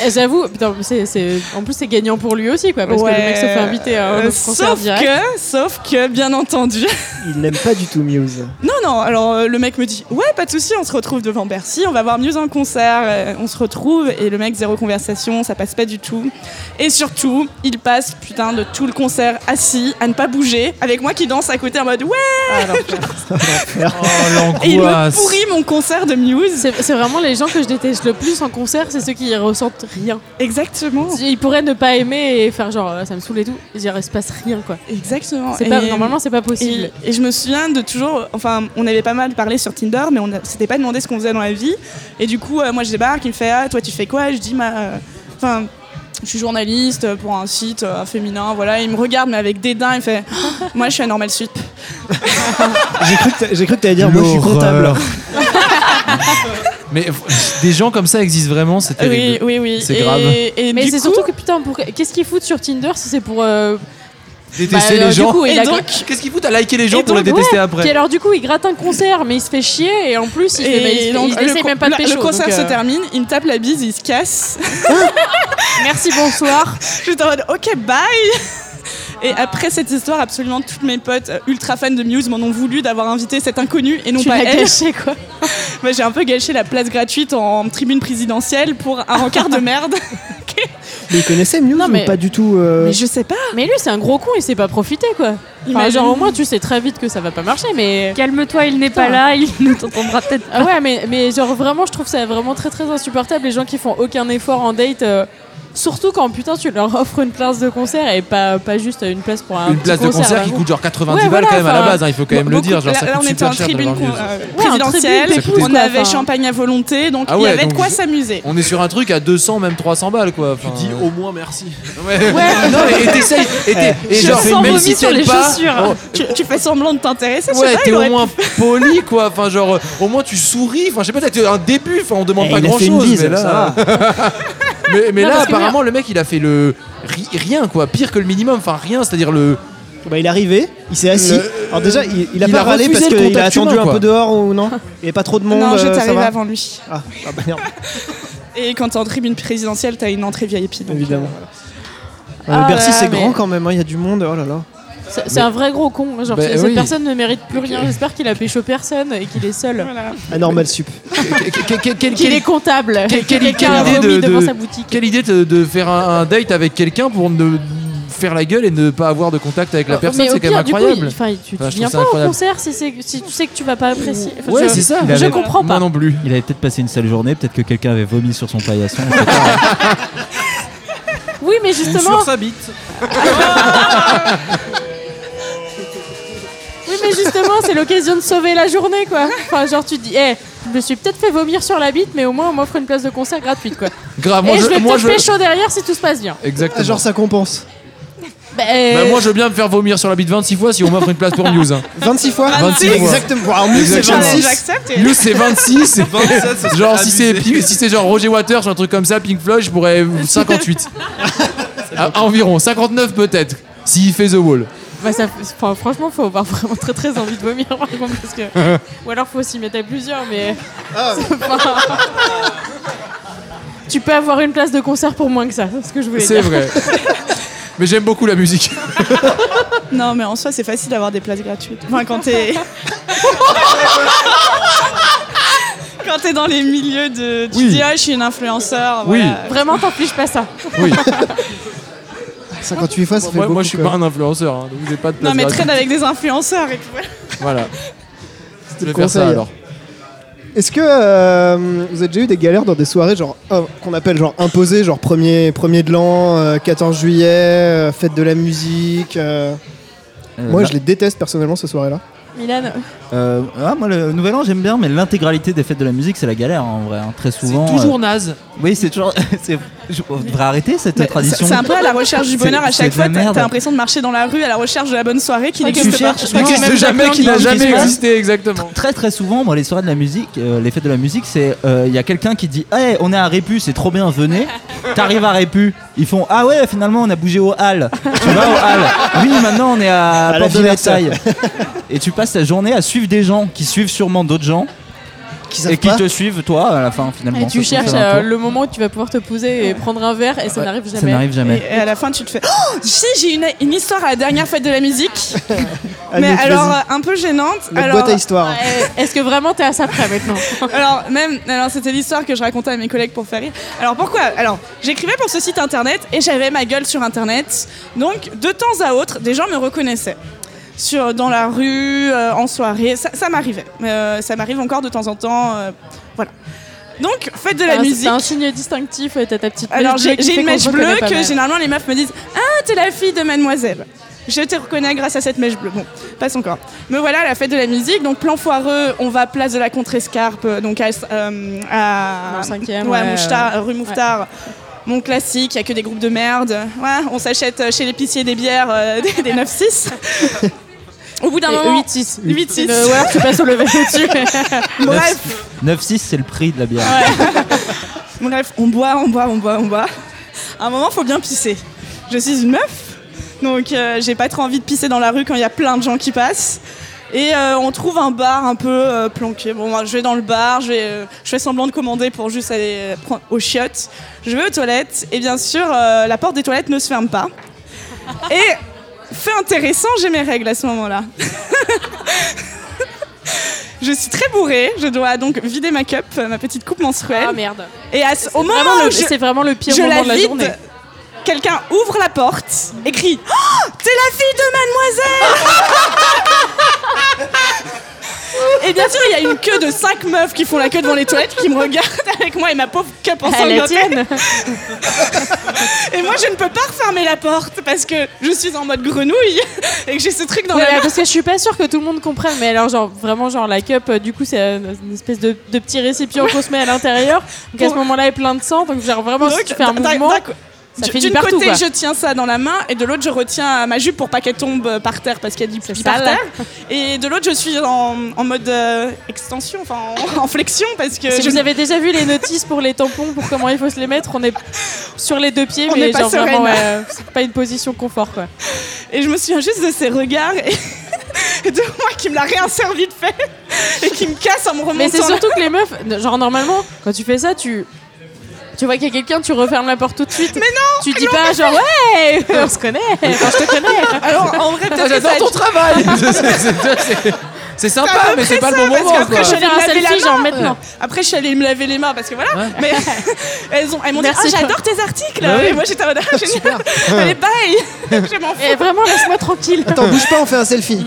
Speaker 6: Et J'avoue, putain, c'est- c'est- en plus c'est gagnant pour lui aussi quoi, parce que le mec se fait inviter à un
Speaker 9: Euh,
Speaker 6: autre concert
Speaker 9: sauf
Speaker 6: direct.
Speaker 9: que, sauf que, bien entendu.
Speaker 1: Il n'aime pas du tout Muse.
Speaker 9: Non, non, alors euh, le mec me dit Ouais, pas de souci, on se retrouve devant Bercy, on va voir Muse en concert, euh, on se retrouve, et le mec, zéro conversation, ça passe pas du tout. Et surtout, il passe, putain, de tout le concert assis, à ne pas bouger, avec moi qui danse à côté en mode Ouais
Speaker 3: Oh
Speaker 9: Et il me
Speaker 3: l'angoisse
Speaker 9: pourrit mon concert de Muse.
Speaker 6: C'est c'est vraiment les gens que je déteste le plus en concert, c'est ceux qui ressentent rien.
Speaker 9: Exactement.
Speaker 6: Ils pourraient ne pas aimer et faire genre ah, ça me saoule et tout, il se passe rien quoi.
Speaker 9: Exactement.
Speaker 6: C'est pas,
Speaker 9: Et-
Speaker 6: normalement c'est pas possible.
Speaker 9: Et, et je me souviens de toujours, enfin, on avait pas mal parlé sur Tinder, mais on a- s'était pas demandé ce qu'on faisait dans la vie. Et du coup, euh, moi, je débarque, il me fait Ah, toi, tu fais quoi Je dis Ma, euh, Enfin, je suis journaliste pour un site euh, féminin, voilà. Il me regarde, mais avec dédain, il fait Ah, Moi, je suis à Normal Sup.
Speaker 1: J'ai cru que t'a- j'ai cru que t'allais dire moi je suis comptable.
Speaker 8: L'horreur.
Speaker 3: Mais pff, des gens comme ça existent vraiment, c'est
Speaker 9: Oui,
Speaker 3: terrible.
Speaker 9: oui, oui.
Speaker 3: C'est
Speaker 9: Et-
Speaker 3: grave.
Speaker 9: Et,
Speaker 6: Mais
Speaker 9: du
Speaker 6: c'est
Speaker 9: coup-
Speaker 6: surtout que putain, pour... qu'est-ce qu'ils foutent sur Tinder si c'est pour. euh,
Speaker 3: Détester
Speaker 6: bah, alors,
Speaker 3: les
Speaker 6: du
Speaker 3: gens.
Speaker 6: coup, il
Speaker 9: Et
Speaker 6: a-
Speaker 9: donc,
Speaker 3: Qu'est-ce qu'ils foutent à liker les gens
Speaker 6: Et
Speaker 3: pour
Speaker 6: donc,
Speaker 3: les détester
Speaker 6: ouais,
Speaker 3: après
Speaker 6: Puis alors du coup il gratte un concert mais il se fait chier et en plus il, fait, bah, il se fait-
Speaker 9: donc,
Speaker 6: il essaie
Speaker 9: co-
Speaker 6: même pas de
Speaker 9: la- le
Speaker 6: pécho.
Speaker 9: concert
Speaker 6: donc,
Speaker 9: se
Speaker 6: euh,
Speaker 9: termine, il me tape la bise, il se casse.
Speaker 6: Merci bonsoir.
Speaker 9: J'étais en mode ok bye Et après cette histoire, absolument toutes mes potes euh, ultra fans de Muse m'en ont voulu d'avoir invité cet inconnu et non
Speaker 6: tu
Speaker 9: pas
Speaker 6: l'as
Speaker 9: elle.
Speaker 6: caché quoi.
Speaker 9: Moi, j'ai un peu gâché la place gratuite en tribune présidentielle pour un rencard de merde.
Speaker 1: Mais il connaissait Muse
Speaker 6: Non, mais-
Speaker 1: ou pas du tout euh,
Speaker 9: je sais pas.
Speaker 6: Mais lui c'est un gros con il sait pas profiter quoi. Enfin,
Speaker 9: Imagine.
Speaker 6: genre au moins tu sais très vite que ça va pas marcher mais.
Speaker 5: Calme-toi, il n'est pas là, il ne t'entendra peut-être
Speaker 6: Ah ouais mais, mais genre vraiment je trouve ça vraiment très très insupportable les gens qui font aucun effort en date. euh, Surtout quand putain tu leur offres une place de concert et pas, pas juste une place pour un
Speaker 3: Une
Speaker 6: petit
Speaker 3: place de concert
Speaker 6: là,
Speaker 3: qui
Speaker 6: vous.
Speaker 3: coûte genre 90
Speaker 6: Ouais,
Speaker 3: balles
Speaker 6: voilà,
Speaker 3: quand même à la
Speaker 6: enfin,
Speaker 3: base, hein, il faut quand même le
Speaker 9: Beaucoup-
Speaker 3: dire. Genre,
Speaker 9: là,
Speaker 3: ça
Speaker 9: là,
Speaker 3: coûte
Speaker 9: on était en
Speaker 3: super cher de
Speaker 9: tribune
Speaker 3: leur vivre.
Speaker 9: con- euh,
Speaker 6: Ouais, en
Speaker 9: présidentielle,
Speaker 6: tribune d'épouse,
Speaker 9: on
Speaker 6: quoi,
Speaker 9: avait
Speaker 6: enfin.
Speaker 9: champagne à volonté, donc
Speaker 3: Ah
Speaker 9: il y
Speaker 3: ouais,
Speaker 9: avait de
Speaker 3: donc Ah,
Speaker 9: quoi
Speaker 3: je-
Speaker 9: s'amuser.
Speaker 3: On est sur un truc à 200, même 300 balles quoi.
Speaker 2: Tu dis au moins merci.
Speaker 3: Ouais, non, mais et t'essayes. Et, t'es- et
Speaker 5: Je
Speaker 3: genre,
Speaker 5: sens
Speaker 3: même
Speaker 5: vomi
Speaker 3: si
Speaker 5: sur
Speaker 3: t'aimes
Speaker 5: les
Speaker 3: pas,
Speaker 5: chaussures.
Speaker 3: bon,
Speaker 9: Tu, tu fais semblant de t'intéresser, je sais
Speaker 3: Ouais,
Speaker 9: pas,
Speaker 3: t'es
Speaker 9: il aurait
Speaker 3: au moins poli quoi. Enfin, genre, euh, au moins tu souris. Enfin, je sais pas, t'as un début. Enfin, on demande
Speaker 1: eh,
Speaker 3: pas
Speaker 1: il a
Speaker 3: grand
Speaker 1: fait une
Speaker 3: chose.
Speaker 1: bise,
Speaker 3: Mais
Speaker 1: ça
Speaker 3: là,
Speaker 1: va.
Speaker 3: mais, mais
Speaker 6: Non,
Speaker 3: là
Speaker 6: parce que
Speaker 3: apparemment, le mec il a fait le ri- rien quoi. Pire que le minimum. Enfin, rien, c'est à dire le.
Speaker 1: Bah, il est arrivé, il s'est assis.
Speaker 3: Le-
Speaker 1: Alors déjà, il, il a
Speaker 3: il
Speaker 1: pas
Speaker 3: a
Speaker 1: râlé
Speaker 3: refusé
Speaker 1: parce
Speaker 3: le
Speaker 1: qu'il a
Speaker 3: contact
Speaker 1: attendu
Speaker 3: humain,
Speaker 1: un
Speaker 3: quoi.
Speaker 1: peu dehors ou non Il y avait pas trop de monde.
Speaker 9: Non,
Speaker 1: euh,
Speaker 9: j'étais
Speaker 1: ça
Speaker 9: arrivée
Speaker 1: va
Speaker 9: avant lui.
Speaker 1: Ah, ah, bah merde,
Speaker 9: Et quand t'es en tribune présidentielle, t'as une entrée VIP. donc,
Speaker 1: évidemment.
Speaker 9: euh,
Speaker 1: Euh,
Speaker 6: Ah
Speaker 1: Bercy,
Speaker 6: là,
Speaker 1: c'est
Speaker 6: mais-
Speaker 1: grand quand même, hein, il y a du monde. Oh là là.
Speaker 6: C'est c'est un vrai gros con. Genre,
Speaker 3: Bah,
Speaker 6: cette
Speaker 3: oui.
Speaker 6: personne ne mérite plus rien. J'espère qu'il a pécho personne et qu'il est seul.
Speaker 9: Voilà.
Speaker 1: Anormal Ah, sup.
Speaker 3: Que- que- quel-
Speaker 6: Qu'il
Speaker 3: quel-
Speaker 6: est comptable.
Speaker 3: quelle- quelle
Speaker 6: Quelqu'un a
Speaker 3: idée de-
Speaker 6: vomi devant
Speaker 3: de-
Speaker 6: sa boutique.
Speaker 3: Quelle idée de, de faire un, un date avec quelqu'un pour ne faire la gueule et ne pas avoir de contact avec la personne,
Speaker 6: Ah. Mais au
Speaker 3: c'est quand
Speaker 6: pire,
Speaker 3: même
Speaker 6: du coup,
Speaker 3: incroyable.
Speaker 6: il- enfin, tu,
Speaker 3: Enfin,
Speaker 6: tu
Speaker 3: je
Speaker 6: viens
Speaker 3: trouve
Speaker 6: pas
Speaker 3: ça
Speaker 6: au
Speaker 3: incroyable.
Speaker 6: concert si, c'est- si tu sais que tu vas pas apprécier. Enfin,
Speaker 3: ouais,
Speaker 6: je,
Speaker 3: c'est ça.
Speaker 8: Il
Speaker 6: je
Speaker 8: avait-
Speaker 6: comprends
Speaker 3: Moi
Speaker 6: pas.
Speaker 3: non plus.
Speaker 8: Il avait peut-être passé une sale journée, peut-être que quelqu'un avait vomi sur son paillasson. on sait pas.
Speaker 6: Oui, mais justement,
Speaker 2: Sur sa bite.
Speaker 6: oui, mais justement, c'est l'occasion de sauver la journée, quoi. Enfin, genre, tu te dis, eh, je me suis peut-être fait vomir sur la bite, mais au moins on m'offre une place de concert gratuite, quoi.
Speaker 3: Grave,
Speaker 6: et
Speaker 3: moi
Speaker 6: Eh, je, vais
Speaker 3: je. Moi,
Speaker 6: peut-être
Speaker 3: je...
Speaker 6: pécho derrière si tout se passe bien.
Speaker 3: Exactement.
Speaker 1: Ah, Genre, ça compense.
Speaker 6: Bah,
Speaker 3: Bah, moi je veux bien me faire vomir sur la bite 26 fois si on m'offre une place pour Muse. hein.
Speaker 1: 26 fois
Speaker 6: Ah,
Speaker 3: 26 fois.
Speaker 1: Exactement. Wow, nous, c'est
Speaker 3: Exactement.
Speaker 9: Allez,
Speaker 1: 26.
Speaker 9: J'accepte. et-
Speaker 3: Muse c'est 26. et-
Speaker 2: 27, ça serait
Speaker 3: Genre si c'est
Speaker 2: abusé.
Speaker 3: si c'est genre Roger Waters ou un truc comme ça, Pink Floyd, je pourrais 58. Ah, environ 59 peut-être. S'il fait The Wall.
Speaker 6: bah, ça- enfin, franchement, faut avoir vraiment très très envie de vomir, par contre, parce que. Ou alors, faut s'y mettre à plusieurs, mais. Enfin, tu peux avoir une place de concert pour moins que ça, c'est ce que je voulais
Speaker 3: C'est
Speaker 6: dire.
Speaker 3: vrai. Mais j'aime beaucoup la musique.
Speaker 9: Non, mais en soi, c'est facile d'avoir des places gratuites. Enfin, quand t'es. quand t'es dans les milieux de. Tu
Speaker 3: Oui.
Speaker 9: dis, ah, je suis une influenceur.
Speaker 3: Oui.
Speaker 9: voilà.
Speaker 6: Vraiment, t'infliges pas ça.
Speaker 3: Oui.
Speaker 1: 58 fois, ça fait
Speaker 3: Moi,
Speaker 1: beaucoup.
Speaker 3: moi, je suis
Speaker 1: quoi.
Speaker 3: pas un influenceur, hein, donc vous n'avez pas de place.
Speaker 9: Non, mais
Speaker 3: gratuite.
Speaker 9: traîne avec des influenceurs. Et... voilà.
Speaker 3: Voilà. Je vais
Speaker 1: le
Speaker 3: faire ça
Speaker 1: conseil.
Speaker 3: alors.
Speaker 1: Est-ce que euh, vous avez déjà eu des galères dans des soirées genre euh, qu'on appelle genre imposées, genre premier, premier de l'an, euh, 14 juillet, euh, fête de la musique euh,
Speaker 8: Euh,
Speaker 1: Moi,
Speaker 8: bah,
Speaker 1: je les déteste personnellement ces soirées-là.
Speaker 6: Milan,
Speaker 8: euh, ah, moi, le Nouvel An, j'aime bien, mais l'intégralité des fêtes de la musique, c'est la galère, hein, en vrai. hein. Très souvent. euh,
Speaker 3: naze.
Speaker 8: Oui, c'est toujours. c'est- je- On devrait arrêter cette
Speaker 9: Mais
Speaker 8: tradition.
Speaker 9: C'est c'est un peu à la recherche du
Speaker 8: C'est-
Speaker 9: bonheur à
Speaker 8: c'est
Speaker 9: chaque
Speaker 8: de la
Speaker 9: fois. T'as
Speaker 8: merde.
Speaker 9: t'as l'impression de marcher dans la rue à la recherche de la bonne soirée qui
Speaker 8: Tu
Speaker 9: n'existe pas.
Speaker 8: cherches-
Speaker 9: Je crois qu'il y a
Speaker 8: Non,
Speaker 9: même
Speaker 3: jamais,
Speaker 9: plein
Speaker 3: qui n'a
Speaker 9: de gens
Speaker 3: jamais
Speaker 9: se
Speaker 3: existé, exactement.
Speaker 8: Très très souvent, moi, les soirées de la musique, euh, les fêtes de la musique, c'est euh, il y a quelqu'un qui dit Hey, on est à Répu, c'est trop bien, venez. T'arrives à Répu, ils font Ah ouais, finalement, on a bougé au Hall. tu vas au Hall. Oui, maintenant, on est à,
Speaker 1: À la
Speaker 8: Porte de
Speaker 1: Villa
Speaker 8: Versailles. Et tu passes ta journée à suivre des gens qui suivent sûrement d'autres gens et qui te suivent, toi, à la fin, finalement.
Speaker 6: et tu
Speaker 8: Ça se
Speaker 6: cherches
Speaker 8: trouve, ça va un
Speaker 6: euh,
Speaker 8: peu.
Speaker 6: le moment où tu vas pouvoir te poser et prendre un verre, et ça
Speaker 8: Ouais,
Speaker 6: n'arrive
Speaker 8: Ça
Speaker 6: jamais.
Speaker 8: n'arrive jamais.
Speaker 9: Et et à la fin, tu te fais Oh, si, j'ai une, une histoire à la dernière fête de la musique, mais
Speaker 1: Anouk,
Speaker 9: alors
Speaker 1: vas-y.
Speaker 9: euh, un peu gênante.
Speaker 1: notre
Speaker 9: alors,
Speaker 1: boîte à histoire.
Speaker 6: Euh, Est-ce que vraiment t'es à ça près maintenant
Speaker 9: Alors même, alors c'était l'histoire que je racontais à mes collègues pour faire rire. Alors pourquoi Alors j'écrivais pour ce site internet et j'avais ma gueule sur internet. Donc de temps à autre, des gens me reconnaissaient. Sur, dans la rue, euh, en soirée, ça, ça m'arrivait. Euh, ça m'arrive encore de temps en temps. euh, voilà. Donc, faites de la
Speaker 6: Ah, c'est-
Speaker 9: musique.
Speaker 6: C'est un signe distinctif, euh, t'as ta petite
Speaker 9: Alors
Speaker 6: mèche bleue
Speaker 9: j'ai
Speaker 6: qui
Speaker 9: j'ai
Speaker 6: fait
Speaker 9: une
Speaker 6: qu'on
Speaker 9: mèche
Speaker 6: te
Speaker 9: bleue
Speaker 6: reconnaît pas
Speaker 9: que
Speaker 6: mal.
Speaker 9: généralement les meufs me disent Ah t'es la fille de mademoiselle Je te reconnais grâce à cette mèche bleue. Bon, passe encore. Me voilà à la fête de la musique, donc plan foireux, on va place de la Contrescarpe, euh, donc à, euh, à-
Speaker 6: Dans le Ah, cinquième,
Speaker 9: ouais,
Speaker 6: ouais,
Speaker 9: Mouchetard,
Speaker 6: ouais.
Speaker 9: euh, rue Mouffetard. Mon classique, il a que des groupes de merde. Ouais, on s'achète euh, chez l'épicier des bières euh, des, des 9-6. Au bout d'un
Speaker 6: Et
Speaker 9: moment,
Speaker 6: 8-6.
Speaker 9: 8-6.
Speaker 6: Le- Ouais, je passe au level dessus.
Speaker 9: bref,
Speaker 8: 9-6, c'est le prix de la bière.
Speaker 9: Bref, on boit, on boit, on boit, on boit. À un moment, faut bien pisser. Je suis une meuf, donc euh, j'ai pas trop envie de pisser dans la rue quand il y a plein de gens qui passent. Et euh, on trouve un bar un peu euh, planqué. Bon, moi, je vais dans le bar, je, vais, euh, je fais semblant de commander pour juste aller euh, prendre aux chiottes. Je vais aux toilettes, et bien sûr, euh, la porte des toilettes ne se ferme pas. Et fait intéressant, j'ai mes règles à ce moment-là. je suis très bourrée, je dois donc vider ma cup, euh, ma petite coupe menstruelle.
Speaker 6: Ah merde.
Speaker 9: Et à ce- au moment
Speaker 6: Vraiment, le-
Speaker 9: où je,
Speaker 6: C'est vraiment le pire
Speaker 9: je
Speaker 6: moment
Speaker 9: la
Speaker 6: de la journée.
Speaker 9: vide, quelqu'un ouvre la porte et crie Oh, T'es la fille de mademoiselle Et bien sûr, il y a une queue de 5 meufs qui font la queue devant les toilettes qui me regardent avec moi et ma pauvre cup
Speaker 6: Ah, la
Speaker 9: ensanglantée.
Speaker 6: tienne
Speaker 9: Et moi, je ne peux pas refermer la porte parce que je suis en mode grenouille et que j'ai ce truc dans
Speaker 6: Ouais,
Speaker 9: la main.
Speaker 6: parce que je suis pas sûre que tout le monde comprenne, mais alors genre vraiment genre la cup, euh, du coup c'est euh, une espèce de, de petit récipient qu'on se met à l'intérieur, donc à ce
Speaker 9: Bon.
Speaker 6: moment-là il est plein de sang, donc genre vraiment si
Speaker 9: Donc,
Speaker 6: tu fais un
Speaker 9: d'un- d'un-
Speaker 6: mouvement,
Speaker 9: d'un co-
Speaker 6: ça
Speaker 9: d-
Speaker 6: finit
Speaker 9: D'une
Speaker 6: partout
Speaker 9: côté,
Speaker 6: quoi.
Speaker 9: je tiens ça dans la main et de l'autre, je retiens ma jupe pour pas qu'elle tombe euh, par terre parce qu'il y a du pipi par
Speaker 6: sale.
Speaker 9: terre. Et de l'autre, je suis en, en mode euh, extension, enfin en, en flexion parce que
Speaker 6: Si
Speaker 9: Euh, je
Speaker 6: vous avez déjà vu les notices pour les tampons, pour comment il faut se les mettre, on est sur les deux pieds,
Speaker 9: On
Speaker 6: mais
Speaker 9: n'est pas
Speaker 6: genre
Speaker 9: sereine.
Speaker 6: vraiment ouais, euh, c'est pas une position confort quoi.
Speaker 9: Et je me souviens juste de ses regards et, et de moi qui me l'a rien servi de fait et qui me casse en me remontant.
Speaker 6: Mais c'est
Speaker 9: la-
Speaker 6: surtout que les meufs, genre normalement, quand tu fais ça, tu Tu vois qu'il y a quelqu'un, tu refermes la porte tout de suite. Mais non Tu dis pas genre ouais, on se connaît, enfin, je te connais. Ah,
Speaker 9: Alors en vrai, peut-être que ça
Speaker 3: J'adore ton travail C'est- c'est- c'est- c'est- C'est
Speaker 9: C'est à
Speaker 3: sympa,
Speaker 9: peu
Speaker 3: mais c'est
Speaker 9: près
Speaker 3: pas le
Speaker 9: ça,
Speaker 3: bon
Speaker 9: parce
Speaker 3: moment.
Speaker 9: qu'après,
Speaker 3: quoi.
Speaker 9: je-
Speaker 6: Je vais faire un
Speaker 9: Laver la
Speaker 6: selfie genre
Speaker 9: main.
Speaker 6: maintenant.
Speaker 9: Après, je suis allée me laver les mains parce que voilà. Mais elles, ont, elles m'ont dit
Speaker 6: Merci,
Speaker 9: Ah,
Speaker 6: toi.
Speaker 9: j'adore tes articles
Speaker 3: Bah oui.
Speaker 9: Et moi, j'étais en mode Ah, génial Allez, bye Je m'en fous
Speaker 6: Et Eh, vraiment, laisse-moi tranquille.
Speaker 1: Attends, bouge pas, on fait un selfie.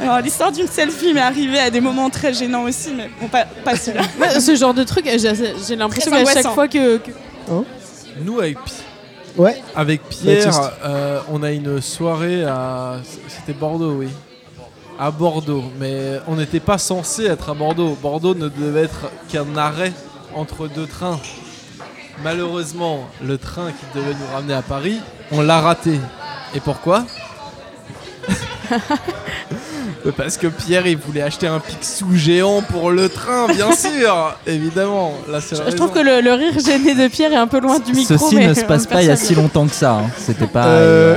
Speaker 9: Alors, l'histoire d'une selfie m'est arrivée à des moments très gênants aussi, mais bon, pas, pas celui-là.
Speaker 6: Moi, ce genre de truc, j'ai j'ai l'impression
Speaker 9: Très
Speaker 6: qu'à chaque
Speaker 9: angoissant.
Speaker 6: fois que, que-
Speaker 2: Nous, avec, Pi-
Speaker 1: Ouais.
Speaker 2: avec
Speaker 1: Baptiste.
Speaker 2: Pierre, euh, on a une soirée à. C'était Bordeaux, oui. À Bordeaux. Mais on n'était pas censé être à Bordeaux. Bordeaux ne devait être qu'un arrêt entre deux trains. Malheureusement, le train qui devait nous ramener à Paris, on l'a raté. Et pourquoi Parce que Pierre, il voulait acheter un Picsou géant pour le train, bien sûr Évidemment, là, c'est la
Speaker 6: je trouve
Speaker 2: raison.
Speaker 6: que le, le rire gêné de Pierre est un peu loin du micro.
Speaker 8: Ceci
Speaker 6: mais
Speaker 8: ne se passe
Speaker 6: on
Speaker 8: pas il y a
Speaker 6: perçoit
Speaker 8: si longtemps que ça. hein. C'était pas.
Speaker 3: Euh,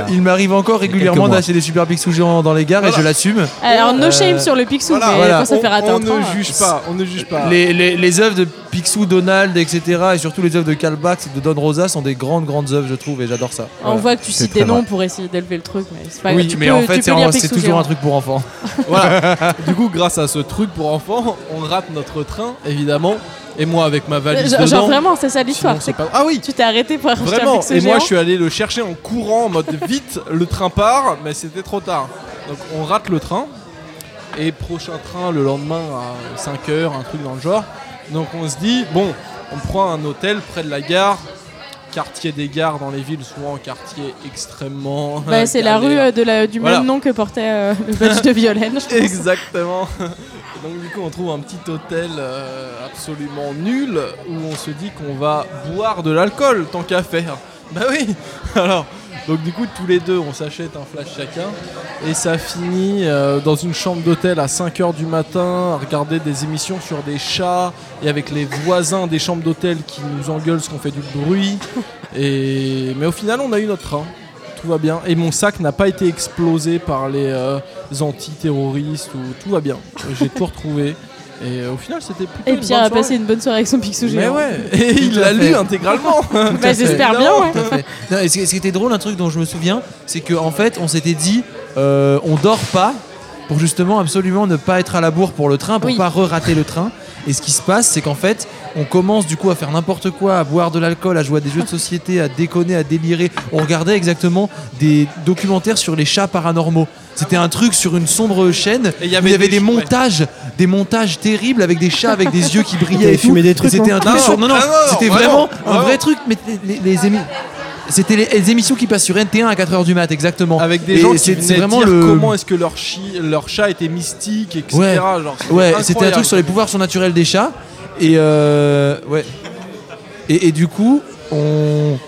Speaker 8: euh,
Speaker 3: il m'arrive encore régulièrement
Speaker 8: mois.
Speaker 3: d'acheter des super pics sous géants dans les gares et
Speaker 2: Voilà.
Speaker 3: je l'assume.
Speaker 6: bien. Alors no
Speaker 3: Euh,
Speaker 6: shame sur le pixou,
Speaker 2: voilà,
Speaker 6: mais
Speaker 3: voilà.
Speaker 6: quand ça fait rater
Speaker 2: on,
Speaker 6: un
Speaker 2: on ne
Speaker 6: train,
Speaker 2: juge pas, on ne juge pas.
Speaker 3: Les, les, les œuvres de Picsou, Donald, etc. et surtout les œuvres de Kalbach et de Don Rosa sont des grandes, grandes œuvres, je trouve, et j'adore ça.
Speaker 6: On voit que tu
Speaker 8: C'est
Speaker 6: cites des
Speaker 8: très
Speaker 6: noms
Speaker 8: vrai.
Speaker 6: pour essayer d'élever le truc, mais c'est pas
Speaker 3: oui,
Speaker 6: tu
Speaker 3: mais
Speaker 6: peux-
Speaker 3: en
Speaker 6: tu
Speaker 3: fait,
Speaker 6: peux
Speaker 3: c'est
Speaker 6: lire
Speaker 3: un- c'est
Speaker 6: Picsou
Speaker 3: toujours
Speaker 6: Géant.
Speaker 3: un truc pour enfants.
Speaker 2: Voilà. du coup, grâce à ce truc pour enfants, on rate notre train, évidemment. Et moi, avec ma valise
Speaker 6: Euh, Genre, genre
Speaker 2: dedans.
Speaker 6: vraiment, c'est ça l'histoire.
Speaker 2: sinon, c'est pas- Ah oui,
Speaker 6: Tu t'es arrêté pour acheter un
Speaker 2: vraiment.
Speaker 6: pixou
Speaker 2: Et moi,
Speaker 6: géant.
Speaker 2: je suis allé le chercher en courant, en mode vite. Le train part, mais c'était trop tard. Donc, on rate le train. Et prochain train le lendemain à 5 heures, un truc dans le genre. Donc, on se dit bon, on prend un hôtel près de la gare. Quartier des gares dans les villes, souvent quartier extrêmement.
Speaker 6: Bah, c'est la rue
Speaker 2: galère.
Speaker 6: euh, de la- du
Speaker 2: Voilà.
Speaker 6: même nom que portait euh, le badge de Violaine, je pense.
Speaker 2: Exactement. Et Donc du coup on trouve un petit hôtel euh, absolument nul où on se dit qu'on va boire de l'alcool tant qu'à faire. Bah oui. Alors donc du coup tous les deux on s'achète un flash chacun et ça finit euh, dans une chambre d'hôtel à 5h du matin à regarder des émissions sur des chats et avec les voisins des chambres d'hôtel qui nous engueulent parce qu'on fait du bruit. Et mais au final on a eu notre train. Tout va bien. Et mon sac n'a pas été explosé par les euh, antiterroristes ou tout va bien. J'ai tout retrouvé. Et euh, au final c'était plutôt
Speaker 6: Et
Speaker 2: une
Speaker 6: Pierre
Speaker 2: bonne
Speaker 6: a
Speaker 2: soirée.
Speaker 6: passé une bonne soirée avec son pixou
Speaker 2: Mais
Speaker 6: géant.
Speaker 2: ouais, et il
Speaker 3: Tout à
Speaker 2: l'a lu
Speaker 3: fait.
Speaker 2: intégralement.
Speaker 6: Bah, j'espère bien, ouais.
Speaker 3: Tout à fait. Non, et ce qui ce qui était drôle, un truc dont je me souviens, c'est qu'en en fait, on s'était dit, euh, on dort pas pour justement absolument ne pas être à la bourre pour le train, pour
Speaker 6: Oui.
Speaker 3: pas re-rater le train. Et ce qui se passe, c'est qu'en fait, on commence du coup à faire n'importe quoi, à boire de l'alcool, à jouer à des jeux de société, à déconner, à délirer. On regardait exactement des documentaires sur les chats paranormaux. C'était un truc sur une sombre chaîne.
Speaker 2: Et
Speaker 3: où Il y avait, des,
Speaker 2: ouais.
Speaker 3: montages, des montages terribles avec des chats avec des yeux qui
Speaker 1: Vous avez
Speaker 3: brillaient et
Speaker 1: fumé
Speaker 3: tout.
Speaker 1: des
Speaker 3: Et
Speaker 1: trucs,
Speaker 3: C'était un truc
Speaker 2: Non,
Speaker 3: sur- Ah, non, non,
Speaker 2: non, non,
Speaker 3: c'était
Speaker 2: vraiment,
Speaker 3: vraiment un vrai
Speaker 2: vraiment.
Speaker 3: truc. Mais les, les- les émi- c'était les, les émissions qui passent sur NT1 à 4h du mat, exactement.
Speaker 2: Avec des
Speaker 3: Et
Speaker 2: gens
Speaker 3: c'est-
Speaker 2: qui
Speaker 3: c'est
Speaker 2: venaient
Speaker 3: vraiment
Speaker 2: dire
Speaker 3: le-
Speaker 2: comment est-ce que leur, chi- leur chat était mystique, etc.
Speaker 3: Ouais.
Speaker 2: Genre, c'était
Speaker 3: Ouais, c'était un
Speaker 2: incroyable.
Speaker 3: truc sur les pouvoirs surnaturels des chats. Et euh, ouais. Et, et du coup, on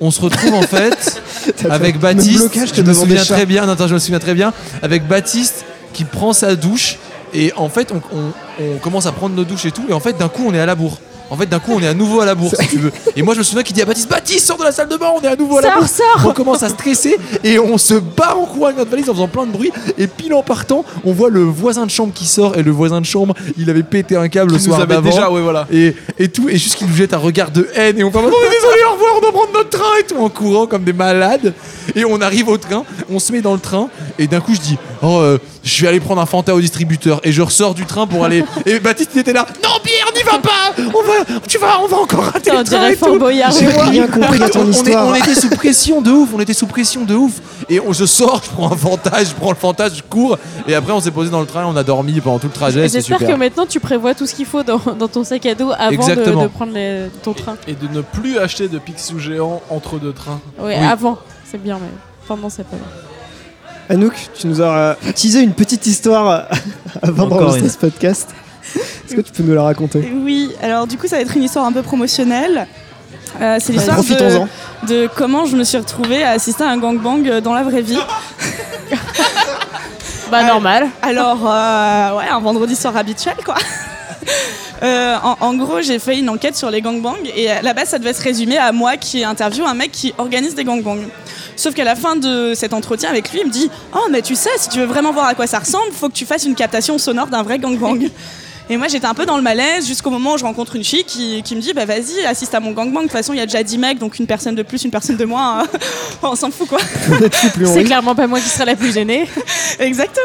Speaker 3: on se retrouve en fait avec Baptiste.
Speaker 1: blocage que
Speaker 3: je me
Speaker 1: devant des
Speaker 3: souviens
Speaker 1: chats.
Speaker 3: très bien. non, attends, je me souviens très bien avec Baptiste qui prend sa douche. Et en fait, on, on- on commence à prendre nos douches et tout. Et en fait, d'un coup, on est à la bourre. En fait, d'un coup, on est à nouveau à la bourre, si tu veux. Et moi, je me souviens qu'il dit à Baptiste Baptiste, sors de la salle de bain, on est à nouveau à la
Speaker 6: Sors,
Speaker 3: bourre.
Speaker 6: sors
Speaker 3: On commence à stresser et on se bat en courant avec notre valise en faisant plein de bruit. Et pile en partant, on voit le voisin de chambre qui sort. Et le voisin de chambre, il avait pété un câble le
Speaker 2: Qui nous
Speaker 3: soir
Speaker 2: avait
Speaker 3: d'avant.
Speaker 2: déjà, ouais, voilà.
Speaker 3: Et, et tout, et juste qu'il nous jette un regard de haine. Et on fait Oh, désolé, au revoir, on doit prendre notre train et tout. En courant comme des malades. Et on arrive au train, on se met dans le train. Et d'un coup, je dis Oh, euh, je vais aller prendre un Fanta au distributeur. Et je ressors du train pour aller. Et Baptiste, il était là Non, Pierre, n'y va pas On va, tu vas, on va encore rater
Speaker 6: Putain,
Speaker 3: le
Speaker 6: on
Speaker 3: train.
Speaker 6: dirait
Speaker 3: et
Speaker 6: Fort
Speaker 3: tout.
Speaker 6: Boyard.
Speaker 1: J'ai
Speaker 3: Ouais.
Speaker 1: rien compris à
Speaker 3: On
Speaker 1: ton
Speaker 3: est-
Speaker 1: histoire.
Speaker 3: On était sous pression de ouf, on était sous pression de ouf. Et on, je sors, je prends un fantage, je prends le fantage, je cours. Et après, on s'est posé dans le train, on a dormi pendant tout le trajet. c'était
Speaker 6: J'espère que
Speaker 3: super.
Speaker 6: maintenant tu prévois tout ce qu'il faut dans, dans ton sac à dos avant de,
Speaker 3: Exactement.
Speaker 6: de prendre les- ton train.
Speaker 2: Et de ne plus acheter de Picsou géant entre deux trains.
Speaker 6: Ouais, avant, c'est bien, mais pendant c'est pas bien.
Speaker 1: Anouk, tu nous as euh, teasé une petite histoire euh, avant
Speaker 8: Encore
Speaker 1: d'enregistrer
Speaker 8: une.
Speaker 1: ce podcast. Est-ce que tu peux nous la raconter
Speaker 9: Oui, alors du coup, ça va être une histoire un peu promotionnelle. Euh, c'est l'histoire
Speaker 1: Profitons-en.
Speaker 9: de, de comment je me suis retrouvée à assister à un gangbang euh, dans la vraie vie.
Speaker 6: Bah, normal.
Speaker 9: Alors, euh, ouais, un vendredi soir habituel, quoi. Euh, en, en gros, j'ai fait une enquête sur les gangbangs et à la base, ça devait se résumer à moi qui interviewe un mec qui organise des gangbangs. Sauf qu'à la fin de cet entretien avec lui, il me dit Oh, mais tu sais, si tu veux vraiment voir à quoi ça ressemble, faut que tu fasses une captation sonore d'un vrai gangbang. Et moi, j'étais un peu dans le malaise jusqu'au moment où je rencontre une fille qui, qui me dit Bah vas-y, assiste à mon gangbang. De toute façon, il y a déjà 10 mecs, donc une personne de plus, une personne de moins. hein. On s'en fout, quoi.
Speaker 1: Plus on
Speaker 6: C'est
Speaker 1: rit.
Speaker 6: clairement pas moi qui serai la plus gênée.
Speaker 9: Exactement.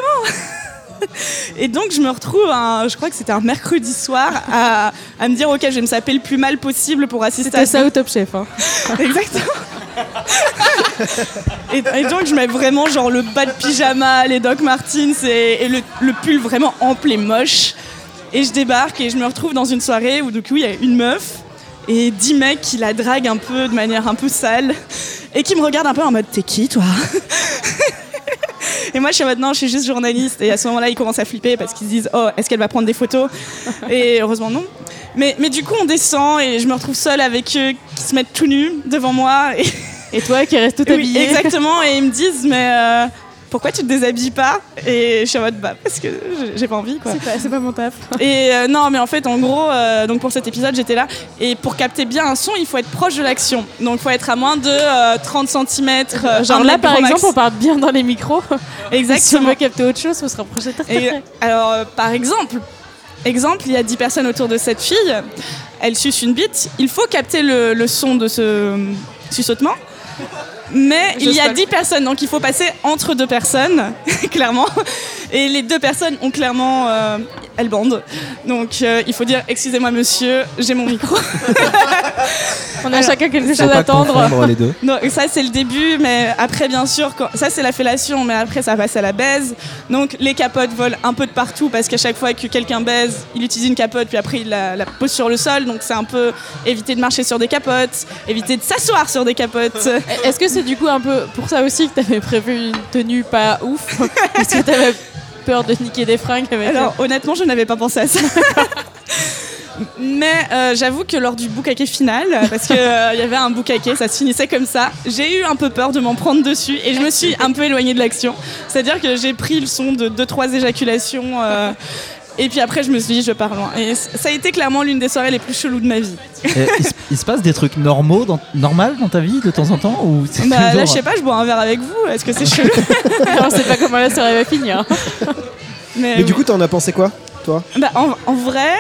Speaker 9: Et donc je me retrouve, un- je crois que c'était un mercredi soir, à, à me dire ok, je vais me saper le plus mal possible pour assister à
Speaker 6: C'était ça au top chef. hein.
Speaker 9: Exactement. et, et donc je mets vraiment genre le bas de pyjama, les Doc Martens et, et le, le pull vraiment ample et moche. Et je débarque et je me retrouve dans une soirée où du coup il y a une meuf et dix mecs qui la draguent un peu de manière un peu sale et qui me regardent un peu en mode t'es qui toi Et moi je suis maintenant je suis juste journaliste et à ce moment-là ils commencent à flipper parce qu'ils se disent oh est-ce qu'elle va prendre des photos Et heureusement non. Mais, mais du coup on descend et je me retrouve seule avec eux qui se mettent tout nus devant moi et
Speaker 6: Et toi qui reste tout
Speaker 9: oui,
Speaker 6: habillée.
Speaker 9: exactement, et ils me disent, mais euh, pourquoi tu te déshabilles pas Et je suis en mode, bah, parce que j'ai- j'ai pas envie, quoi.
Speaker 6: C'est pas, c'est pas mon taf.
Speaker 9: Et euh, non, mais en fait, en gros, euh, donc pour cet épisode, j'étais là. Et pour capter bien un son, il faut être proche de l'action. Donc, il faut être à moins de euh, 30 cm.
Speaker 6: Genre là, par exemple, on parle bien dans les micros. Si on
Speaker 9: Exactement.
Speaker 6: veut capter autre chose, on se rapprocher très très
Speaker 9: Et,
Speaker 6: près.
Speaker 9: alors, euh, par exemple, exemple, il y a 10 personnes autour de cette fille, elle suce une bite, il faut capter le, le son de ce euh, suçotement. Mais il y a 10 personnes, donc il faut passer entre deux personnes, clairement. Et les deux personnes ont clairement. euh, elles bandent. Donc euh, il faut dire Excusez-moi, monsieur, j'ai mon micro.
Speaker 6: On a chacun quelque
Speaker 8: Faut
Speaker 6: chose à
Speaker 8: pas
Speaker 6: attendre.
Speaker 8: confondre les deux.
Speaker 9: Non, et ça c'est le début, mais après bien sûr, quand- ça c'est la fellation, mais après ça passe à la baise. Donc les capotes volent un peu de partout parce qu'à chaque fois que quelqu'un baise, il utilise une capote, puis après il la, la pose sur le sol. Donc c'est un peu éviter de marcher sur des capotes, éviter de s'asseoir sur des capotes.
Speaker 6: Est-ce que c'est du coup un peu pour ça aussi que t'avais prévu une tenue pas ouf Parce que t'avais peur de niquer des fringues avec
Speaker 9: Alors honnêtement, je n'avais pas pensé à ça. Mais euh, j'avoue que lors du boucaquet final, parce qu'il y avait un boucaquet, ça se finissait comme ça, j'ai eu un peu peur de m'en prendre dessus et je me suis un peu éloignée de l'action. C'est-à-dire que j'ai pris le son de 2-3 éjaculations euh, et puis après je me suis dit je pars loin. Et c- ça a été clairement l'une des soirées les plus cheloues de ma vie.
Speaker 8: Et il, se, il se passe des trucs normaux, dans, normal dans ta vie de temps en temps ou c'est
Speaker 9: Bah, là
Speaker 8: toujours-
Speaker 9: je sais pas, je bois un verre avec vous, est-ce que c'est chelou
Speaker 6: Alors, on sait pas comment la soirée va finir.
Speaker 9: euh,
Speaker 1: Mais du coup, t'en as pensé quoi, toi
Speaker 9: Bah, en, en vrai,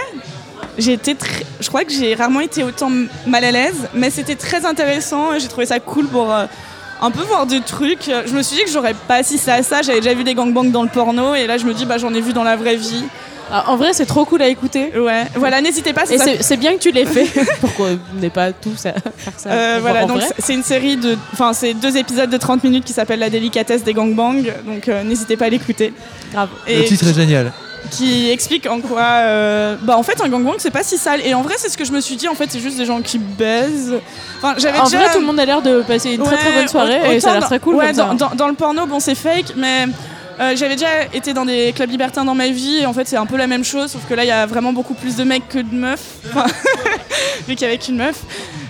Speaker 9: j'ai été tr- je crois que j'ai rarement été autant m- mal à l'aise, mais c'était très intéressant et j'ai trouvé ça cool pour euh, un peu voir des trucs. Euh, Je me suis dit que j'aurais pas assisté à ça, j'avais déjà vu des gangbangs dans le porno et là je me dis bah j'en ai vu dans la vraie vie.
Speaker 6: Ah, en vrai, c'est trop cool à écouter.
Speaker 9: Ouais, voilà, n'hésitez pas.
Speaker 6: Et
Speaker 9: ça-
Speaker 6: c'est c'est bien que tu l'aies fait. Pourquoi on n'est pas tous à faire ça
Speaker 9: Euh,
Speaker 6: en
Speaker 9: voilà, donc
Speaker 6: vrai.
Speaker 9: c'est- c'est une série de. Enfin, c'est deux épisodes de 30 minutes qui s'appellent La délicatesse des gangbangs, donc euh, n'hésitez pas à l'écouter.
Speaker 6: Grave.
Speaker 8: Le
Speaker 9: Et
Speaker 8: titre est génial.
Speaker 9: qui explique en quoi. euh, bah, en fait, un gangbang, c'est pas si sale. Et en vrai, c'est ce que je me suis dit, en fait, c'est juste des gens qui baisent. Enfin, j'avais
Speaker 6: En
Speaker 9: déjà.
Speaker 6: vrai, tout le monde a l'air de passer une très très
Speaker 9: Ouais,
Speaker 6: bonne
Speaker 9: autant
Speaker 6: soirée et ça a l'air
Speaker 9: dans-
Speaker 6: très cool.
Speaker 9: ouais,
Speaker 6: comme
Speaker 9: dans,
Speaker 6: ça.
Speaker 9: dans- dans le porno, bon, c'est fake, mais euh, j'avais déjà été dans des clubs libertins dans ma vie. Et en fait, c'est un peu la même chose, sauf que là, il y a vraiment beaucoup plus de mecs que de meufs. Enfin, vu qu'il y avait qu'une meuf.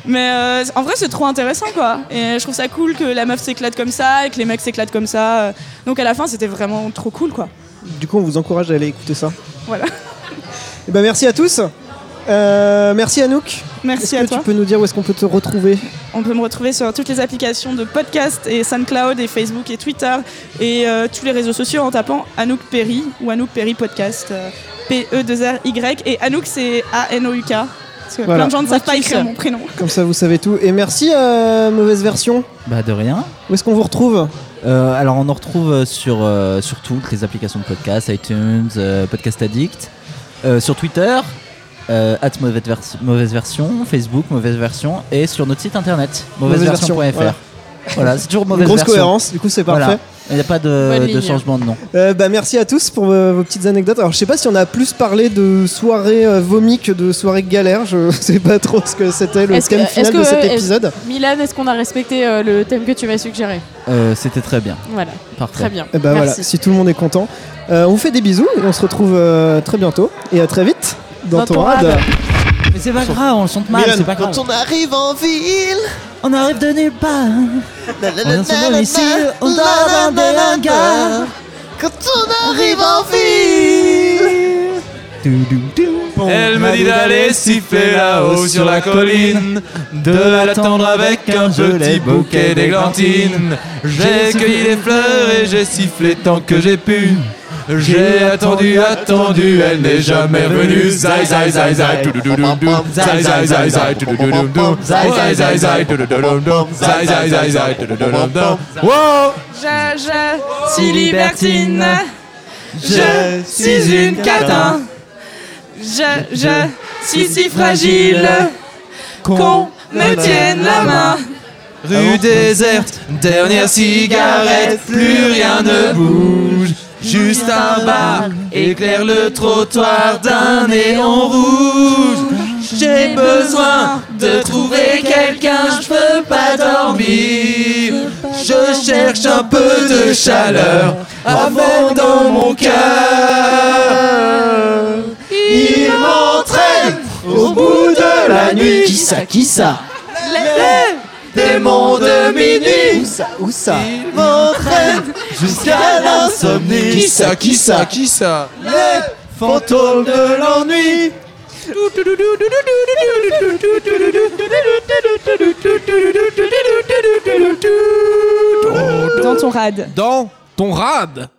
Speaker 9: Mais euh, en vrai, c'est trop intéressant, quoi. Et je trouve ça cool que la meuf s'éclate comme ça et que les mecs s'éclatent comme ça. Donc, à la fin, c'était vraiment trop cool, quoi.
Speaker 1: Du coup, on vous encourage à aller écouter ça.
Speaker 9: Voilà.
Speaker 1: Et ben, merci à tous. Euh, merci Anouk.
Speaker 9: Merci
Speaker 1: Est-ce
Speaker 9: à
Speaker 1: que
Speaker 9: toi.
Speaker 1: tu peux nous dire où est-ce qu'on peut te retrouver
Speaker 9: On peut me retrouver sur toutes les applications de podcast et SoundCloud et Facebook et Twitter et euh, tous les réseaux sociaux en tapant Anouk Perry ou Anouk Perry Podcast. euh, P-E-2-R-Y. Et Anouk, c'est A-N-O-U-K. Parce que
Speaker 1: Voilà.
Speaker 9: plein de gens ne savent pas
Speaker 6: Motus.
Speaker 9: écrire mon prénom.
Speaker 1: Comme ça, vous savez tout. Et merci euh, Mauvaise Version.
Speaker 8: Bah de rien.
Speaker 1: Où est-ce qu'on vous retrouve
Speaker 8: Euh, alors on nous retrouve euh, sur, euh, sur toutes les applications de podcast, iTunes, euh, Podcast Addict, euh, sur Twitter, euh, at mauvaise, vers- mauvaise version, Facebook mauvaise version et sur notre site internet mauvaise-version.fr.
Speaker 1: Mauvaise version,
Speaker 8: Voilà, c'est toujours mauvaise
Speaker 1: Grosse
Speaker 8: version.
Speaker 1: cohérence, du coup, c'est parfait.
Speaker 8: Voilà. Il n'y a pas
Speaker 6: Bonne
Speaker 8: de, de
Speaker 6: ligne.
Speaker 8: changement de nom.
Speaker 1: Euh, bah, merci à tous pour euh, vos petites anecdotes. Alors, je sais pas si on a plus parlé de soirée euh, vomi que de soirée galère. Je sais pas trop ce que c'était le
Speaker 6: Est-ce que-
Speaker 1: thème
Speaker 6: est-ce
Speaker 1: final
Speaker 6: que,
Speaker 1: de cet
Speaker 6: euh, est-ce-
Speaker 1: épisode.
Speaker 6: Milan, est-ce qu'on a respecté euh, le thème que tu m'as suggéré
Speaker 8: Euh, C'était très bien.
Speaker 6: Voilà,
Speaker 8: Parfait.
Speaker 6: très bien.
Speaker 1: Et bah, voilà,
Speaker 6: Merci.
Speaker 1: si tout le monde est content. Euh, on vous fait des bisous et on se retrouve euh, très bientôt. Et à très vite dans,
Speaker 6: Dans
Speaker 1: ton
Speaker 6: ton
Speaker 1: rad.
Speaker 6: rad.
Speaker 8: Mais c'est pas grave, on le chante mal, c'est pas grave.
Speaker 7: on arrive en ville,
Speaker 8: On arrive de nulle part. On est sur domicile, on dort dans des hangars.
Speaker 7: quand on arrive en ville.
Speaker 3: Elle me dit d'aller siffler là-haut sur la colline, de l'attendre avec un petit bouquet d'églantine. J'ai cueilli des fleurs et j'ai sifflé tant que j'ai pu.
Speaker 8: J'ai attendu, attendu, elle n'est jamais venue. Zai, zai, zai, zai, toudoudoudoudou. Zai, zai, zai, zai, toudoudoudoudou. Zai, zai, zai, zai, toudoudoudoudou. Zai, zai, zai, zai, toudoudoudoudou. Wow
Speaker 9: Je, je suis libertine. Je suis une catin. Je, je suis si fragile qu'on me tienne la main.
Speaker 8: Rue déserte, dernière cigarette, plus rien ne bouge. Juste un bar éclaire le trottoir d'un néon rouge. J'ai besoin de trouver quelqu'un, je peux pas dormir. Je cherche un peu de chaleur avant dans mon cœur. Il m'entraîne au bout de la nuit. Qui ça, qui ça Les démons de minuit.
Speaker 1: Où ça Où ça
Speaker 8: Il m'entraîne jusqu'à l'insomnie. Qui ça, qui ça, qui ça Les fantômes de l'ennui.
Speaker 9: Dans ton rad.
Speaker 2: Dans ton rad